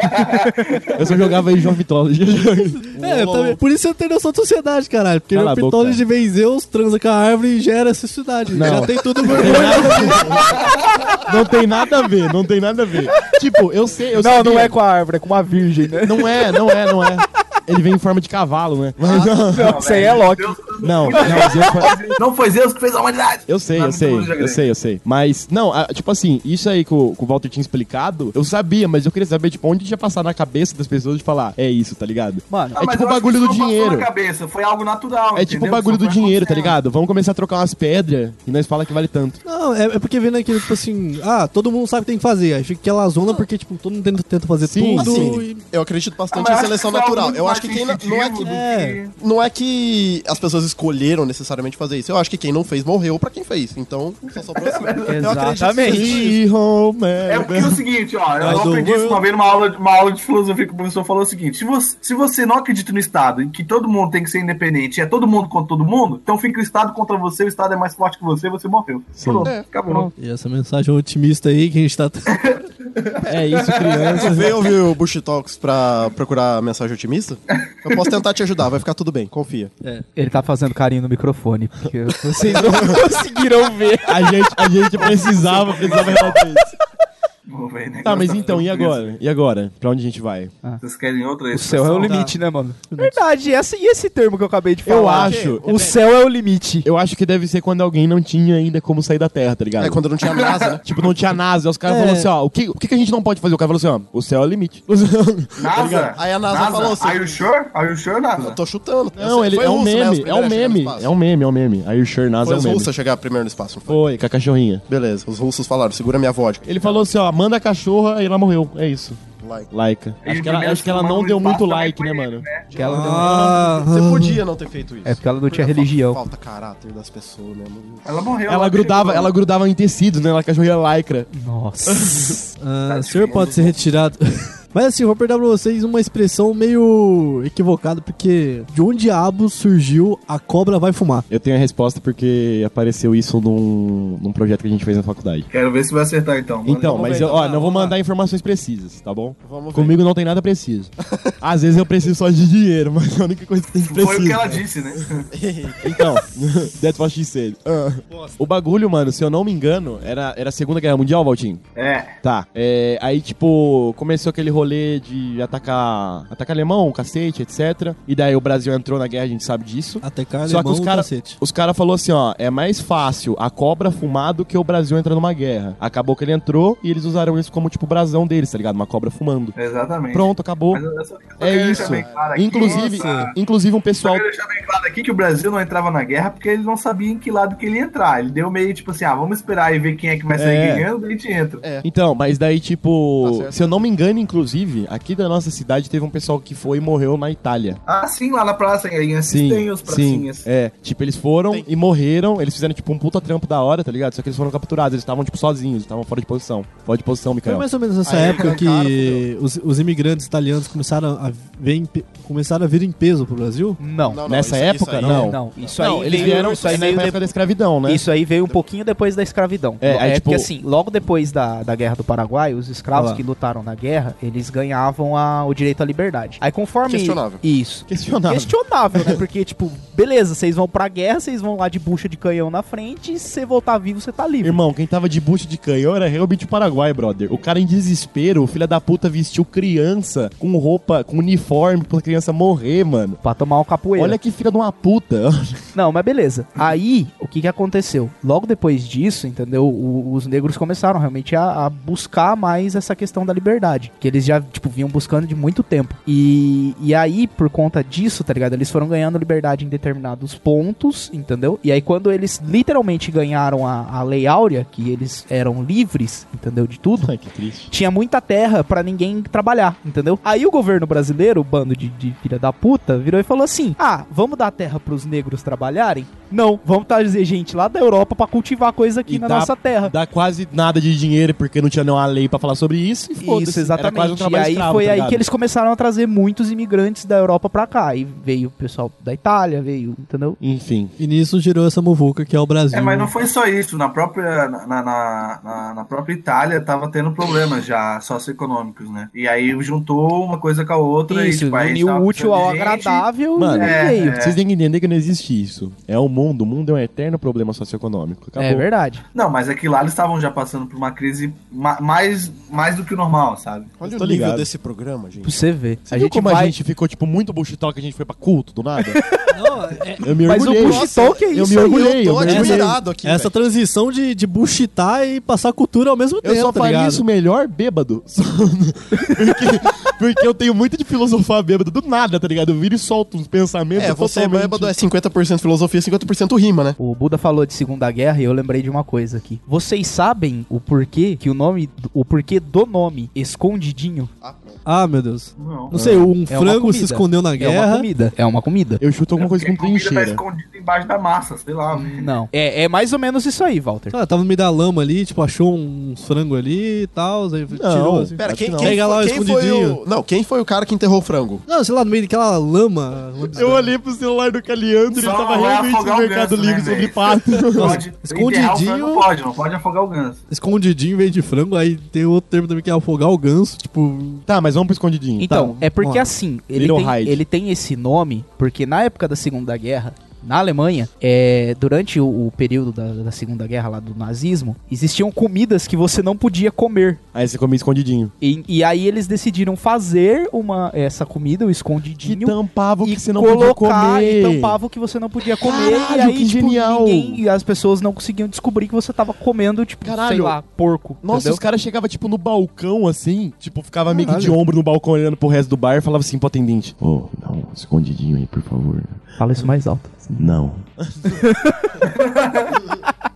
Speaker 3: eu só jogava aí João Vitória.
Speaker 5: É, também, por isso eu tenho noção de sociedade, caralho. Porque
Speaker 3: Cala
Speaker 5: o
Speaker 3: a boca.
Speaker 5: Pitone de vem Zeus, transa com a árvore e gera essa sociedade.
Speaker 3: Não.
Speaker 5: Já tem tudo
Speaker 3: Não tem nada a ver. Não tem nada a ver, não tem nada a ver. Tipo, eu sei, eu
Speaker 2: Não,
Speaker 3: sabia.
Speaker 2: não é com a árvore, é com uma virgem, né?
Speaker 3: Não é, não é, não é. Ele vem em forma de cavalo, né?
Speaker 2: Não, isso aí é Loki.
Speaker 3: Não, não, Zeus foi-
Speaker 4: Não foi Zeus que fez a humanidade.
Speaker 3: eu sei,
Speaker 4: Na
Speaker 3: eu sei,
Speaker 4: mitologia
Speaker 3: eu
Speaker 4: grega.
Speaker 3: sei, eu sei. Mas, não, ah, tipo assim, isso aí que o, que o Walter tinha explicado, eu sabia, mas eu queria saber, tipo, onde tinha passado na cabeça das pessoas de falar, é isso, tá ligado?
Speaker 2: Mano,
Speaker 3: É
Speaker 4: Ah, mas
Speaker 3: tipo o
Speaker 4: eu acho que
Speaker 3: bagulho
Speaker 4: isso
Speaker 3: do
Speaker 4: não passou na
Speaker 3: dinheiro.
Speaker 4: cabeça, foi algo natural.
Speaker 3: É tipo o
Speaker 4: entendeu?
Speaker 3: bagulho
Speaker 4: Isso
Speaker 3: do
Speaker 4: foi
Speaker 3: dinheiro, tá
Speaker 4: acontecendo.
Speaker 3: ligado? Vamos começar a trocar umas pedras e nós fala que vale tanto.
Speaker 5: Não, é, é porque vendo aquilo, tipo assim, ah, todo mundo sabe o que tem que fazer. Aí fica aquela zona porque, tipo, todo mundo tenta, tenta fazer
Speaker 3: Sim,
Speaker 5: tudo.
Speaker 6: Assim,
Speaker 5: e-
Speaker 6: eu acredito
Speaker 4: Ah,
Speaker 6: bastante
Speaker 4: mas
Speaker 6: em
Speaker 4: acho
Speaker 6: seleção
Speaker 4: que foi algo né?
Speaker 6: natural.
Speaker 4: muito
Speaker 6: Eu
Speaker 4: mais
Speaker 6: acho que quem não, não é que
Speaker 4: instintivo do
Speaker 5: É.
Speaker 6: não é que as pessoas escolheram necessariamente fazer isso. Eu acho que quem não fez morreu pra quem fez. Então, só sobrou assim. Eu
Speaker 2: Exatamente.
Speaker 6: acredito nisso.
Speaker 3: Ih, oh, merda.
Speaker 4: É porque é o seguinte, ó, eu
Speaker 5: Mas do
Speaker 4: aprendi isso
Speaker 5: world-
Speaker 4: uma vez numa aula, uma aula de filosofia que o professor falou o seguinte: se você, se você não acredita no Estado e que todo mundo tem que ser independente, é todo mundo contra todo mundo, então fica o Estado contra você, o Estado é mais forte que você, você morreu. Pronto, acabou.
Speaker 5: E essa mensagem otimista aí que a gente tá.
Speaker 3: É isso, crianças.
Speaker 6: Veio ouvir o Bush Talks pra procurar mensagem otimista? Eu posso tentar te ajudar, vai ficar tudo bem, confia.
Speaker 2: ele tá fazendo carinho no microfone, porque vocês não conseguiram ver.
Speaker 3: A gente, a gente precisava, precisava relatar isso.
Speaker 4: Vou ver, né?
Speaker 3: Tá, mas
Speaker 4: Nossa,
Speaker 3: então, e
Speaker 4: eu-
Speaker 3: agora? E agora? Pra onde a gente vai?
Speaker 4: Vocês querem outra
Speaker 2: O céu é o
Speaker 4: expressão?
Speaker 2: limite, né, mano? Verdade, essa, e esse termo que eu acabei de falar?
Speaker 3: Eu acho-
Speaker 2: O céu é o limite.
Speaker 3: Eu acho que deve ser quando alguém não tinha ainda como sair da Terra, tá ligado?
Speaker 6: É quando não tinha NASA, né?
Speaker 3: Tipo, não tinha NASA. Aí os caras
Speaker 5: É.
Speaker 3: falaram assim, ó, o que, o que que a gente não pode fazer? O cara falou assim, ó, o céu é o limite. tá
Speaker 4: NASA?
Speaker 6: Tá Aí a NASA falou assim-
Speaker 4: Are you sure? Are you sure,
Speaker 6: Eu
Speaker 4: NASA?
Speaker 6: tô chutando.
Speaker 3: Não,
Speaker 6: Eu sei-
Speaker 3: ele
Speaker 6: foi
Speaker 3: é um
Speaker 6: russo, né, os
Speaker 3: meme, é um
Speaker 6: primeiros a chegar no
Speaker 3: meme,
Speaker 6: espaço.
Speaker 3: é um meme, é um meme. Aí o Sure NASA é
Speaker 6: Foi
Speaker 3: um
Speaker 6: os
Speaker 3: meme.
Speaker 6: russos a chegar primeiro no espaço. não foi?
Speaker 3: Foi, com a cachorrinha.
Speaker 6: Beleza, os russos falaram, segura minha vodka.
Speaker 3: Ele falou assim, ó, manda a cachorra e ela morreu. É isso.
Speaker 6: Like.
Speaker 3: Laika.
Speaker 4: E
Speaker 3: Acho
Speaker 4: o
Speaker 3: que ela,
Speaker 4: primeiro
Speaker 3: acho que ela
Speaker 4: ser
Speaker 3: não
Speaker 4: humano
Speaker 3: deu
Speaker 4: no espaço
Speaker 3: muito
Speaker 4: também
Speaker 3: like,
Speaker 4: foi
Speaker 3: né,
Speaker 4: ele,
Speaker 3: mano?
Speaker 4: né?
Speaker 2: Que ela deu-
Speaker 5: Ah,
Speaker 6: Você podia não ter feito isso.
Speaker 2: É porque ela não tinha
Speaker 6: Falta-
Speaker 2: religião.
Speaker 6: Falta caráter das pessoas, né? mano?
Speaker 4: Ela morreu.
Speaker 3: Ela grudava, ela grudava em tecido, né? Ela cachorrinha lycra.
Speaker 2: Nossa.
Speaker 5: ah,
Speaker 4: Tá
Speaker 5: o senhor pode
Speaker 4: né?
Speaker 5: ser retirado. Mas assim, eu vou perguntar pra vocês uma expressão meio equivocada, porque de onde diabo surgiu a cobra vai fumar?
Speaker 3: Eu tenho a resposta porque apareceu isso num, num projeto que a gente fez na faculdade.
Speaker 4: Quero ver se vai acertar então. mano.
Speaker 3: Então,
Speaker 6: vamos
Speaker 3: mas
Speaker 6: ver,
Speaker 3: eu,
Speaker 6: então.
Speaker 3: ó,
Speaker 6: Ah,
Speaker 3: não vou
Speaker 6: vamos lá.
Speaker 3: mandar informações precisas, tá bom?
Speaker 6: Vamos ver.
Speaker 3: Comigo não tem nada preciso. Às vezes eu preciso só de dinheiro, mas é a única coisa que tem
Speaker 4: Foi o que
Speaker 3: preciso.
Speaker 4: ela disse, né?
Speaker 3: Então, that's what she said. Ah. O bagulho, mano, se eu não me engano, era, era a Segunda Guerra Mundial, Valtinho?
Speaker 4: É.
Speaker 3: Tá. É, aí, tipo, começou aquele rolê de atacar, atacar alemão, cacete, etc. E daí o Brasil entrou na guerra, a gente sabe disso.
Speaker 5: Até cara
Speaker 3: Só que
Speaker 5: alemão,
Speaker 3: os caras
Speaker 5: é cacete.
Speaker 3: os cara falou assim, ó, é mais fácil a cobra fumar do que o Brasil entrar numa guerra. Acabou que ele entrou e eles usaram isso como tipo brasão deles, tá ligado? Uma cobra fumando.
Speaker 4: Exatamente.
Speaker 3: Pronto, acabou.
Speaker 4: Mas essa, só
Speaker 3: É
Speaker 4: quero
Speaker 3: isso.
Speaker 4: deixar bem claro aqui-
Speaker 3: Inclusive,
Speaker 4: Nossa. Tá
Speaker 3: inclusive um
Speaker 4: Só
Speaker 3: pessoal
Speaker 4: quero deixar bem claro aqui que o Brasil não entrava na guerra porque ele não sabia em que lado que ele ia entrar. Ele deu meio tipo assim, ah, vamos esperar e ver quem é que vai sair
Speaker 3: É.
Speaker 4: ganhando, daí a gente entra.
Speaker 3: Então, mas daí,
Speaker 6: Tá
Speaker 3: tipo,
Speaker 6: certo.
Speaker 3: se eu não me engano, inclusive, aqui da nossa cidade teve um pessoal que foi e morreu na Itália.
Speaker 4: Ah, sim, lá na praça, em Assis tem os pracinhas.
Speaker 3: É, tipo, eles foram
Speaker 6: Tem.
Speaker 3: e morreram, eles fizeram, tipo, um puta trampo da hora, tá ligado? Só que eles foram capturados, eles estavam, tipo, sozinhos, eles estavam fora de posição. Fora de posição,
Speaker 5: Foi
Speaker 3: Micael.
Speaker 5: mais ou menos nessa
Speaker 6: Aí,
Speaker 5: época
Speaker 6: cara,
Speaker 5: que os, os imigrantes italianos começaram a, ver em pe- começaram a vir em peso pro Brasil.
Speaker 2: Não.
Speaker 6: Não, não,
Speaker 3: Nessa
Speaker 6: isso- isso
Speaker 3: época,
Speaker 6: aí- é-
Speaker 3: não.
Speaker 2: Não, isso aí
Speaker 6: Não,
Speaker 3: Eles
Speaker 2: veio-
Speaker 3: vieram
Speaker 2: isso aí
Speaker 3: na
Speaker 2: veio
Speaker 3: época da escravidão, né?
Speaker 2: Isso aí veio um pouquinho depois da escravidão.
Speaker 3: É, aí,
Speaker 2: é
Speaker 3: tipo-
Speaker 2: porque assim, logo depois da, da Guerra do Paraguai, os escravos
Speaker 5: Ah lá.
Speaker 2: que lutaram na guerra, eles ganhavam a- o direito à liberdade. Aí conforme...
Speaker 6: Questionável.
Speaker 2: Isso.
Speaker 3: Questionável.
Speaker 2: Questionável, né? Porque, tipo, beleza, vocês vão pra guerra, vocês vão lá de bucha de canhão na frente, e se você voltar vivo, você tá livre.
Speaker 3: Irmão, quem tava de bucha de canhão era realmente o Paraguai, brother. O cara em desespero, o filho da puta vestiu criança com roupa, com uniforme pra criança morrer, mano.
Speaker 2: Pra tomar um capoeira.
Speaker 3: Olha que filha de uma puta.
Speaker 2: Não, mas beleza. Aí, o que que aconteceu? Logo depois disso, entendeu? O- os negros começaram realmente a, a buscar mais essa questão da liberdade. Que eles já, tipo, vinham buscando de muito tempo. E, e aí, por conta disso, tá ligado? Eles foram ganhando liberdade em determinados pontos, entendeu? E aí, quando eles literalmente ganharam a, a Lei Áurea, que eles eram livres, entendeu? De tudo.
Speaker 3: Ai, que triste.
Speaker 2: Tinha muita terra pra ninguém trabalhar, entendeu? Aí o governo brasileiro, o bando de, de filha da puta, virou e falou assim: Ah, vamos dar terra pros negros trabalharem? Não, vamos trazer gente lá da Europa pra cultivar coisa aqui
Speaker 3: E
Speaker 2: na
Speaker 3: dá-
Speaker 2: nossa terra.
Speaker 3: Dá quase nada de dinheiro porque não tinha nenhuma lei pra falar sobre isso e foda-se.
Speaker 2: Isso,
Speaker 3: Era quase
Speaker 2: exatamente.
Speaker 3: um
Speaker 2: e
Speaker 3: trabalho
Speaker 2: aí
Speaker 3: escravo,
Speaker 2: foi
Speaker 3: tá
Speaker 2: aí
Speaker 3: ligado?
Speaker 2: que eles começaram a trazer muitos imigrantes da Europa pra cá. E veio o pessoal da Itália, veio, entendeu?
Speaker 3: Enfim.
Speaker 5: E nisso gerou essa muvuca que é o Brasil.
Speaker 4: É, mas não foi só isso. Na própria, na, na, na, na própria Itália tava tendo problemas já socioeconômicos, né? E aí juntou uma coisa com a outra
Speaker 2: Isso,
Speaker 4: e tipo, aí
Speaker 2: uniu
Speaker 4: tava
Speaker 2: o útil ao
Speaker 4: precisando de gente.
Speaker 2: agradável
Speaker 3: Mano,
Speaker 2: e
Speaker 4: é,
Speaker 2: veio.
Speaker 3: Vocês têm que entender que não existe isso. É o mundo. O mundo é um eterno problema socioeconômico. Acabou.
Speaker 2: É verdade.
Speaker 4: Não, mas é que lá eles estavam já passando por uma crise ma- mais, mais do que o normal, sabe?
Speaker 6: Olha
Speaker 3: Tô
Speaker 6: o nível
Speaker 3: ligado.
Speaker 6: desse programa, gente.
Speaker 2: Pra você ver.
Speaker 3: Você viu como a gente ficou, tipo, muito buchital que a gente foi pra culto do nada?
Speaker 5: Não, é-
Speaker 3: Eu me
Speaker 2: Mas o
Speaker 3: orgulhei.
Speaker 2: Bush Talk é
Speaker 3: eu
Speaker 2: isso
Speaker 3: me
Speaker 2: aí,
Speaker 3: orgulhei.
Speaker 6: eu
Speaker 3: Eu
Speaker 6: tô
Speaker 3: me orgulhei.
Speaker 6: admirado Tá aqui.
Speaker 5: essa
Speaker 3: tá-
Speaker 6: velho.
Speaker 5: transição de, de buchitar e passar cultura ao mesmo
Speaker 3: Eu
Speaker 5: tempo.
Speaker 3: só
Speaker 5: tá
Speaker 3: faria
Speaker 5: ligado?
Speaker 3: isso melhor bêbado. Só- porque, porque eu tenho muito de filosofar bêbado do nada, tá ligado? Eu viro e solto uns pensamentos.
Speaker 6: É, você é
Speaker 3: totalmente-
Speaker 6: bêbado, é 50% filosofia, 50% rima, né?
Speaker 2: O Buda falou de Segunda Guerra e eu lembrei de uma coisa aqui. Vocês sabem o porquê que o nome, o porquê do nome escondidinho
Speaker 5: Ah, meu Deus.
Speaker 4: Não.
Speaker 5: Não sei, um
Speaker 2: É uma
Speaker 5: frango se
Speaker 2: comida.
Speaker 5: escondeu na
Speaker 2: é uma
Speaker 5: guerra.
Speaker 2: comida? É uma comida.
Speaker 3: Eu chuto alguma coisa
Speaker 4: Porque
Speaker 3: com
Speaker 4: comida tá
Speaker 3: trincheira.
Speaker 4: escondida embaixo da massa, sei lá. né?
Speaker 2: Não. É, é mais ou menos isso aí, Walter.
Speaker 5: Sei lá, tava no meio da lama ali, tipo, achou uns frango ali e tal, aí tirou assim.
Speaker 6: Pera, quem,
Speaker 3: não.
Speaker 6: quem
Speaker 5: Pega
Speaker 6: foi-
Speaker 5: lá o
Speaker 6: quem foi o...
Speaker 5: escondidinho.
Speaker 6: Não, quem foi o cara que enterrou o frango?
Speaker 5: Não, sei lá, no meio daquela lama. uma
Speaker 3: Eu
Speaker 5: absurda.
Speaker 3: olhei pro celular do Caliandro e ele
Speaker 4: Só
Speaker 3: tava
Speaker 4: não vai
Speaker 3: realmente
Speaker 4: afogar
Speaker 3: no
Speaker 4: o
Speaker 3: Mercado
Speaker 4: ganso, né,
Speaker 3: Livre sobre
Speaker 4: velho?
Speaker 3: pato.
Speaker 4: Pode, enterrar o frango
Speaker 5: escondidinho-
Speaker 4: Não pode, não pode afogar o ganso.
Speaker 5: Escondidinho em vez de frango, aí tem outro termo também que é afogar o ganso, tipo.
Speaker 3: tá, mas vamos pro escondidinho.
Speaker 2: Então,
Speaker 5: Tá,
Speaker 2: é porque
Speaker 5: vamos lá.
Speaker 2: assim, ele
Speaker 3: Little
Speaker 2: tem,
Speaker 3: Hyde.
Speaker 2: ele tem esse nome porque na época da Segunda Guerra, na Alemanha, é, durante o, o período da, da Segunda Guerra lá do nazismo, existiam comidas que você não podia comer.
Speaker 3: Aí você come escondidinho.
Speaker 2: E, e aí eles decidiram fazer uma essa comida, o
Speaker 3: Que
Speaker 2: escondidinho,
Speaker 3: tampava o que você não podia
Speaker 2: um colocar
Speaker 3: comer.
Speaker 2: e tampava o que você não podia comer.
Speaker 3: Caralho,
Speaker 2: e aí,
Speaker 3: que
Speaker 2: tipo,
Speaker 3: genial.
Speaker 2: ninguém- e as pessoas não conseguiam descobrir que você tava comendo, tipo, sei
Speaker 3: Caralho.
Speaker 2: lá, porco.
Speaker 3: Nossa,
Speaker 2: entendeu?
Speaker 3: os caras chegavam, tipo, no balcão, assim. Tipo, ficava meio que de
Speaker 5: Caralho.
Speaker 3: ombro no balcão olhando pro resto do bar e falava assim pro atendente. Ô, não, escondidinho aí, por favor.
Speaker 2: Fala isso mais alto.
Speaker 3: Não.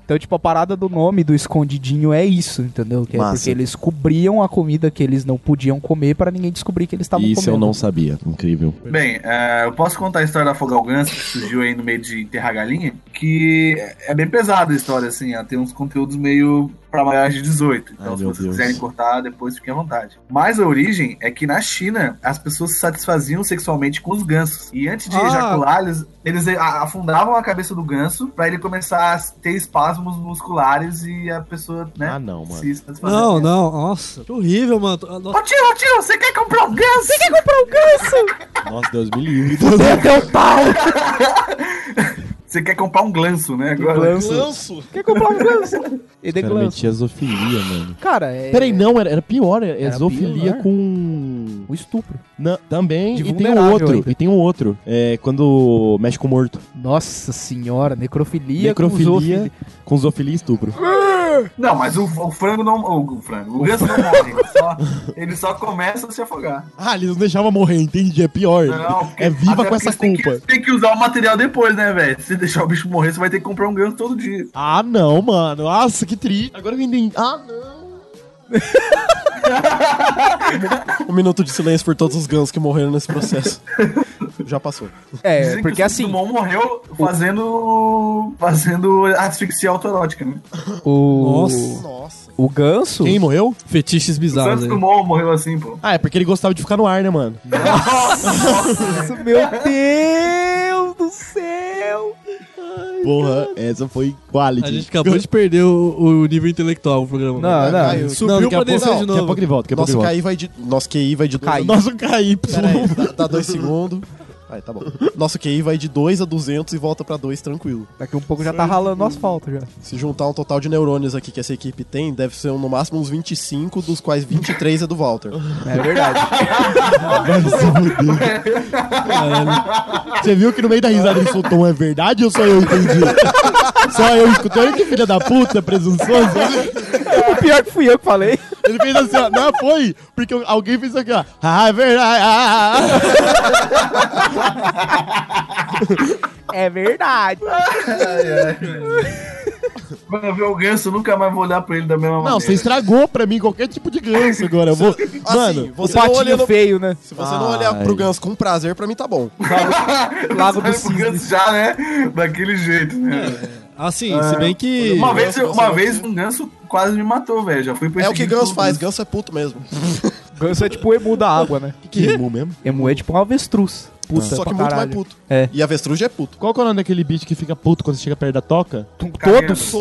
Speaker 2: Então, tipo, a parada do nome do escondidinho é isso, entendeu? Que é
Speaker 3: Massa.
Speaker 2: porque eles cobriam a comida que eles não podiam comer pra ninguém descobrir que eles estavam comendo.
Speaker 3: Isso eu não sabia. Incrível.
Speaker 4: Bem, eh, eu posso contar a história da Fogal Ganso, que surgiu aí no meio de enterrar galinha, que é bem pesada a história, assim, ela tem uns conteúdos meio pra maiores de 18. Então,
Speaker 3: Ai,
Speaker 4: se
Speaker 3: meu
Speaker 4: vocês
Speaker 3: Deus.
Speaker 4: quiserem cortar, depois fiquem à vontade. Mas a origem é que na China, as pessoas se satisfaziam sexualmente com os gansos. E antes de
Speaker 5: Ah.
Speaker 4: ejacular, eles, eles a- afundavam a cabeça do ganso pra ele começar a ter espasmos musculares e a pessoa, né,
Speaker 3: Ah, é. não, mano.
Speaker 4: se satisfazer.
Speaker 5: Não, não, nossa, que horrível, mano. Ah,
Speaker 4: Ô
Speaker 5: nossa,
Speaker 4: tio, ô tio, você quer comprar um ganso? Você quer
Speaker 3: Nossa, Deus me livre.
Speaker 2: Deu pau!
Speaker 4: Você quer comprar um glanço, né? Agora.
Speaker 6: Lanço!
Speaker 2: Quer comprar um ganso? E de
Speaker 3: Cara,
Speaker 2: ganso.
Speaker 3: meti zoofilia, mano.
Speaker 2: Cara, é...
Speaker 3: Peraí, não, era, era pior. Era,
Speaker 2: Era
Speaker 3: zoofilia
Speaker 2: pior.
Speaker 3: com...
Speaker 2: O estupro.
Speaker 3: Na- também,
Speaker 2: De
Speaker 3: e tem um
Speaker 2: vulnerável
Speaker 3: outro,
Speaker 2: ainda.
Speaker 3: e tem um outro, é quando mexe com morto.
Speaker 2: Nossa senhora, necrofilia, é com
Speaker 3: Necrofilia
Speaker 2: zoofilia.
Speaker 3: com zoofilia e estupro.
Speaker 5: amor!
Speaker 4: Não, mas o, o frango não. O, o frango. O ganso não morre. Ele só, ele só começa a se afogar.
Speaker 3: Ah, eles não deixavam morrer, entendi. É pior.
Speaker 4: Não, porque-
Speaker 3: é viva
Speaker 4: até
Speaker 3: com
Speaker 4: porque
Speaker 3: essa
Speaker 4: você tem que-
Speaker 3: culpa.
Speaker 4: Tem que, usar o material depois, né, velho? Se deixar o bicho morrer, você vai ter que comprar um ganso todo dia.
Speaker 3: Ah, não, mano. Nossa, que triste. Agora eu entendi. Ah, não.
Speaker 6: Um minuto de silêncio por todos os gansos que morreram nesse processo. Já passou.
Speaker 2: É,
Speaker 4: Dizem
Speaker 2: porque
Speaker 4: que o
Speaker 2: assim,
Speaker 4: Dumont morreu fazendo. fazendo asfixia autoerótica, né?
Speaker 2: o,
Speaker 5: Nossa.
Speaker 6: Nossa.
Speaker 2: o ganso.
Speaker 3: Quem morreu?
Speaker 5: Fetiches bizarros né?
Speaker 4: Santos
Speaker 5: aí.
Speaker 4: Dumont morreu assim, pô.
Speaker 3: Ah, é porque ele gostava de ficar no ar, né, mano?
Speaker 2: Nossa, meu Deus do céu!
Speaker 3: Porra, essa foi quality.
Speaker 5: A gente acabou de perder o, o nível intelectual do programa. né?
Speaker 3: Tá
Speaker 2: Não, não.
Speaker 6: Caiu.
Speaker 5: Subiu
Speaker 3: daqui a
Speaker 5: pra
Speaker 3: pouco-
Speaker 5: descer de
Speaker 3: Daqui a pouco
Speaker 5: novo.
Speaker 3: ele volta, daqui a pouco
Speaker 6: Nosso
Speaker 3: ele volta.
Speaker 6: KI vai de. Nosso QI vai de.
Speaker 2: Cai.
Speaker 3: Nosso KY.
Speaker 6: Pera aí, dá, dá dois segundos. Aí, tá bom. Nosso QI vai de 2 a 200 e volta pra 2 tranquilo.
Speaker 2: Daqui um pouco já tá ralando o asfalto já.
Speaker 6: Se juntar um total de neurônios aqui que essa equipe tem, deve ser um, no máximo uns 25, dos quais 23 é do Walter.
Speaker 2: É verdade.
Speaker 3: Vai se fuder. Você viu que no meio da risada ele soltou um é verdade ou só eu entendi? Só eu escutei, olha que filha da puta, presunçoso.
Speaker 2: o pior que fui eu que falei.
Speaker 3: Ele fez assim, ó, não foi, porque alguém fez aqui, ó, ah, é verdade, ah, ah,
Speaker 2: É verdade.
Speaker 4: Mano, eu ver o ganso, eu nunca mais vou olhar pra ele da mesma
Speaker 3: ah.
Speaker 4: maneira.
Speaker 3: Não, você estragou pra mim qualquer tipo de ganso agora, eu assim, vou, mano,
Speaker 2: O
Speaker 6: não
Speaker 2: patinho
Speaker 6: olhando-
Speaker 2: feio, né?
Speaker 6: Se você não olhar pro ganso com prazer, pra mim tá bom.
Speaker 2: Lago
Speaker 4: Sabe
Speaker 2: dos
Speaker 4: pro ganso já, né? Daquele jeito, né?
Speaker 5: Assim,
Speaker 3: É.
Speaker 5: se bem que.
Speaker 4: Uma vez,
Speaker 6: ganso,
Speaker 4: uma
Speaker 6: ganso,
Speaker 4: vez um ganso quase me matou, velho. Já fui
Speaker 6: É o que
Speaker 4: perseguido
Speaker 6: ganso
Speaker 4: por um
Speaker 6: faz, ganso é puto mesmo.
Speaker 2: Ganso é tipo o emu da água, né?
Speaker 3: que emo mesmo?
Speaker 2: Emu é tipo um avestruz. Puta,
Speaker 6: Só que
Speaker 2: pra
Speaker 6: muito mais
Speaker 2: caralho.
Speaker 6: puto.
Speaker 2: É.
Speaker 6: E avestruz já é puto.
Speaker 3: Qual que é o nome daquele bicho que fica puto quando você chega perto da toca?
Speaker 4: caminhando.
Speaker 2: Todos.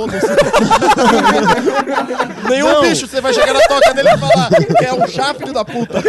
Speaker 6: Nenhum bicho, você vai chegar na toca dele e falar é um chapéu da puta.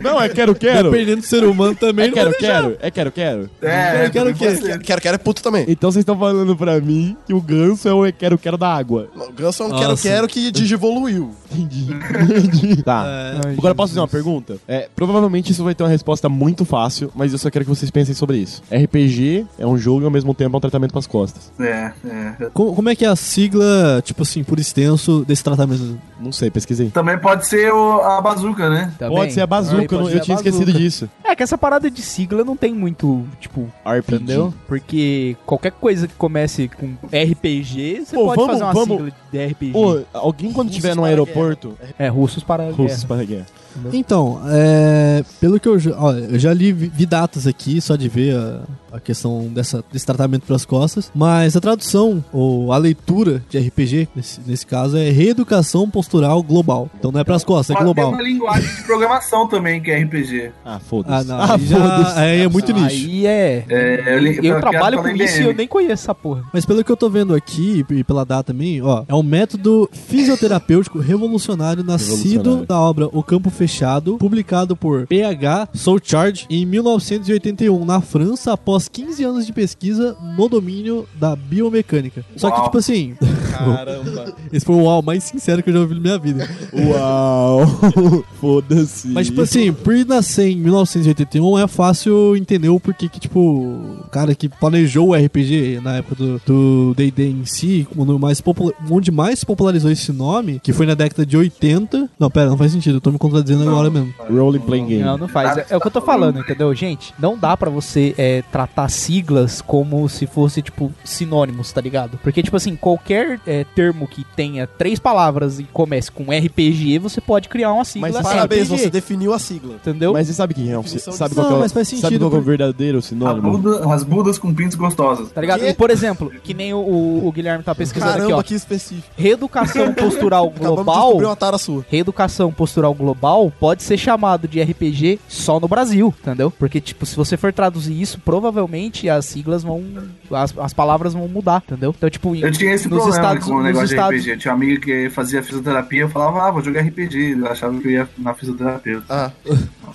Speaker 3: Não, é quero, quero.
Speaker 5: Dependendo do ser humano também,
Speaker 3: É
Speaker 5: não
Speaker 3: quero,
Speaker 5: vai deixar.
Speaker 3: quero, é quero, quero.
Speaker 4: É,
Speaker 5: Eu quero o quê?
Speaker 4: você-
Speaker 6: Quero, quero é puto também.
Speaker 3: Então vocês estão falando pra mim que o ganso é o é quero, quero da água.
Speaker 6: O ganso é um
Speaker 5: Nossa.
Speaker 6: quero-quero que digivoluiu.
Speaker 3: Entendi. Entendi. Tá.
Speaker 5: É.
Speaker 2: Ai,
Speaker 3: Agora posso fazer uma
Speaker 2: Jesus.
Speaker 3: pergunta? É, provavelmente isso vai ter uma resposta muito fácil, mas eu só quero que vocês pensem sobre isso. RPG é um jogo e ao mesmo tempo é um tratamento pras costas.
Speaker 4: É, é.
Speaker 5: Como, como é que é a sigla, tipo assim, por extenso desse tratamento?
Speaker 3: Não sei, pesquisei.
Speaker 4: Também pode ser o- a bazuca, né?
Speaker 5: Tá
Speaker 2: Também.
Speaker 3: Pode ser a
Speaker 2: Também
Speaker 3: bazuca, eu,
Speaker 2: Tá pode
Speaker 3: não-
Speaker 2: ser
Speaker 3: eu
Speaker 2: a
Speaker 3: tinha esquecido
Speaker 2: bazuca.
Speaker 3: disso.
Speaker 2: É que essa parada de sigla não tem muito, tipo,
Speaker 3: RPG.
Speaker 2: entendeu? Porque qualquer coisa que comece com RPG, você
Speaker 3: Pô,
Speaker 2: pode
Speaker 3: vamos-
Speaker 2: fazer uma
Speaker 3: vamos-
Speaker 2: sigla de RPG.
Speaker 3: Ô, alguém quando estiver num
Speaker 6: para a
Speaker 3: aeroporto.
Speaker 2: É, russos para a
Speaker 3: Russos
Speaker 2: guerra.
Speaker 3: para a guerra.
Speaker 5: Então, é, pelo que eu, já- ó, eu já li, vi vi datas aqui, só de ver a, a questão dessa, desse tratamento pelas costas, mas a tradução, ou a leitura de RPG, nesse, nesse caso, é reeducação postural global. Então não é pras costas, é
Speaker 4: Mas tem
Speaker 5: global.
Speaker 4: uma linguagem de programação também, que é RPG.
Speaker 3: Ah,
Speaker 5: Ah,
Speaker 3: foda-se.
Speaker 5: não, aí já, aí é muito lixo.
Speaker 2: Aí é.
Speaker 4: É, eu, li-
Speaker 2: Eu
Speaker 4: pra-
Speaker 2: trabalho
Speaker 4: pra-
Speaker 2: com
Speaker 4: pra
Speaker 2: isso e
Speaker 4: IBM.
Speaker 2: eu nem conheço essa porra.
Speaker 5: Mas pelo que eu tô vendo aqui, e pela data também, ó, é um método fisioterapêutico revolucionário nascido
Speaker 3: Revolucionário.
Speaker 5: da obra O Campo Fechado, publicado por PH Soulcharge em 1981 na França, após 15 anos de pesquisa no domínio da biomecânica. Só que,
Speaker 4: Uau.
Speaker 5: tipo assim,
Speaker 3: Caramba.
Speaker 5: esse foi o uau mais sincero que eu já ouvi na minha vida.
Speaker 3: Uau. foda-se.
Speaker 5: Mas, tipo assim, por nascer em 1981, é fácil entender o porquê que, tipo, o cara que planejou o RPG na época do- do D&D em si, quando mais popula- onde mais popularizou esse nome, que foi na década de 80... Não, pera, não faz sentido, eu tô me contradizendo agora mesmo.
Speaker 3: Role playing game.
Speaker 2: Não, não faz. É, é o que eu tô falando, entendeu? Gente, não dá pra você é, tratar siglas como se fosse, tipo, sinônimos, tá ligado? Porque, tipo assim, qualquer é, termo que tenha três palavras e comece com RPG, você pode criar uma sigla.
Speaker 3: Mas
Speaker 6: Parabéns,
Speaker 2: RPG,
Speaker 6: você definiu a sigla.
Speaker 2: Entendeu?
Speaker 3: Mas você sabe quem é? Você sabe
Speaker 5: Não,
Speaker 3: qual, que é o-
Speaker 5: mas faz
Speaker 3: sabe
Speaker 5: sentido,
Speaker 3: qual que é o
Speaker 5: porque-
Speaker 3: verdadeiro
Speaker 4: A
Speaker 3: sinônimo?
Speaker 4: Buda, as budas com pintos gostosos.
Speaker 2: Tá ligado?
Speaker 6: Quê?
Speaker 2: E, por exemplo, que nem o, o- o Guilherme tá pesquisando
Speaker 6: Caramba,
Speaker 2: aqui,
Speaker 6: que específico.
Speaker 2: ó. Reeducação postural
Speaker 6: Acabamos de descobrir
Speaker 2: global.
Speaker 6: uma tara sua.
Speaker 2: Reeducação postural global pode ser chamado de RPG só no Brasil, entendeu? Porque, tipo, se você for traduzir isso, provavelmente as siglas vão. As, as palavras vão mudar, entendeu? Então, tipo, em-
Speaker 4: Eu tinha esse
Speaker 2: Nos
Speaker 4: problema
Speaker 2: Estados-
Speaker 4: com o
Speaker 2: nos
Speaker 4: negócio
Speaker 2: Estados-
Speaker 4: de RPG. Eu tinha um amigo que fazia fisioterapia, eu falava, ah, vou jogar RPG. Eu achava que eu ia na fisioterapeuta.
Speaker 6: Ah,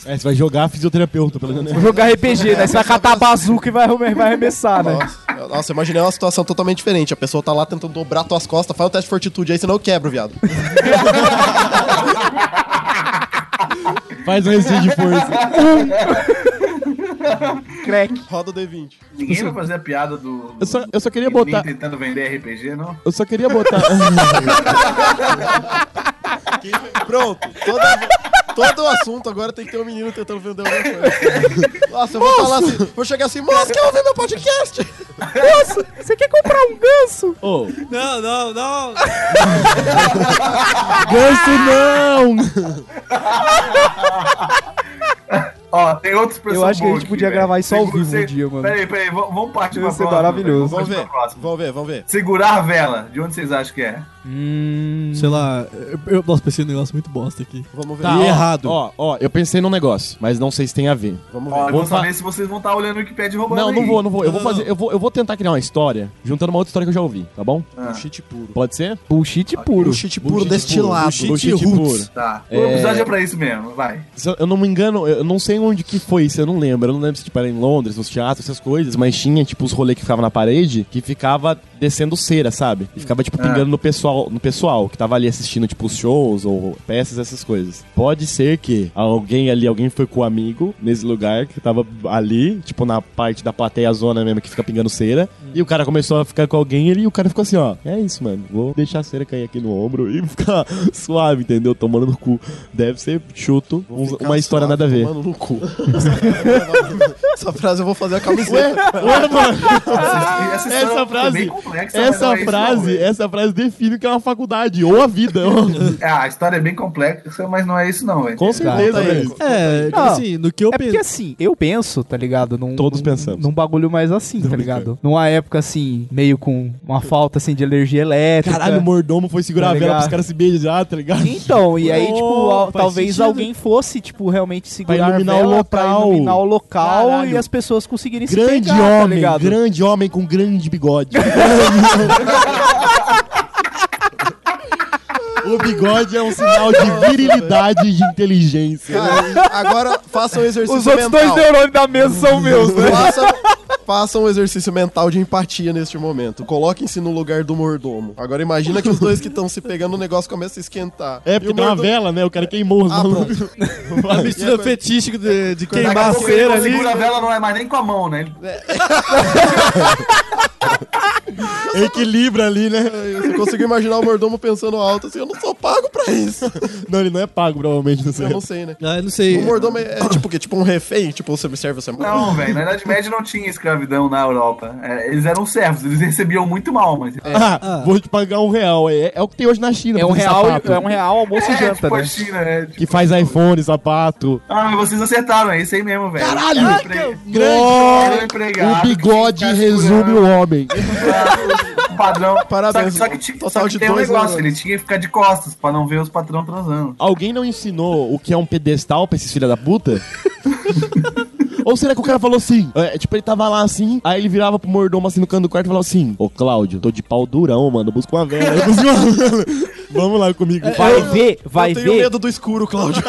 Speaker 3: É, você vai jogar fisioterapeuta, pelo menos.
Speaker 2: vou jogar RPG, né? Você vai catar a bazuca e vai, arreme- vai arremessar, né?
Speaker 6: nossa. É. Nossa, eu imaginei uma situação totalmente diferente. A pessoa tá lá tentando dobrar tuas costas, faz o teste de fortitude aí, senão eu quebro, viado.
Speaker 3: Faz um resíduo de força.
Speaker 2: Crack.
Speaker 6: Roda o D20.
Speaker 4: Ninguém vai fazer a piada do.
Speaker 3: Eu só, eu só queria
Speaker 4: ninguém
Speaker 3: botar.
Speaker 4: tentando vender RPG, não?
Speaker 3: Eu só queria botar.
Speaker 6: Pronto. Todo, todo o assunto agora tem que ter um menino tentando vender alguma coisa. Nossa, eu vou falar assim. Vou chegar assim, moço, quer ouvir meu podcast?
Speaker 2: Nossa, você quer comprar um ganso?
Speaker 3: Ô,
Speaker 5: Não, não, não.
Speaker 3: ganso não!
Speaker 4: Ó, tem outros
Speaker 2: Eu acho que a gente podia gravar isso ao vivo um
Speaker 4: Peraí,
Speaker 2: dia, mano.
Speaker 4: Peraí, peraí, v- vamos partir
Speaker 2: Ia
Speaker 4: pra
Speaker 2: ser
Speaker 4: próxima.
Speaker 2: maravilhoso.
Speaker 6: Vamos
Speaker 4: Vamos
Speaker 6: ver,
Speaker 4: pra próxima.
Speaker 6: vamos ver, vamos ver.
Speaker 4: Segurar a vela. De onde vocês acham que é?
Speaker 2: Hum.
Speaker 5: Sei lá, eu, eu- nossa, pensei num um negócio muito bosta aqui.
Speaker 6: Vamos ver.
Speaker 5: Tá.
Speaker 3: ó,
Speaker 5: errado.
Speaker 3: Ó, ó, eu pensei num negócio, mas não sei se tem a ver.
Speaker 6: Vamos
Speaker 4: Ó,
Speaker 6: ver.
Speaker 4: eu vou
Speaker 3: fa-
Speaker 4: saber se vocês vão estar olhando o Wikipedia e roubando
Speaker 3: Não, não
Speaker 4: aí.
Speaker 3: vou, não vou. Eu vou
Speaker 5: Não, não,
Speaker 3: fazer, eu vou, eu vou tentar criar uma história juntando uma outra história que eu já ouvi, tá bom?
Speaker 4: Ah,
Speaker 6: Bullshit puro. Um
Speaker 3: Pode ser?
Speaker 2: Bullshit puro.
Speaker 6: Bullshit puro destilado.
Speaker 3: Bullshit puro.
Speaker 4: tá. O
Speaker 3: É.
Speaker 4: episódio é pra isso mesmo, vai.
Speaker 3: Se eu- Eu não me engano, eu não sei onde que foi isso, eu não lembro. Eu não lembro se tipo, era em Londres, nos teatros, essas coisas, mas tinha tipo os rolês que ficavam na parede que ficava descendo cera, sabe? E ficava tipo
Speaker 4: Ah.
Speaker 3: pingando no pessoal, no pessoal que tava ali assistindo tipo os shows ou peças, essas coisas. Pode ser que alguém ali, alguém foi com o amigo nesse lugar que tava ali, tipo na parte da plateia zona mesmo que fica pingando cera, e o cara começou a ficar com alguém ali e o cara ficou assim, ó, é isso, mano. Vou deixar a cera cair aqui no ombro e ficar suave, entendeu? Tomando no cu. Deve ser chuto,
Speaker 6: Vou
Speaker 3: uns-
Speaker 6: ficar
Speaker 3: uma história
Speaker 6: suave
Speaker 3: nada a ver.
Speaker 6: tomando um no cu. Essa frase eu vou fazer a camiseta.
Speaker 3: Ué, mano,
Speaker 4: Essa, história
Speaker 3: essa
Speaker 4: é
Speaker 3: frase-
Speaker 4: bem complexa, mas
Speaker 3: essa
Speaker 4: não é isso não,
Speaker 3: frase,
Speaker 4: velho.
Speaker 3: essa frase define o que é uma faculdade ou a vida.
Speaker 4: Ah, a história é bem complexa, mas não é isso não, velho.
Speaker 3: Com certeza,
Speaker 6: Tá,
Speaker 3: velho.
Speaker 5: É, tipo
Speaker 2: Não.
Speaker 5: assim, no que eu
Speaker 2: É porque
Speaker 5: pensei.
Speaker 2: assim, eu penso, tá ligado? Num,
Speaker 3: Todos
Speaker 2: num-
Speaker 3: pensamos.
Speaker 2: Num bagulho mais assim, tá ligado? Numa época assim, meio com uma falta assim de energia elétrica.
Speaker 3: Caralho, o mordomo foi segurar
Speaker 2: Tá
Speaker 3: a vela
Speaker 2: ligado?
Speaker 3: pros caras se beijar, tá ligado?
Speaker 2: Então, e aí,
Speaker 3: Oh,
Speaker 2: tipo, al-
Speaker 3: faz
Speaker 2: talvez
Speaker 3: sentido.
Speaker 2: alguém fosse, tipo, realmente segurar
Speaker 3: Pra iluminar
Speaker 2: a vela
Speaker 3: o
Speaker 2: pra
Speaker 3: local.
Speaker 2: iluminar o local
Speaker 3: Caralho.
Speaker 2: e as pessoas conseguirem se
Speaker 3: Grande
Speaker 2: pegar, tá
Speaker 3: homem,
Speaker 2: ligado?
Speaker 3: grande homem com grande bigode. o bigode é um sinal de virilidade e de inteligência.
Speaker 6: Cara, agora faça um exercício
Speaker 2: Os outros dois
Speaker 6: mental.
Speaker 2: neurônios da mesa
Speaker 3: Uhum.
Speaker 2: são meus, né?
Speaker 6: Faça, faça um exercício mental de empatia neste momento. Coloquem-se no lugar do mordomo. Agora imagina que os dois que estão se pegando o negócio começa a esquentar.
Speaker 3: É, porque
Speaker 6: E o
Speaker 3: tem uma
Speaker 6: mordomo-
Speaker 3: vela, né? O cara queimou os
Speaker 6: Ah,
Speaker 3: malucos.
Speaker 6: pronto.
Speaker 5: A mistura fetística de, de
Speaker 4: É Daqui a
Speaker 5: queimar a
Speaker 4: pouco ele
Speaker 5: cera
Speaker 4: não
Speaker 5: ali.
Speaker 4: segura a vela não é mais nem com a mão, né? Ele-
Speaker 3: Equilibra ali, né?
Speaker 6: Você conseguiu imaginar o mordomo pensando alto assim, eu não sou pago pra isso.
Speaker 3: Não, ele não é pago, provavelmente, não sei.
Speaker 6: Eu não sei, né?
Speaker 5: Ah, eu não sei.
Speaker 6: O mordomo é, é tipo o quê? Tipo um refém? Tipo, você me serve, você morre.
Speaker 4: Não, velho, na Idade Média não tinha escravidão na Europa. É, eles eram servos, eles recebiam muito mal, mas...
Speaker 3: Ah, vou te pagar um real. É, é o que tem hoje na China.
Speaker 2: É um
Speaker 3: pra fazer
Speaker 2: real,
Speaker 3: sapato.
Speaker 2: é um real almoço e
Speaker 4: É,
Speaker 2: janta,
Speaker 4: tipo a
Speaker 2: né?
Speaker 4: China, né? Tipo,
Speaker 3: Que faz iPhone, sapato.
Speaker 4: Ah, mas vocês acertaram, é isso aí mesmo, velho.
Speaker 3: Caralho!
Speaker 4: Era um empre-
Speaker 3: Grande!
Speaker 4: era um empregado
Speaker 3: o bigode
Speaker 4: que tá
Speaker 3: resume o homem.
Speaker 4: segurando o um padrão.
Speaker 6: Parabéns,
Speaker 4: Só que, só que, ti-
Speaker 6: total
Speaker 4: só que
Speaker 6: de
Speaker 4: tem um
Speaker 6: dois,
Speaker 4: negócio,
Speaker 6: né?
Speaker 4: ele tinha que ficar de costas pra não ver os patrão transando.
Speaker 3: Alguém não ensinou o que é um pedestal pra esses filha da puta? Ou será que o cara falou assim? é, tipo, ele tava lá assim, aí ele virava pro mordomo assim no canto do quarto e falava assim: Ô Cláudio, tô de pau durão, mano. Busca uma vela. eu busco uma vela. Vamos lá comigo.
Speaker 2: Vai ver, vai
Speaker 6: eu tenho
Speaker 2: ver.
Speaker 6: medo do escuro, Cláudio.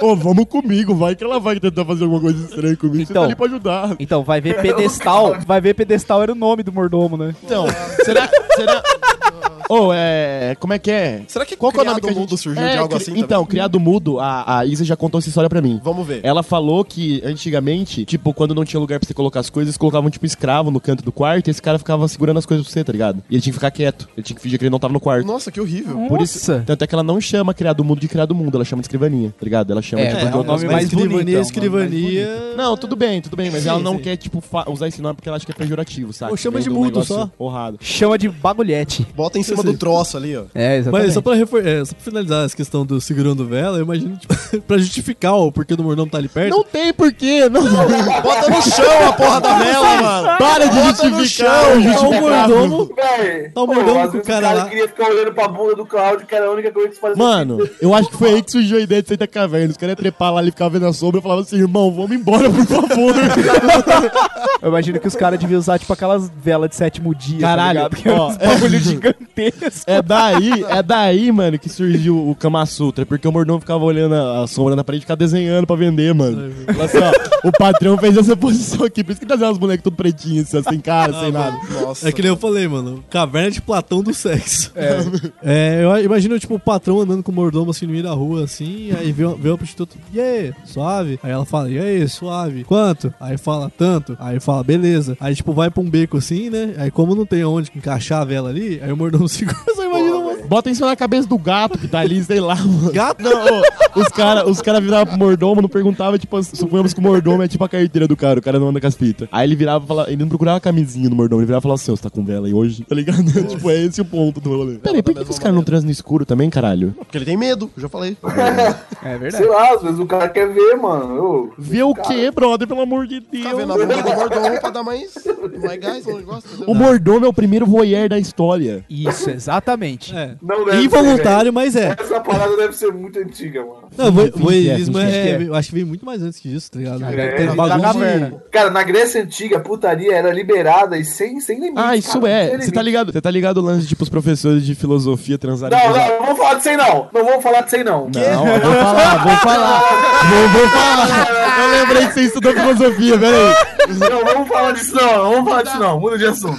Speaker 3: Ô, vamos comigo, vai que ela vai tentar fazer alguma coisa estranha comigo. Você tá
Speaker 2: Então.
Speaker 3: ali pra ajudar.
Speaker 2: Então, vai ver pedestal. Vai ver pedestal era o nome do mordomo, né?
Speaker 3: Então, será. será... Ô, é. Como é que é?
Speaker 6: Será que
Speaker 3: Qual que é o nome
Speaker 6: criado
Speaker 3: que a gente-
Speaker 6: mudo surgiu de
Speaker 3: É,
Speaker 6: algo
Speaker 3: cri- É
Speaker 6: assim?
Speaker 3: Então, criado mudo, a, a Isa já contou essa história pra mim.
Speaker 6: também? Vamos ver.
Speaker 3: Ela falou que antigamente, tipo, quando não tinha lugar pra você colocar as coisas, colocavam, tipo, escravo no canto do quarto e esse cara ficava segurando as coisas pra você, tá ligado? E ele tinha que ficar quieto. Ele tinha que fingir que ele não tava no quarto.
Speaker 6: Nossa, que horrível.
Speaker 3: Por isso,
Speaker 2: Nossa.
Speaker 3: tanto é que ela não chama criado mundo de criado mundo, ela chama de escrivaninha, tá ligado? Ela chama
Speaker 2: É,
Speaker 3: tipo,
Speaker 2: é
Speaker 3: de
Speaker 2: um
Speaker 3: outras
Speaker 2: nome
Speaker 3: coisas.
Speaker 2: mais bonito, é um nome
Speaker 5: escrivania,
Speaker 2: mais
Speaker 5: escrivania.
Speaker 3: Não, tudo bem, tudo bem, mas
Speaker 5: Sim,
Speaker 3: ela não
Speaker 5: sim.
Speaker 3: quer, tipo, fa- usar esse nome porque ela acha que é pejorativo, sabe?
Speaker 5: Ou chama
Speaker 3: Vem
Speaker 5: de
Speaker 3: do
Speaker 5: mudo
Speaker 3: negócio
Speaker 5: só.
Speaker 3: Honrado.
Speaker 2: Chama de bagulhete.
Speaker 6: Bota em cima do troço ali, ó.
Speaker 2: É, exatamente.
Speaker 5: Mas só pra, refor- é, só pra finalizar essa questão do segurando vela, eu imagino tipo, pra justificar o porquê do mordomo tá ali perto.
Speaker 3: Não tem porquê, não.
Speaker 6: Bota no chão a
Speaker 3: Tá
Speaker 6: porra da vela, mano.
Speaker 3: Para de
Speaker 6: Bota no
Speaker 3: justificar,
Speaker 6: chão,
Speaker 3: o
Speaker 5: tá o
Speaker 3: justificável.
Speaker 5: mordomo.
Speaker 4: Véi,
Speaker 5: Tá o mordomo
Speaker 4: às
Speaker 5: com o
Speaker 4: vezes
Speaker 5: cara lá.
Speaker 4: queria ficar olhando pra bunda do Claudio, que era a única coisa que se fazia.
Speaker 3: Mano, eu acho que foi aí que surgiu a ideia de sair da caverna. Os caras iam trepar lá, ele ficava vendo a sombra. Eu falava assim, irmão, vamos embora, por favor.
Speaker 2: Eu imagino que os caras deviam usar, tipo, aquelas velas de sétimo dia, tá
Speaker 3: Caralho,
Speaker 2: ligado? Que é
Speaker 3: ó.
Speaker 2: uns bagulho gigantesco. cabeça.
Speaker 3: É daí, é daí, mano, que surgiu o Kama Sutra, porque o mordomo ficava olhando a, a sombra na parede e ficava desenhando pra vender, mano. Fala assim, ó, o patrão fez essa posição aqui, por isso que tá vendo os moleques tudo pretinhos, assim, sem cara,
Speaker 6: Ah,
Speaker 3: sem nada.
Speaker 6: Nossa.
Speaker 5: É que nem eu falei, mano. Caverna de Platão do sexo. É. eu imagino, tipo, o patrão andando com o mordomo assim no meio da rua, assim, aí vê, vê o prostituto, e aí, suave? Aí ela fala, e aí, suave? Quanto? Aí fala, tanto. Aí fala, beleza. Aí, tipo, vai pra um beco assim, né? Aí, como não tem onde encaixar a vela ali, aí o mordomo segura, só imagina uma
Speaker 3: Bota isso na cabeça do gato que tá ali, sei lá, mano. Gato? Não, ô, os caras os cara viravam pro mordomo, não perguntava, tipo, suponhamos que o mordomo é tipo a carteira do cara, o cara não anda com as fitas. Aí ele virava e falava, ele não procurava a camisinha do mordomo, ele virava e falava assim, "Ô, você tá com vela aí hoje? Tá ligado? tipo, é esse o ponto do rolê. Peraí, por que, que os caras não transam no escuro também, caralho?
Speaker 6: Porque ele tem medo, eu já falei.
Speaker 2: É
Speaker 4: Sei
Speaker 2: verdade.
Speaker 4: lá, às vezes o cara quer ver, mano. Eu-
Speaker 3: Vê o quê, brother, pelo amor de
Speaker 6: Tá vendo
Speaker 3: Deus?
Speaker 6: a bunda do mordomo pra dar mais, mais gás né? no negócio, entendeu?
Speaker 3: O mordomo é o primeiro voyeur da história.
Speaker 2: Isso, exatamente.
Speaker 5: É.
Speaker 4: Não deve ser,
Speaker 5: Involuntário, mas é.
Speaker 4: velho. Essa parada deve ser muito antiga, mano.
Speaker 5: Não, vo-
Speaker 3: Finge
Speaker 5: voyeurismo
Speaker 3: que é, finge
Speaker 5: é,
Speaker 2: que é.
Speaker 5: Eu acho que vem muito mais antes que isso, tá ligado?
Speaker 4: É,
Speaker 5: Tem
Speaker 4: da
Speaker 5: bagulho de-
Speaker 2: caverna.
Speaker 4: Cara, na Grécia Antiga, a putaria era liberada e sem, sem limite.
Speaker 3: Ah, isso
Speaker 4: cara,
Speaker 3: é.
Speaker 4: sem
Speaker 3: Você tá
Speaker 4: limite.
Speaker 3: ligado? Você tá ligado o lance de, tipo, os professores de filosofia transarem
Speaker 4: Não,
Speaker 3: com os
Speaker 4: não, não vou falar disso aí não. Não vou falar disso aí não.
Speaker 3: Não, eu vou falar, vou falar. Vou, vou falar. Eu lembrei que você estudou filosofia, peraí.
Speaker 4: Não, vamos falar disso não. Não vamos falar disso não. Muda de assunto.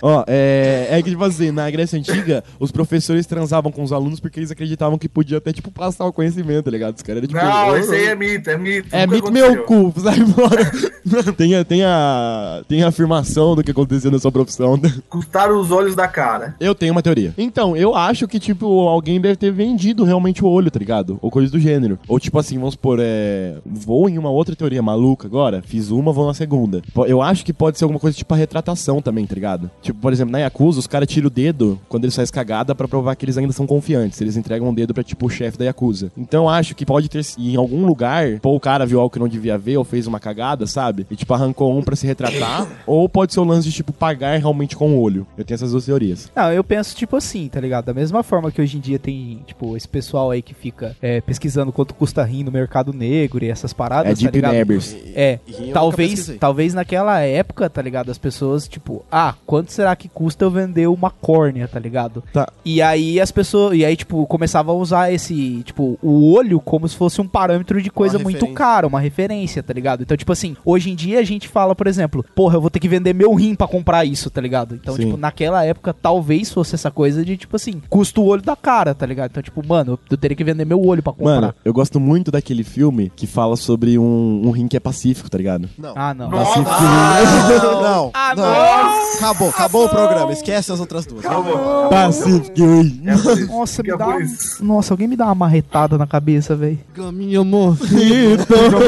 Speaker 3: Ó, é, é que, tipo assim, na Grécia Antiga, os professores transavam com os alunos porque eles acreditavam que podia até, tipo, passar o conhecimento, tá ligado? Os caras eram, tipo...
Speaker 4: Não,
Speaker 3: "Oh,
Speaker 4: isso aí é mito, é mito.
Speaker 3: É
Speaker 4: Nunca
Speaker 3: mito
Speaker 4: aconteceu.
Speaker 3: meu cu, sai embora. tem, a, tem, a, tem a afirmação do que aconteceu na sua profissão. né?
Speaker 4: Custaram os olhos da cara.
Speaker 3: Eu tenho uma teoria. Então, eu acho que, tipo, alguém deve ter vendido realmente o olho, tá ligado? Ou coisa do gênero. Ou, tipo assim, vamos supor, é. Vou em uma outra teoria maluca agora, fiz uma, vou na segunda. Po- Eu acho que pode ser alguma coisa tipo a retratação também, tá ligado? Tipo, por exemplo, na Yakuza, os caras tiram o dedo quando eles fazem cagada pra provar que eles ainda são confiantes. Eles entregam o dedo pra, tipo, o chefe da Yakuza. Então, eu acho que pode ter, em algum lugar, pô, o cara viu algo que não devia ver ou fez uma cagada, sabe? E, tipo, arrancou um pra se retratar. ou pode ser o lance de, tipo, pagar realmente com o olho. Eu tenho essas duas teorias.
Speaker 2: Não, eu penso tipo assim, tá ligado? Da mesma forma que hoje em dia tem, tipo, esse pessoal aí que fica é, pesquisando quanto custa rim no mercado negro e essas paradas,
Speaker 3: É
Speaker 2: tá
Speaker 3: Deep
Speaker 2: ligado?
Speaker 3: Nebbers.
Speaker 2: É,
Speaker 6: E eu nunca
Speaker 2: talvez,
Speaker 6: pesquisei.
Speaker 2: talvez naquela época, tá ligado? As pessoas, tipo, ah, quanto será que custa eu vender uma córnea, tá ligado?
Speaker 3: Tá.
Speaker 2: E aí as pessoas, e aí, tipo, começavam a usar esse, tipo, o olho como se fosse um parâmetro de coisa muito
Speaker 6: referência.
Speaker 2: cara, uma referência, tá ligado? Então, tipo assim, hoje em dia a gente fala, por exemplo, porra, eu vou ter que vender meu rim pra comprar isso, tá ligado? Então,
Speaker 3: Sim.
Speaker 2: tipo, naquela época talvez fosse essa coisa de, tipo assim, custa o olho da cara, tá ligado? Então, tipo, mano, eu teria que vender meu olho pra comprar.
Speaker 3: Mano, eu gosto muito daquele filme que fala sobre um, um rim que é pacífico, tá ligado?
Speaker 6: Não.
Speaker 2: Ah, não.
Speaker 6: não, não.
Speaker 2: Ah,
Speaker 6: não. Acabou, acabou o programa. Esquece as outras duas.
Speaker 4: Calma.
Speaker 3: Pacífico rim.
Speaker 4: É por
Speaker 2: Nossa,
Speaker 4: isso. Fica
Speaker 2: me dá
Speaker 4: por
Speaker 2: um-
Speaker 4: isso.
Speaker 2: Nossa, alguém me dá uma marretada na cabeça, velho.
Speaker 5: Caminho, amor.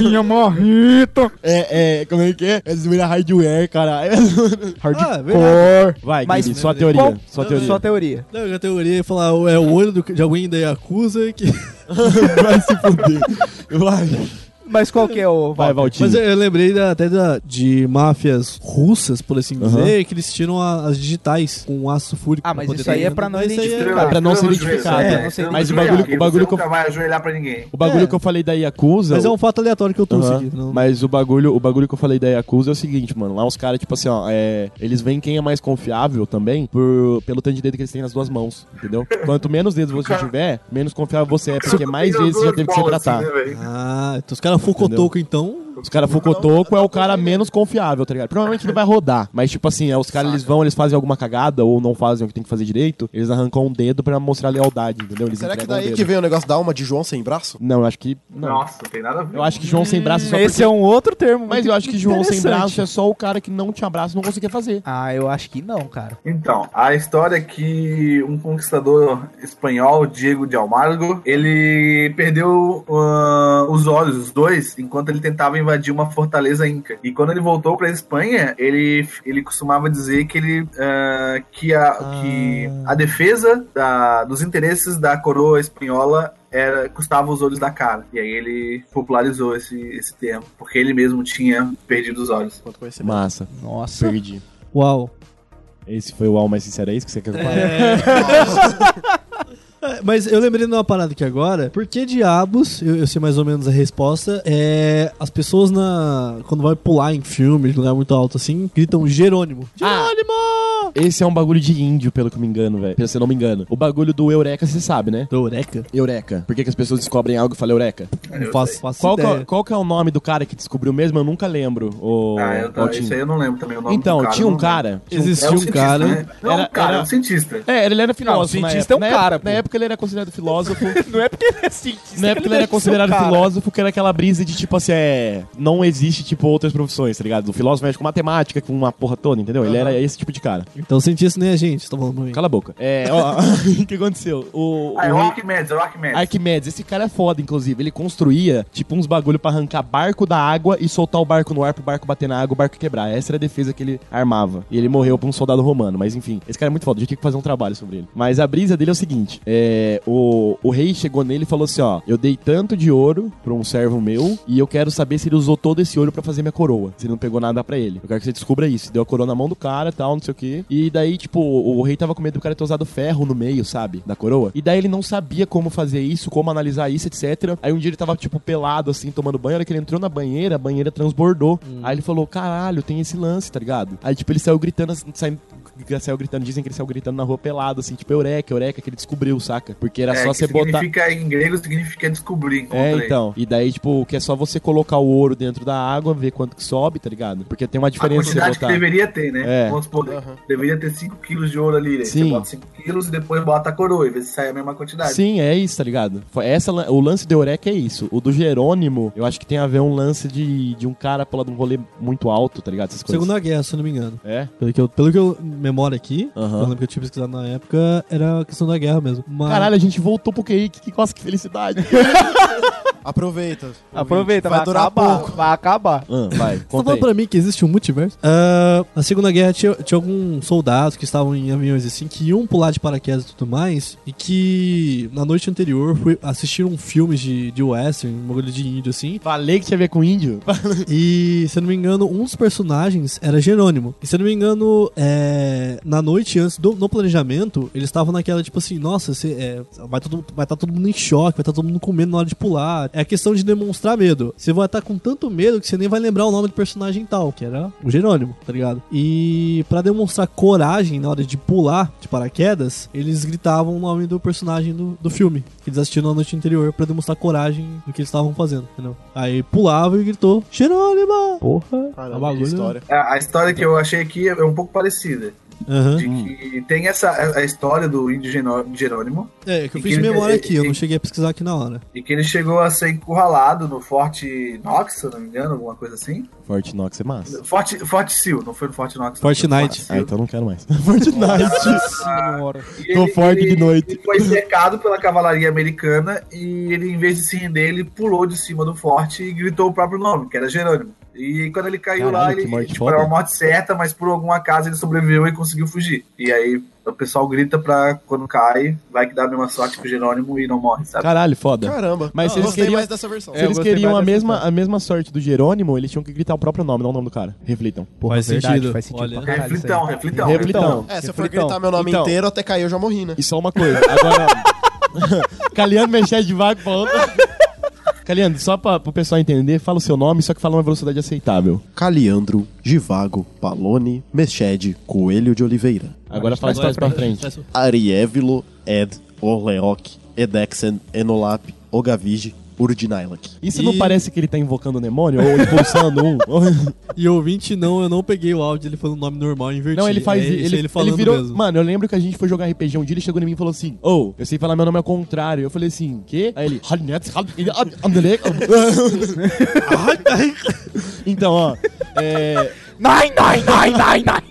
Speaker 2: Minha marreta.
Speaker 3: É, é, como é que é? É zoeira hardware, caralho.
Speaker 5: Ah, é verdade.
Speaker 3: Cor. Vai,
Speaker 2: Mas-
Speaker 3: Guilherme, sua teoria.
Speaker 2: Qual-
Speaker 3: Sua teoria.
Speaker 2: Só teoria.
Speaker 5: Não, eu já teoria ia falar, é o olho do- de alguém da Yakuza que...
Speaker 3: Vai se fuder. Vai,
Speaker 2: Mas qual que é o...
Speaker 3: vai
Speaker 2: Walter?
Speaker 3: Valtinho.
Speaker 5: Mas eu, eu lembrei da- até da, de máfias russas, por assim dizer, que eles tiram a- as digitais com ácido fúrico.
Speaker 2: Ah,
Speaker 5: pra
Speaker 2: mas
Speaker 5: poder
Speaker 2: isso aí
Speaker 5: tá
Speaker 2: é
Speaker 5: vendo.
Speaker 2: pra não
Speaker 5: Mas isso aí é-
Speaker 2: identificar.
Speaker 4: Estrela,
Speaker 3: pra não
Speaker 4: estrela
Speaker 3: ser
Speaker 4: no joelho,
Speaker 3: identificado,
Speaker 4: é,
Speaker 2: é.
Speaker 4: estrela
Speaker 3: Mas
Speaker 4: no
Speaker 3: o bagulho-
Speaker 4: joelho,
Speaker 3: o bagulho
Speaker 4: você nunca vai ajoelhar pra ninguém.
Speaker 3: O bagulho
Speaker 5: É.
Speaker 3: que eu falei da Yakuza.
Speaker 5: Mas é um fato aleatório que eu trouxe
Speaker 3: Aham.
Speaker 5: aqui. não-
Speaker 3: Mas o bagulho, o bagulho que eu falei da Yakuza é o seguinte, mano. Lá os caras, tipo assim, ó, é, eles veem quem é mais confiável também por, pelo tanto de dedo que eles têm nas duas mãos, entendeu? Quanto menos dedos você tiver, menos confiável você é, porque mais vezes você já teve que se tratar.
Speaker 5: Ah, então os caras focotoco, então...
Speaker 3: Os caras Fucotoco é o cara menos confiável, tá ligado? Provavelmente ele vai rodar, mas tipo assim, é, os caras eles vão, eles fazem alguma cagada ou não fazem o que tem que fazer direito, eles arrancam um dedo pra mostrar lealdade, entendeu? Eles
Speaker 6: Será que
Speaker 3: entregam um
Speaker 6: daí
Speaker 3: dedo.
Speaker 6: que veio o negócio da alma de João sem braço?
Speaker 3: Não, eu acho que. Não.
Speaker 4: Nossa, tem nada a ver.
Speaker 3: Eu acho que João sem braço é só
Speaker 2: Esse
Speaker 3: porque...
Speaker 2: é um outro termo
Speaker 3: Mas
Speaker 2: muito
Speaker 3: eu acho que João sem
Speaker 2: interessante.
Speaker 3: braço é só o cara que não te abraça e não conseguia fazer.
Speaker 2: Ah, eu acho que não, cara.
Speaker 4: Então, a história é que um conquistador espanhol, Diego de Almagro, ele perdeu ah, os olhos, os dois, enquanto ele tentava invadir uma fortaleza inca. E quando ele voltou pra Espanha, ele, ele costumava dizer que, ele, ah, que, a, que
Speaker 3: Ah.
Speaker 4: a defesa da- dos interesses da coroa espanhola era, custava os olhos da cara. E aí ele popularizou esse, esse termo, porque ele mesmo tinha perdido os olhos.
Speaker 6: Quanto conhecimento?
Speaker 3: Massa,
Speaker 2: Nossa.
Speaker 3: perdi.
Speaker 5: Uau.
Speaker 3: Esse foi o Al mais sincero, é isso que você quer falar?
Speaker 5: É, Mas eu lembrei de uma parada aqui agora. Por que diabos, eu, eu sei mais ou menos a resposta, é as pessoas na quando vai pular em filme, em lugar muito alto assim, gritam Jerônimo.
Speaker 3: Ah,
Speaker 5: Jerônimo!
Speaker 3: Esse é um bagulho de índio, pelo que eu me engano, velho. Se eu não me engano. O bagulho do Eureka, você sabe, né?
Speaker 5: Eureka?
Speaker 3: Eureka. Por que, que as pessoas descobrem algo e falam Eureka?
Speaker 5: Não faço, faço
Speaker 3: Qual que, é,
Speaker 5: ideia.
Speaker 3: qual que é o nome do cara que descobriu mesmo? Eu nunca lembro. O,
Speaker 4: Ah, eu,
Speaker 3: o
Speaker 4: tá,
Speaker 3: Tim.
Speaker 4: isso aí eu não lembro também o nome
Speaker 3: Então,
Speaker 4: do cara,
Speaker 3: tinha um
Speaker 4: não
Speaker 3: cara. tinha um-
Speaker 4: lembro.
Speaker 5: Existia
Speaker 4: É
Speaker 5: um
Speaker 4: cientista,
Speaker 5: cara.
Speaker 4: Né? Não,
Speaker 3: Era-
Speaker 4: cara,
Speaker 3: era-
Speaker 4: é um cientista.
Speaker 3: É, ele era filósofo.
Speaker 2: Não,
Speaker 3: na
Speaker 2: cientista é um
Speaker 3: época. Na
Speaker 2: cara,
Speaker 3: época-
Speaker 2: pô.
Speaker 3: Na época ele era considerado filósofo.
Speaker 2: Não é porque ele é cientista.
Speaker 3: Na época ele era considerado filósofo, que era aquela brisa de tipo assim, é. Não existe, tipo, outras profissões, tá ligado? O filósofo mexe com matemática, com uma porra toda, entendeu? Ele era esse tipo de cara.
Speaker 5: Então cientista nem a gente, tá falando pra mim.
Speaker 3: Cala a boca. É, ó, o que aconteceu? O.
Speaker 4: Ah, é
Speaker 3: o
Speaker 4: o
Speaker 3: rei-
Speaker 4: Arquimedes, é o Arquimedes.
Speaker 3: Arquimedes, esse cara é foda, inclusive. Ele construía, tipo, uns bagulho pra arrancar barco da água e soltar o barco no ar pro barco bater na água, o barco quebrar. Essa era a defesa que ele armava. E ele morreu pra um soldado romano, mas enfim. Esse cara é muito foda, a gente tem que fazer um trabalho sobre ele. Mas a brisa dele é o seguinte: é, o, o rei chegou nele e falou assim: ó, eu dei tanto de ouro pra um servo meu e eu quero saber se ele usou todo esse ouro pra fazer minha coroa. Se ele não pegou nada pra ele. Eu quero que você descubra isso. Deu a coroa na mão do cara tal, não sei o quê. E daí, tipo, o, o rei tava com medo do cara ter usado ferro no meio, sabe? Da coroa. E daí ele não sabia como fazer isso, como analisar isso, etc. Aí um dia ele tava, tipo, pelado, assim, tomando banho. A hora que ele entrou na banheira, a banheira transbordou. Aí ele falou: caralho, tem esse lance, tá ligado? Aí, tipo, ele saiu gritando, assim, saindo. Saiu gritando, dizem que ele saiu gritando na rua pelado, assim, tipo, eureka, eureka, que ele descobriu, saca? Porque era
Speaker 4: É,
Speaker 3: só
Speaker 4: que
Speaker 3: você botar.
Speaker 4: significa em grego significa descobrir.
Speaker 3: É,
Speaker 4: encontrei.
Speaker 3: então. E daí, tipo, que é só você colocar o ouro dentro da água, ver quanto que sobe, tá ligado? Porque tem uma
Speaker 4: A
Speaker 3: diferença de
Speaker 4: quantidade que
Speaker 3: botar.
Speaker 4: deveria ter, né?
Speaker 3: É.
Speaker 4: Vamos supor, deveria ter 5 kg de ouro ali, né? Você
Speaker 3: Sim.
Speaker 4: bota 5 kg e depois bota a coroa e vê se sai a mesma quantidade.
Speaker 3: Sim, é isso, tá ligado? Foi essa, lan- o lance do Eureka é isso. O do Jerônimo, eu acho que tem a ver um lance de, de um cara pular de um rolê muito alto, tá ligado? Essas coisas.
Speaker 5: Segunda Guerra, se eu não me engano.
Speaker 3: É?
Speaker 5: Pelo que eu, pelo que eu memória aqui,
Speaker 3: Aham.
Speaker 5: eu lembro que eu tinha pesquisado na época, era a questão da guerra mesmo. Mas-
Speaker 3: Caralho, a gente voltou pro QI, que, que quase que felicidade.
Speaker 6: Aproveita.
Speaker 2: Aproveita, vai,
Speaker 6: Vai durar
Speaker 2: acabar.
Speaker 6: pouco.
Speaker 2: Vai acabar.
Speaker 3: ah, vai,
Speaker 5: Você tá
Speaker 3: conta
Speaker 5: falando
Speaker 3: aí.
Speaker 5: pra mim que existe um multiverso? Ah, na Segunda Guerra tinha, tinha alguns soldados que estavam em aviões assim, que iam pular de paraquedas e tudo mais, e que na noite anterior foi, assistiram filmes de, de western, um bagulho de índio assim,
Speaker 3: Falei que tinha a ver com índio?
Speaker 5: Uhum. e se eu não me engano, um dos personagens era Jerônimo. E se eu não me engano, é, na noite antes do no planejamento, eles estavam naquela tipo assim: nossa, cê, é, vai estar vai tá todo mundo em choque, vai estar todo mundo com medo na hora de pular. É a questão de demonstrar medo. Você vai estar com tanto medo que você nem vai lembrar o nome do personagem tal, que era o Jerônimo, tá ligado? E pra demonstrar coragem na hora de pular de paraquedas, eles gritavam o nome do personagem do, do filme que eles assistiram na noite anterior pra demonstrar coragem do que eles estavam fazendo, entendeu? Aí pulava e gritou: Jerônimo!
Speaker 2: Porra.
Speaker 6: Caramba,
Speaker 5: É um bagulho-
Speaker 6: que história.
Speaker 4: A, a história que eu achei aqui é um pouco parecida.
Speaker 5: Aham.
Speaker 4: De
Speaker 3: Uhum.
Speaker 4: que tem essa a, a história do índio Genó- Jerônimo,
Speaker 5: É, que eu
Speaker 4: E
Speaker 5: fiz
Speaker 4: que-
Speaker 5: memória
Speaker 4: e-
Speaker 5: aqui, eu
Speaker 4: e-
Speaker 5: não cheguei a pesquisar aqui na hora.
Speaker 4: e que ele chegou a ser encurralado no Forte Knox, se eu não me engano, alguma coisa assim.
Speaker 3: Forte Nox é massa.
Speaker 4: Forte, Forte Seal, não foi no Forte Knox. não, foi no
Speaker 5: Fortnite.
Speaker 4: Seal.
Speaker 3: Ah, então não quero mais. Fortnite.
Speaker 2: Senhora.
Speaker 4: E
Speaker 3: Tô forte de noite.
Speaker 4: Ele foi cercado pela cavalaria americana e ele, em vez de se render, ele pulou de cima do forte e gritou o próprio nome, que era Jerônimo. E quando ele caiu
Speaker 3: Caralho,
Speaker 4: lá,
Speaker 3: que
Speaker 4: ele
Speaker 3: morte
Speaker 4: tipo,
Speaker 3: foda.
Speaker 4: era uma morte certa, mas por algum acaso ele sobreviveu e conseguiu fugir. E aí o pessoal grita pra quando cai, vai que dá a mesma sorte pro Jerônimo e não morre, sabe?
Speaker 3: Caralho, foda.
Speaker 6: Caramba.
Speaker 3: Mas
Speaker 6: Mas
Speaker 3: se eles
Speaker 6: vocês
Speaker 3: queriam-
Speaker 6: queriam mais dessa versão.
Speaker 2: É,
Speaker 3: Se
Speaker 2: eu
Speaker 3: eles
Speaker 2: gostei
Speaker 3: queriam
Speaker 2: mais
Speaker 3: a
Speaker 2: dessa
Speaker 3: mesma, a mesma sorte do Jerônimo, eles tinham que gritar o próprio nome, não o nome do cara. Reflitam.
Speaker 2: Porra,
Speaker 5: Faz
Speaker 2: verdade,
Speaker 5: sentido.
Speaker 2: Faz sentido
Speaker 5: Olha.
Speaker 2: pra caralho isso aí.
Speaker 4: reflitão, reflitão,
Speaker 3: Reflitão.
Speaker 2: então,
Speaker 6: É, se eu for
Speaker 3: Reflitão.
Speaker 6: gritar meu nome
Speaker 3: Então.
Speaker 6: inteiro, até cair eu já morri, né?
Speaker 3: E só é uma coisa, agora. Caliano mexer de vaca falando. Caliano, só pra, pro pessoal entender, fala o seu nome, só que fala uma velocidade aceitável.
Speaker 6: Caliandro, Givago, Palone, Mexed, Coelho de Oliveira,
Speaker 3: Agora fala de trás pra frente.
Speaker 6: Ariévilo, Ed, Orleoc, Edexen, Enolap, Ogavige, Urdinailak.
Speaker 3: Isso não
Speaker 5: E-
Speaker 3: parece que ele tá invocando o demônio ou expulsando um?
Speaker 5: E ouvinte, não, eu não peguei o áudio, ele falou o nome normal, eu inverti.
Speaker 3: não, ele faz.
Speaker 5: É isso,
Speaker 3: ele,
Speaker 5: ele falando
Speaker 3: virou.
Speaker 5: mesmo.
Speaker 3: Mano, eu lembro que a gente foi jogar RPG um dia, ele chegou em mim e falou assim: Ô, eu sei falar meu nome ao contrário. Eu falei assim: Quê? Aí ele. "Hanetz, han- ele- an- andele-" Então, ó. É.
Speaker 2: Nai, nai, nai, nai, nai.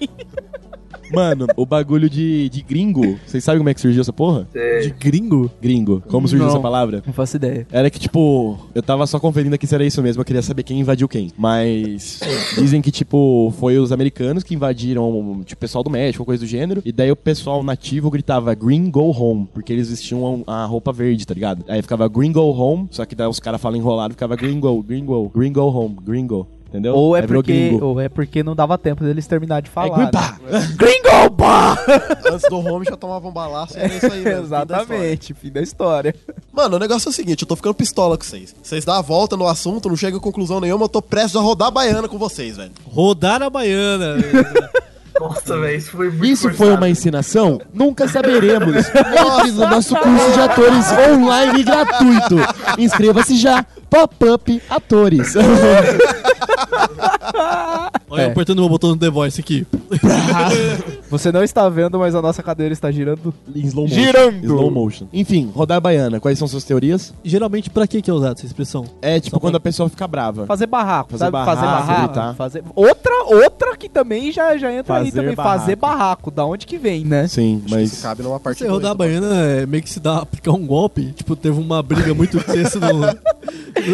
Speaker 3: Mano, o bagulho de, de gringo. Vocês sabem como é que surgiu essa porra?
Speaker 5: De gringo?
Speaker 3: Gringo. Como surgiu
Speaker 2: Não.
Speaker 3: essa palavra?
Speaker 2: Não faço ideia.
Speaker 3: Era que, tipo, eu tava só conferindo aqui se era isso mesmo. Eu queria saber quem invadiu quem. Mas dizem que, tipo, foi os americanos que invadiram, tipo, o pessoal do México, coisa do gênero. E daí o pessoal nativo gritava Green Go Home, porque eles vestiam um, a a roupa verde, tá ligado? Aí ficava Green Go Home, só que daí os caras falam enrolado, ficava Green Go, Green Go, Green Go Home, Green Go. Entendeu?
Speaker 2: Ou é,
Speaker 3: Aí virou
Speaker 2: porque,
Speaker 3: gringo.
Speaker 2: ou é porque não dava tempo deles terminar de
Speaker 3: Aí,
Speaker 2: falar. né?
Speaker 3: pá!
Speaker 2: Gringo! pá!
Speaker 6: Antes do home já tomava um balaço e era isso aí, mano.
Speaker 2: Exatamente, fim da história.
Speaker 6: Mano, o negócio é o seguinte, eu tô ficando pistola com vocês. Vocês dão a volta no assunto, não chega a conclusão nenhuma, eu tô prestes a rodar a baiana com vocês, velho.
Speaker 5: Rodar a baiana.
Speaker 4: Nossa, velho, isso foi muito
Speaker 3: Isso foi
Speaker 4: forçado.
Speaker 3: uma ensinação? Nunca saberemos. Entre no nosso curso de atores online gratuito. Inscreva-se já. Pop-up atores.
Speaker 5: Olha, eu
Speaker 2: É.
Speaker 5: apertando meu botão do The Voice aqui.
Speaker 2: Você não está vendo, mas a nossa cadeira está girando.
Speaker 3: em slow motion.
Speaker 2: Girando.
Speaker 3: Slow motion. Enfim, rodar baiana. Quais são suas teorias?
Speaker 5: Geralmente, pra que que é usado essa expressão?
Speaker 3: É tipo quando a pessoa fica brava.
Speaker 2: Fazer barraco,
Speaker 3: Fazer
Speaker 2: sabe? fazer
Speaker 3: barraco,
Speaker 2: barraco.
Speaker 3: gritar.
Speaker 2: Fazer... Outra, outra que também já, já entra aí
Speaker 3: Fazer
Speaker 2: também.
Speaker 3: barraco.
Speaker 2: Fazer barraco, da onde que vem, né?
Speaker 3: Sim,
Speaker 6: Mas
Speaker 3: mas.
Speaker 6: cabe numa parte
Speaker 5: Você rodar a baiana é meio que se dá aplicar um golpe. Tipo, teve uma briga muito tensa no, no,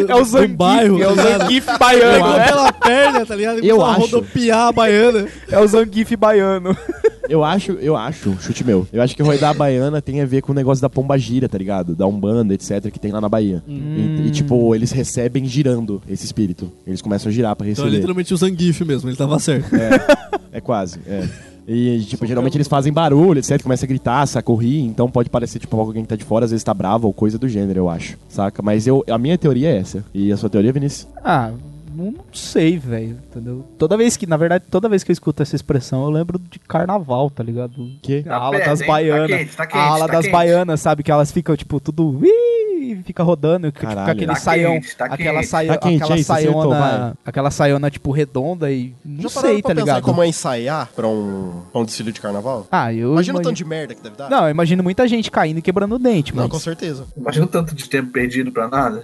Speaker 2: É o
Speaker 5: no
Speaker 2: Zangief,
Speaker 5: bairro.
Speaker 2: é o
Speaker 5: tá ligado?
Speaker 2: Zangief
Speaker 5: Pegou
Speaker 2: baiano, né?
Speaker 5: pela perna, tá ligado? E
Speaker 3: Eu
Speaker 5: começou a
Speaker 3: acho.
Speaker 5: rodopiar a baiana.
Speaker 2: É o Zangief baiano.
Speaker 3: Eu acho, eu acho, um chute meu. Eu acho que rodar a baiana tem a ver com o negócio da pomba gira, tá ligado? Da Umbanda, etc, que tem lá na Bahia. E, e, tipo, eles recebem girando esse espírito. Eles começam a girar pra
Speaker 5: Então é
Speaker 3: receber.
Speaker 5: literalmente o Zangief mesmo, ele tava certo.
Speaker 3: É quase, é. E, tipo, geralmente eles fazem barulho, etc. Começa a gritar, saca, ou rir. Então pode parecer, tipo, alguém que tá de fora, às vezes tá bravo ou coisa do gênero, eu acho. Saca? Mas eu, a minha teoria é essa. E a sua teoria, Vinícius?
Speaker 2: Ah, não não sei, velho, entendeu? Toda vez que, na verdade, toda vez que eu escuto essa expressão, eu lembro de carnaval, tá ligado?
Speaker 3: Que?
Speaker 2: A ala
Speaker 4: pé,
Speaker 2: das
Speaker 4: hein?
Speaker 2: baianas.
Speaker 4: Tá quente, tá quente,
Speaker 2: a ala
Speaker 4: tá
Speaker 2: das
Speaker 4: quente.
Speaker 2: baianas, sabe? Que elas ficam, tipo, tudo. "Ih", Fica rodando, fica, tipo, com
Speaker 3: Caralho.
Speaker 2: aquele
Speaker 4: Tá
Speaker 2: saião.
Speaker 4: quente, tá
Speaker 2: aquela
Speaker 4: quente.
Speaker 2: saia,
Speaker 3: Tá quente,
Speaker 2: aquela
Speaker 3: é isso, acertou, vai.
Speaker 2: saiona. Aquela saiona, tipo, redonda e. Não
Speaker 6: Já pararam
Speaker 2: sei,
Speaker 6: pra
Speaker 2: tá
Speaker 6: pensar em
Speaker 2: ligado?
Speaker 6: como é ensaiar pra um, pra um desfile de carnaval?
Speaker 2: Ah, eu.
Speaker 6: Imagina o
Speaker 2: imagino-
Speaker 6: tanto de merda que deve dar.
Speaker 2: Não, eu imagino muita gente caindo e quebrando o dente,
Speaker 6: Não,
Speaker 2: mano.
Speaker 6: com certeza.
Speaker 4: Imagina o tanto de tempo perdido pra nada.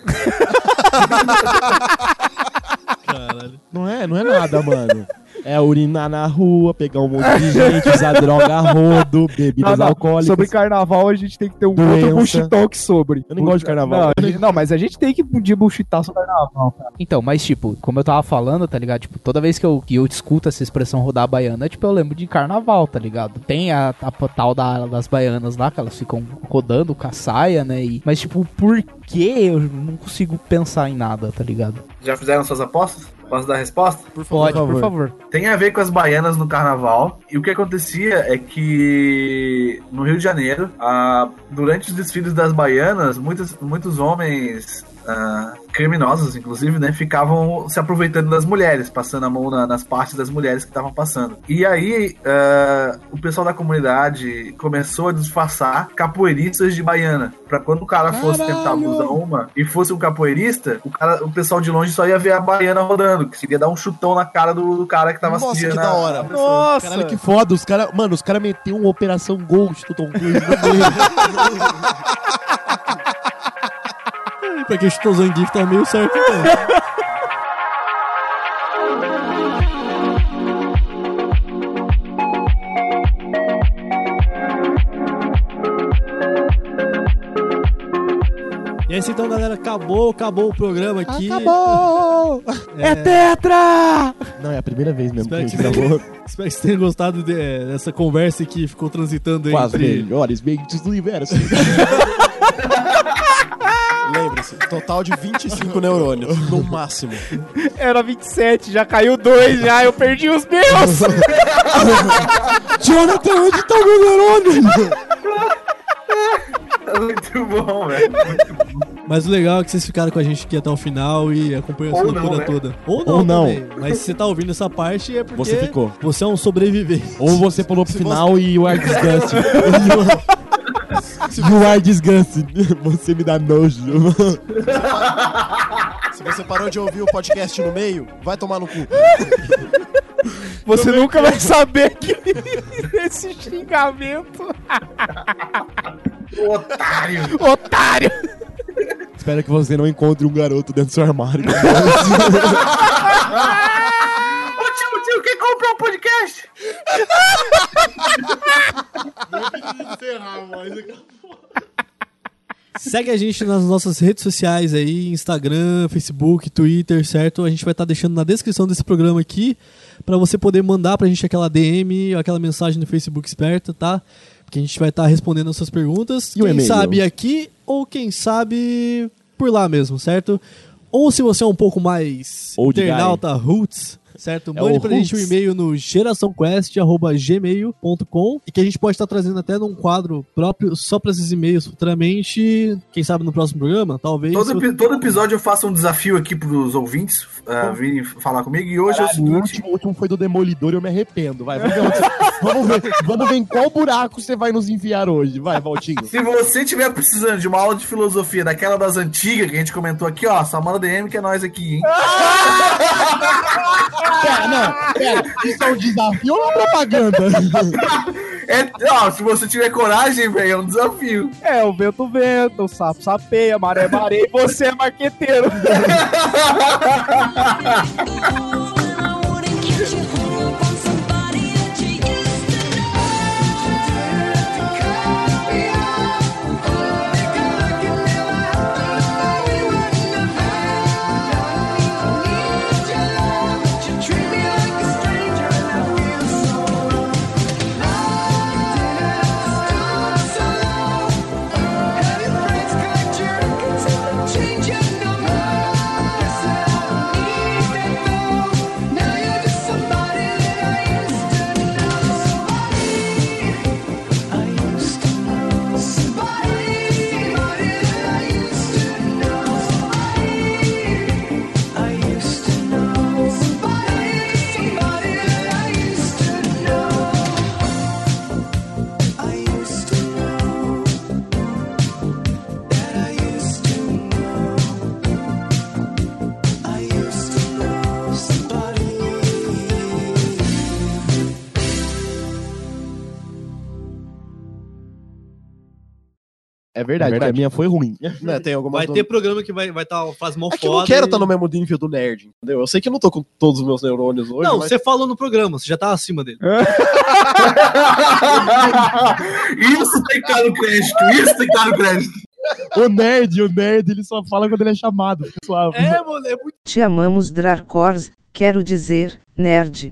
Speaker 3: Não é, não é nada, mano. É urinar na rua, pegar um monte de gente, usar droga a rodo, bebidas alcoólicas.
Speaker 2: Ah, Sobre carnaval a gente tem que ter um outro
Speaker 3: Doença.
Speaker 2: bullshit talk sobre.
Speaker 3: Eu não gosto de carnaval.
Speaker 2: Não, a gente- não, mas a gente tem que um dia buchitar sobre carnaval, cara. Então, mas tipo, como eu tava falando, tá ligado? Tipo, toda vez que eu, que eu escuto essa expressão rodar a baiana, tipo, eu lembro de carnaval, tá ligado? Tem a, a tal da, das baianas lá, que elas ficam rodando com a saia, né? E, mas tipo, por que eu não consigo pensar em nada, tá ligado?
Speaker 4: Já fizeram suas apostas? Posso dar a resposta?
Speaker 2: Por favor, Pode, por
Speaker 3: por
Speaker 2: favor.
Speaker 4: Tem a ver com as baianas no carnaval. E o que acontecia é que no Rio de Janeiro, ah, durante os desfiles das baianas, muitos, muitos homens. ah, criminosos, inclusive, né? Ficavam se aproveitando das mulheres, passando a mão na- nas partes das mulheres que estavam passando. E aí, ah, o pessoal da comunidade começou a disfarçar capoeiristas de baiana. Pra quando o cara fosse tentar
Speaker 3: Caralho!
Speaker 4: abusar uma e fosse um capoeirista, o, cara, o pessoal de longe só ia ver a baiana rodando, que queria dar um chutão na cara do, do cara que tava
Speaker 6: Nossa,
Speaker 4: assistindo
Speaker 6: que
Speaker 4: a-
Speaker 6: da hora.
Speaker 4: a pessoa.
Speaker 2: Nossa!
Speaker 3: Caralho, que foda. Os caras. Mano, os caras meteram uma operação Ghost do Tom Cruise.
Speaker 5: pra quem chutou o Zangief tá meio certo, então. E é isso então, galera. Acabou, acabou o programa aqui.
Speaker 3: Acabou!
Speaker 2: Tá É tetra!
Speaker 3: Não, é a primeira vez mesmo que a
Speaker 5: Espero que
Speaker 3: gente gravou.
Speaker 5: Espero que vocês tenham gostado de- eh, dessa conversa que ficou transitando
Speaker 3: com as
Speaker 5: entre
Speaker 3: melhores mentes do universo.
Speaker 6: Lembre-se, total de 25 neurônios, no máximo.
Speaker 2: Era 27, já caiu dois, já eu perdi os meus!
Speaker 3: Jonathan, onde tá o meu neurônio?
Speaker 4: Muito bom, velho.
Speaker 5: Mas o legal é que vocês ficaram com a gente aqui até o final e acompanhou essa
Speaker 4: Ou não,
Speaker 5: loucura
Speaker 4: né?
Speaker 5: toda. Ou não,
Speaker 3: Ou não.
Speaker 5: também. Mas se você tá ouvindo essa parte é porque
Speaker 3: Você ficou.
Speaker 5: Você é um sobrevivente.
Speaker 3: Ou você pulou pro final e o ar desgaste. E o ar desgaste. Você me dá nojo.
Speaker 6: Se você parou de ouvir o podcast no meio, vai tomar no cu.
Speaker 2: Você nunca vai saber que esse xingamento.
Speaker 4: Otário.
Speaker 2: Otário!
Speaker 3: Espero que você não encontre um garoto dentro do seu armário.
Speaker 4: Ô tio, tio, quem comprou o podcast?
Speaker 5: Segue a gente nas nossas redes sociais aí, Instagram, Facebook, Twitter, certo? A gente vai estar deixando na descrição desse programa aqui pra você poder mandar pra gente aquela DM, aquela mensagem no Facebook esperta, tá? Porque a gente vai estar respondendo as suas perguntas.
Speaker 3: E o
Speaker 5: quem
Speaker 3: e-mail?
Speaker 5: sabe aqui ou quem sabe por lá mesmo, certo? Ou se você é um pouco mais
Speaker 3: Old guy.
Speaker 5: internauta roots, certo?
Speaker 3: É
Speaker 5: Mande
Speaker 3: o
Speaker 5: pra gente um
Speaker 3: Hulks.
Speaker 5: e-mail no geraçãoquest.gmail.com e que a gente pode estar trazendo até num quadro próprio só pra esses e-mails futuramente. Quem sabe no próximo programa? Talvez.
Speaker 4: Todo, epi- todo episódio eu faço um desafio aqui pros ouvintes ah, virem falar comigo. E hoje é o
Speaker 3: Caralho, o
Speaker 4: seguinte:
Speaker 3: último, o último foi do Demolidor e eu me arrependo. Vai, vamos ver, onde você- vamos, ver, vamos ver em qual buraco você vai nos enviar hoje. Vai, Valtinho.
Speaker 4: se você tiver precisando de uma aula de filosofia daquela das antigas que a gente comentou aqui, ó, só manda DM que é nós aqui, hein?
Speaker 3: Pera, não, pera, isso é um desafio ou uma propaganda?
Speaker 4: É, ó, se você tiver coragem, velho, é um desafio.
Speaker 2: É, o vento venta, o sapo sapeia, a maré mareia e você é marqueteiro.
Speaker 7: wouldn't get you hung up on somebody that you used to know. Treat me like a stranger and I feel so alone. I didn't stop so long. And your friends got jerking to change your number. Guess that I need that though. Now you're just somebody that I used to know. Somebody I used to know. Somebody, somebody that I used to know. Somebody I used to know. Somebody, somebody that I used to know. I used to know that I used to know I used to know somebody
Speaker 3: É verdade, porque a minha foi ruim.
Speaker 6: Né, tem algumas
Speaker 1: Vai
Speaker 6: do-
Speaker 1: ter programa que vai estar vai tá uma frase mó
Speaker 6: É que eu
Speaker 1: foda
Speaker 6: não
Speaker 1: e-
Speaker 6: quero estar no mesmo nível do nerd, entendeu? Eu sei que eu não tô com todos os meus neurônios hoje,
Speaker 1: Não,
Speaker 6: mas...
Speaker 1: você falou no programa, você já tá acima dele.
Speaker 4: Isso tem que estar no crédito, isso tem que estar no crédito.
Speaker 3: O nerd, o nerd, ele só fala quando ele é chamado. Pessoal.
Speaker 1: É, mano, é muito
Speaker 8: Te amamos, Dracors, quero dizer, nerd.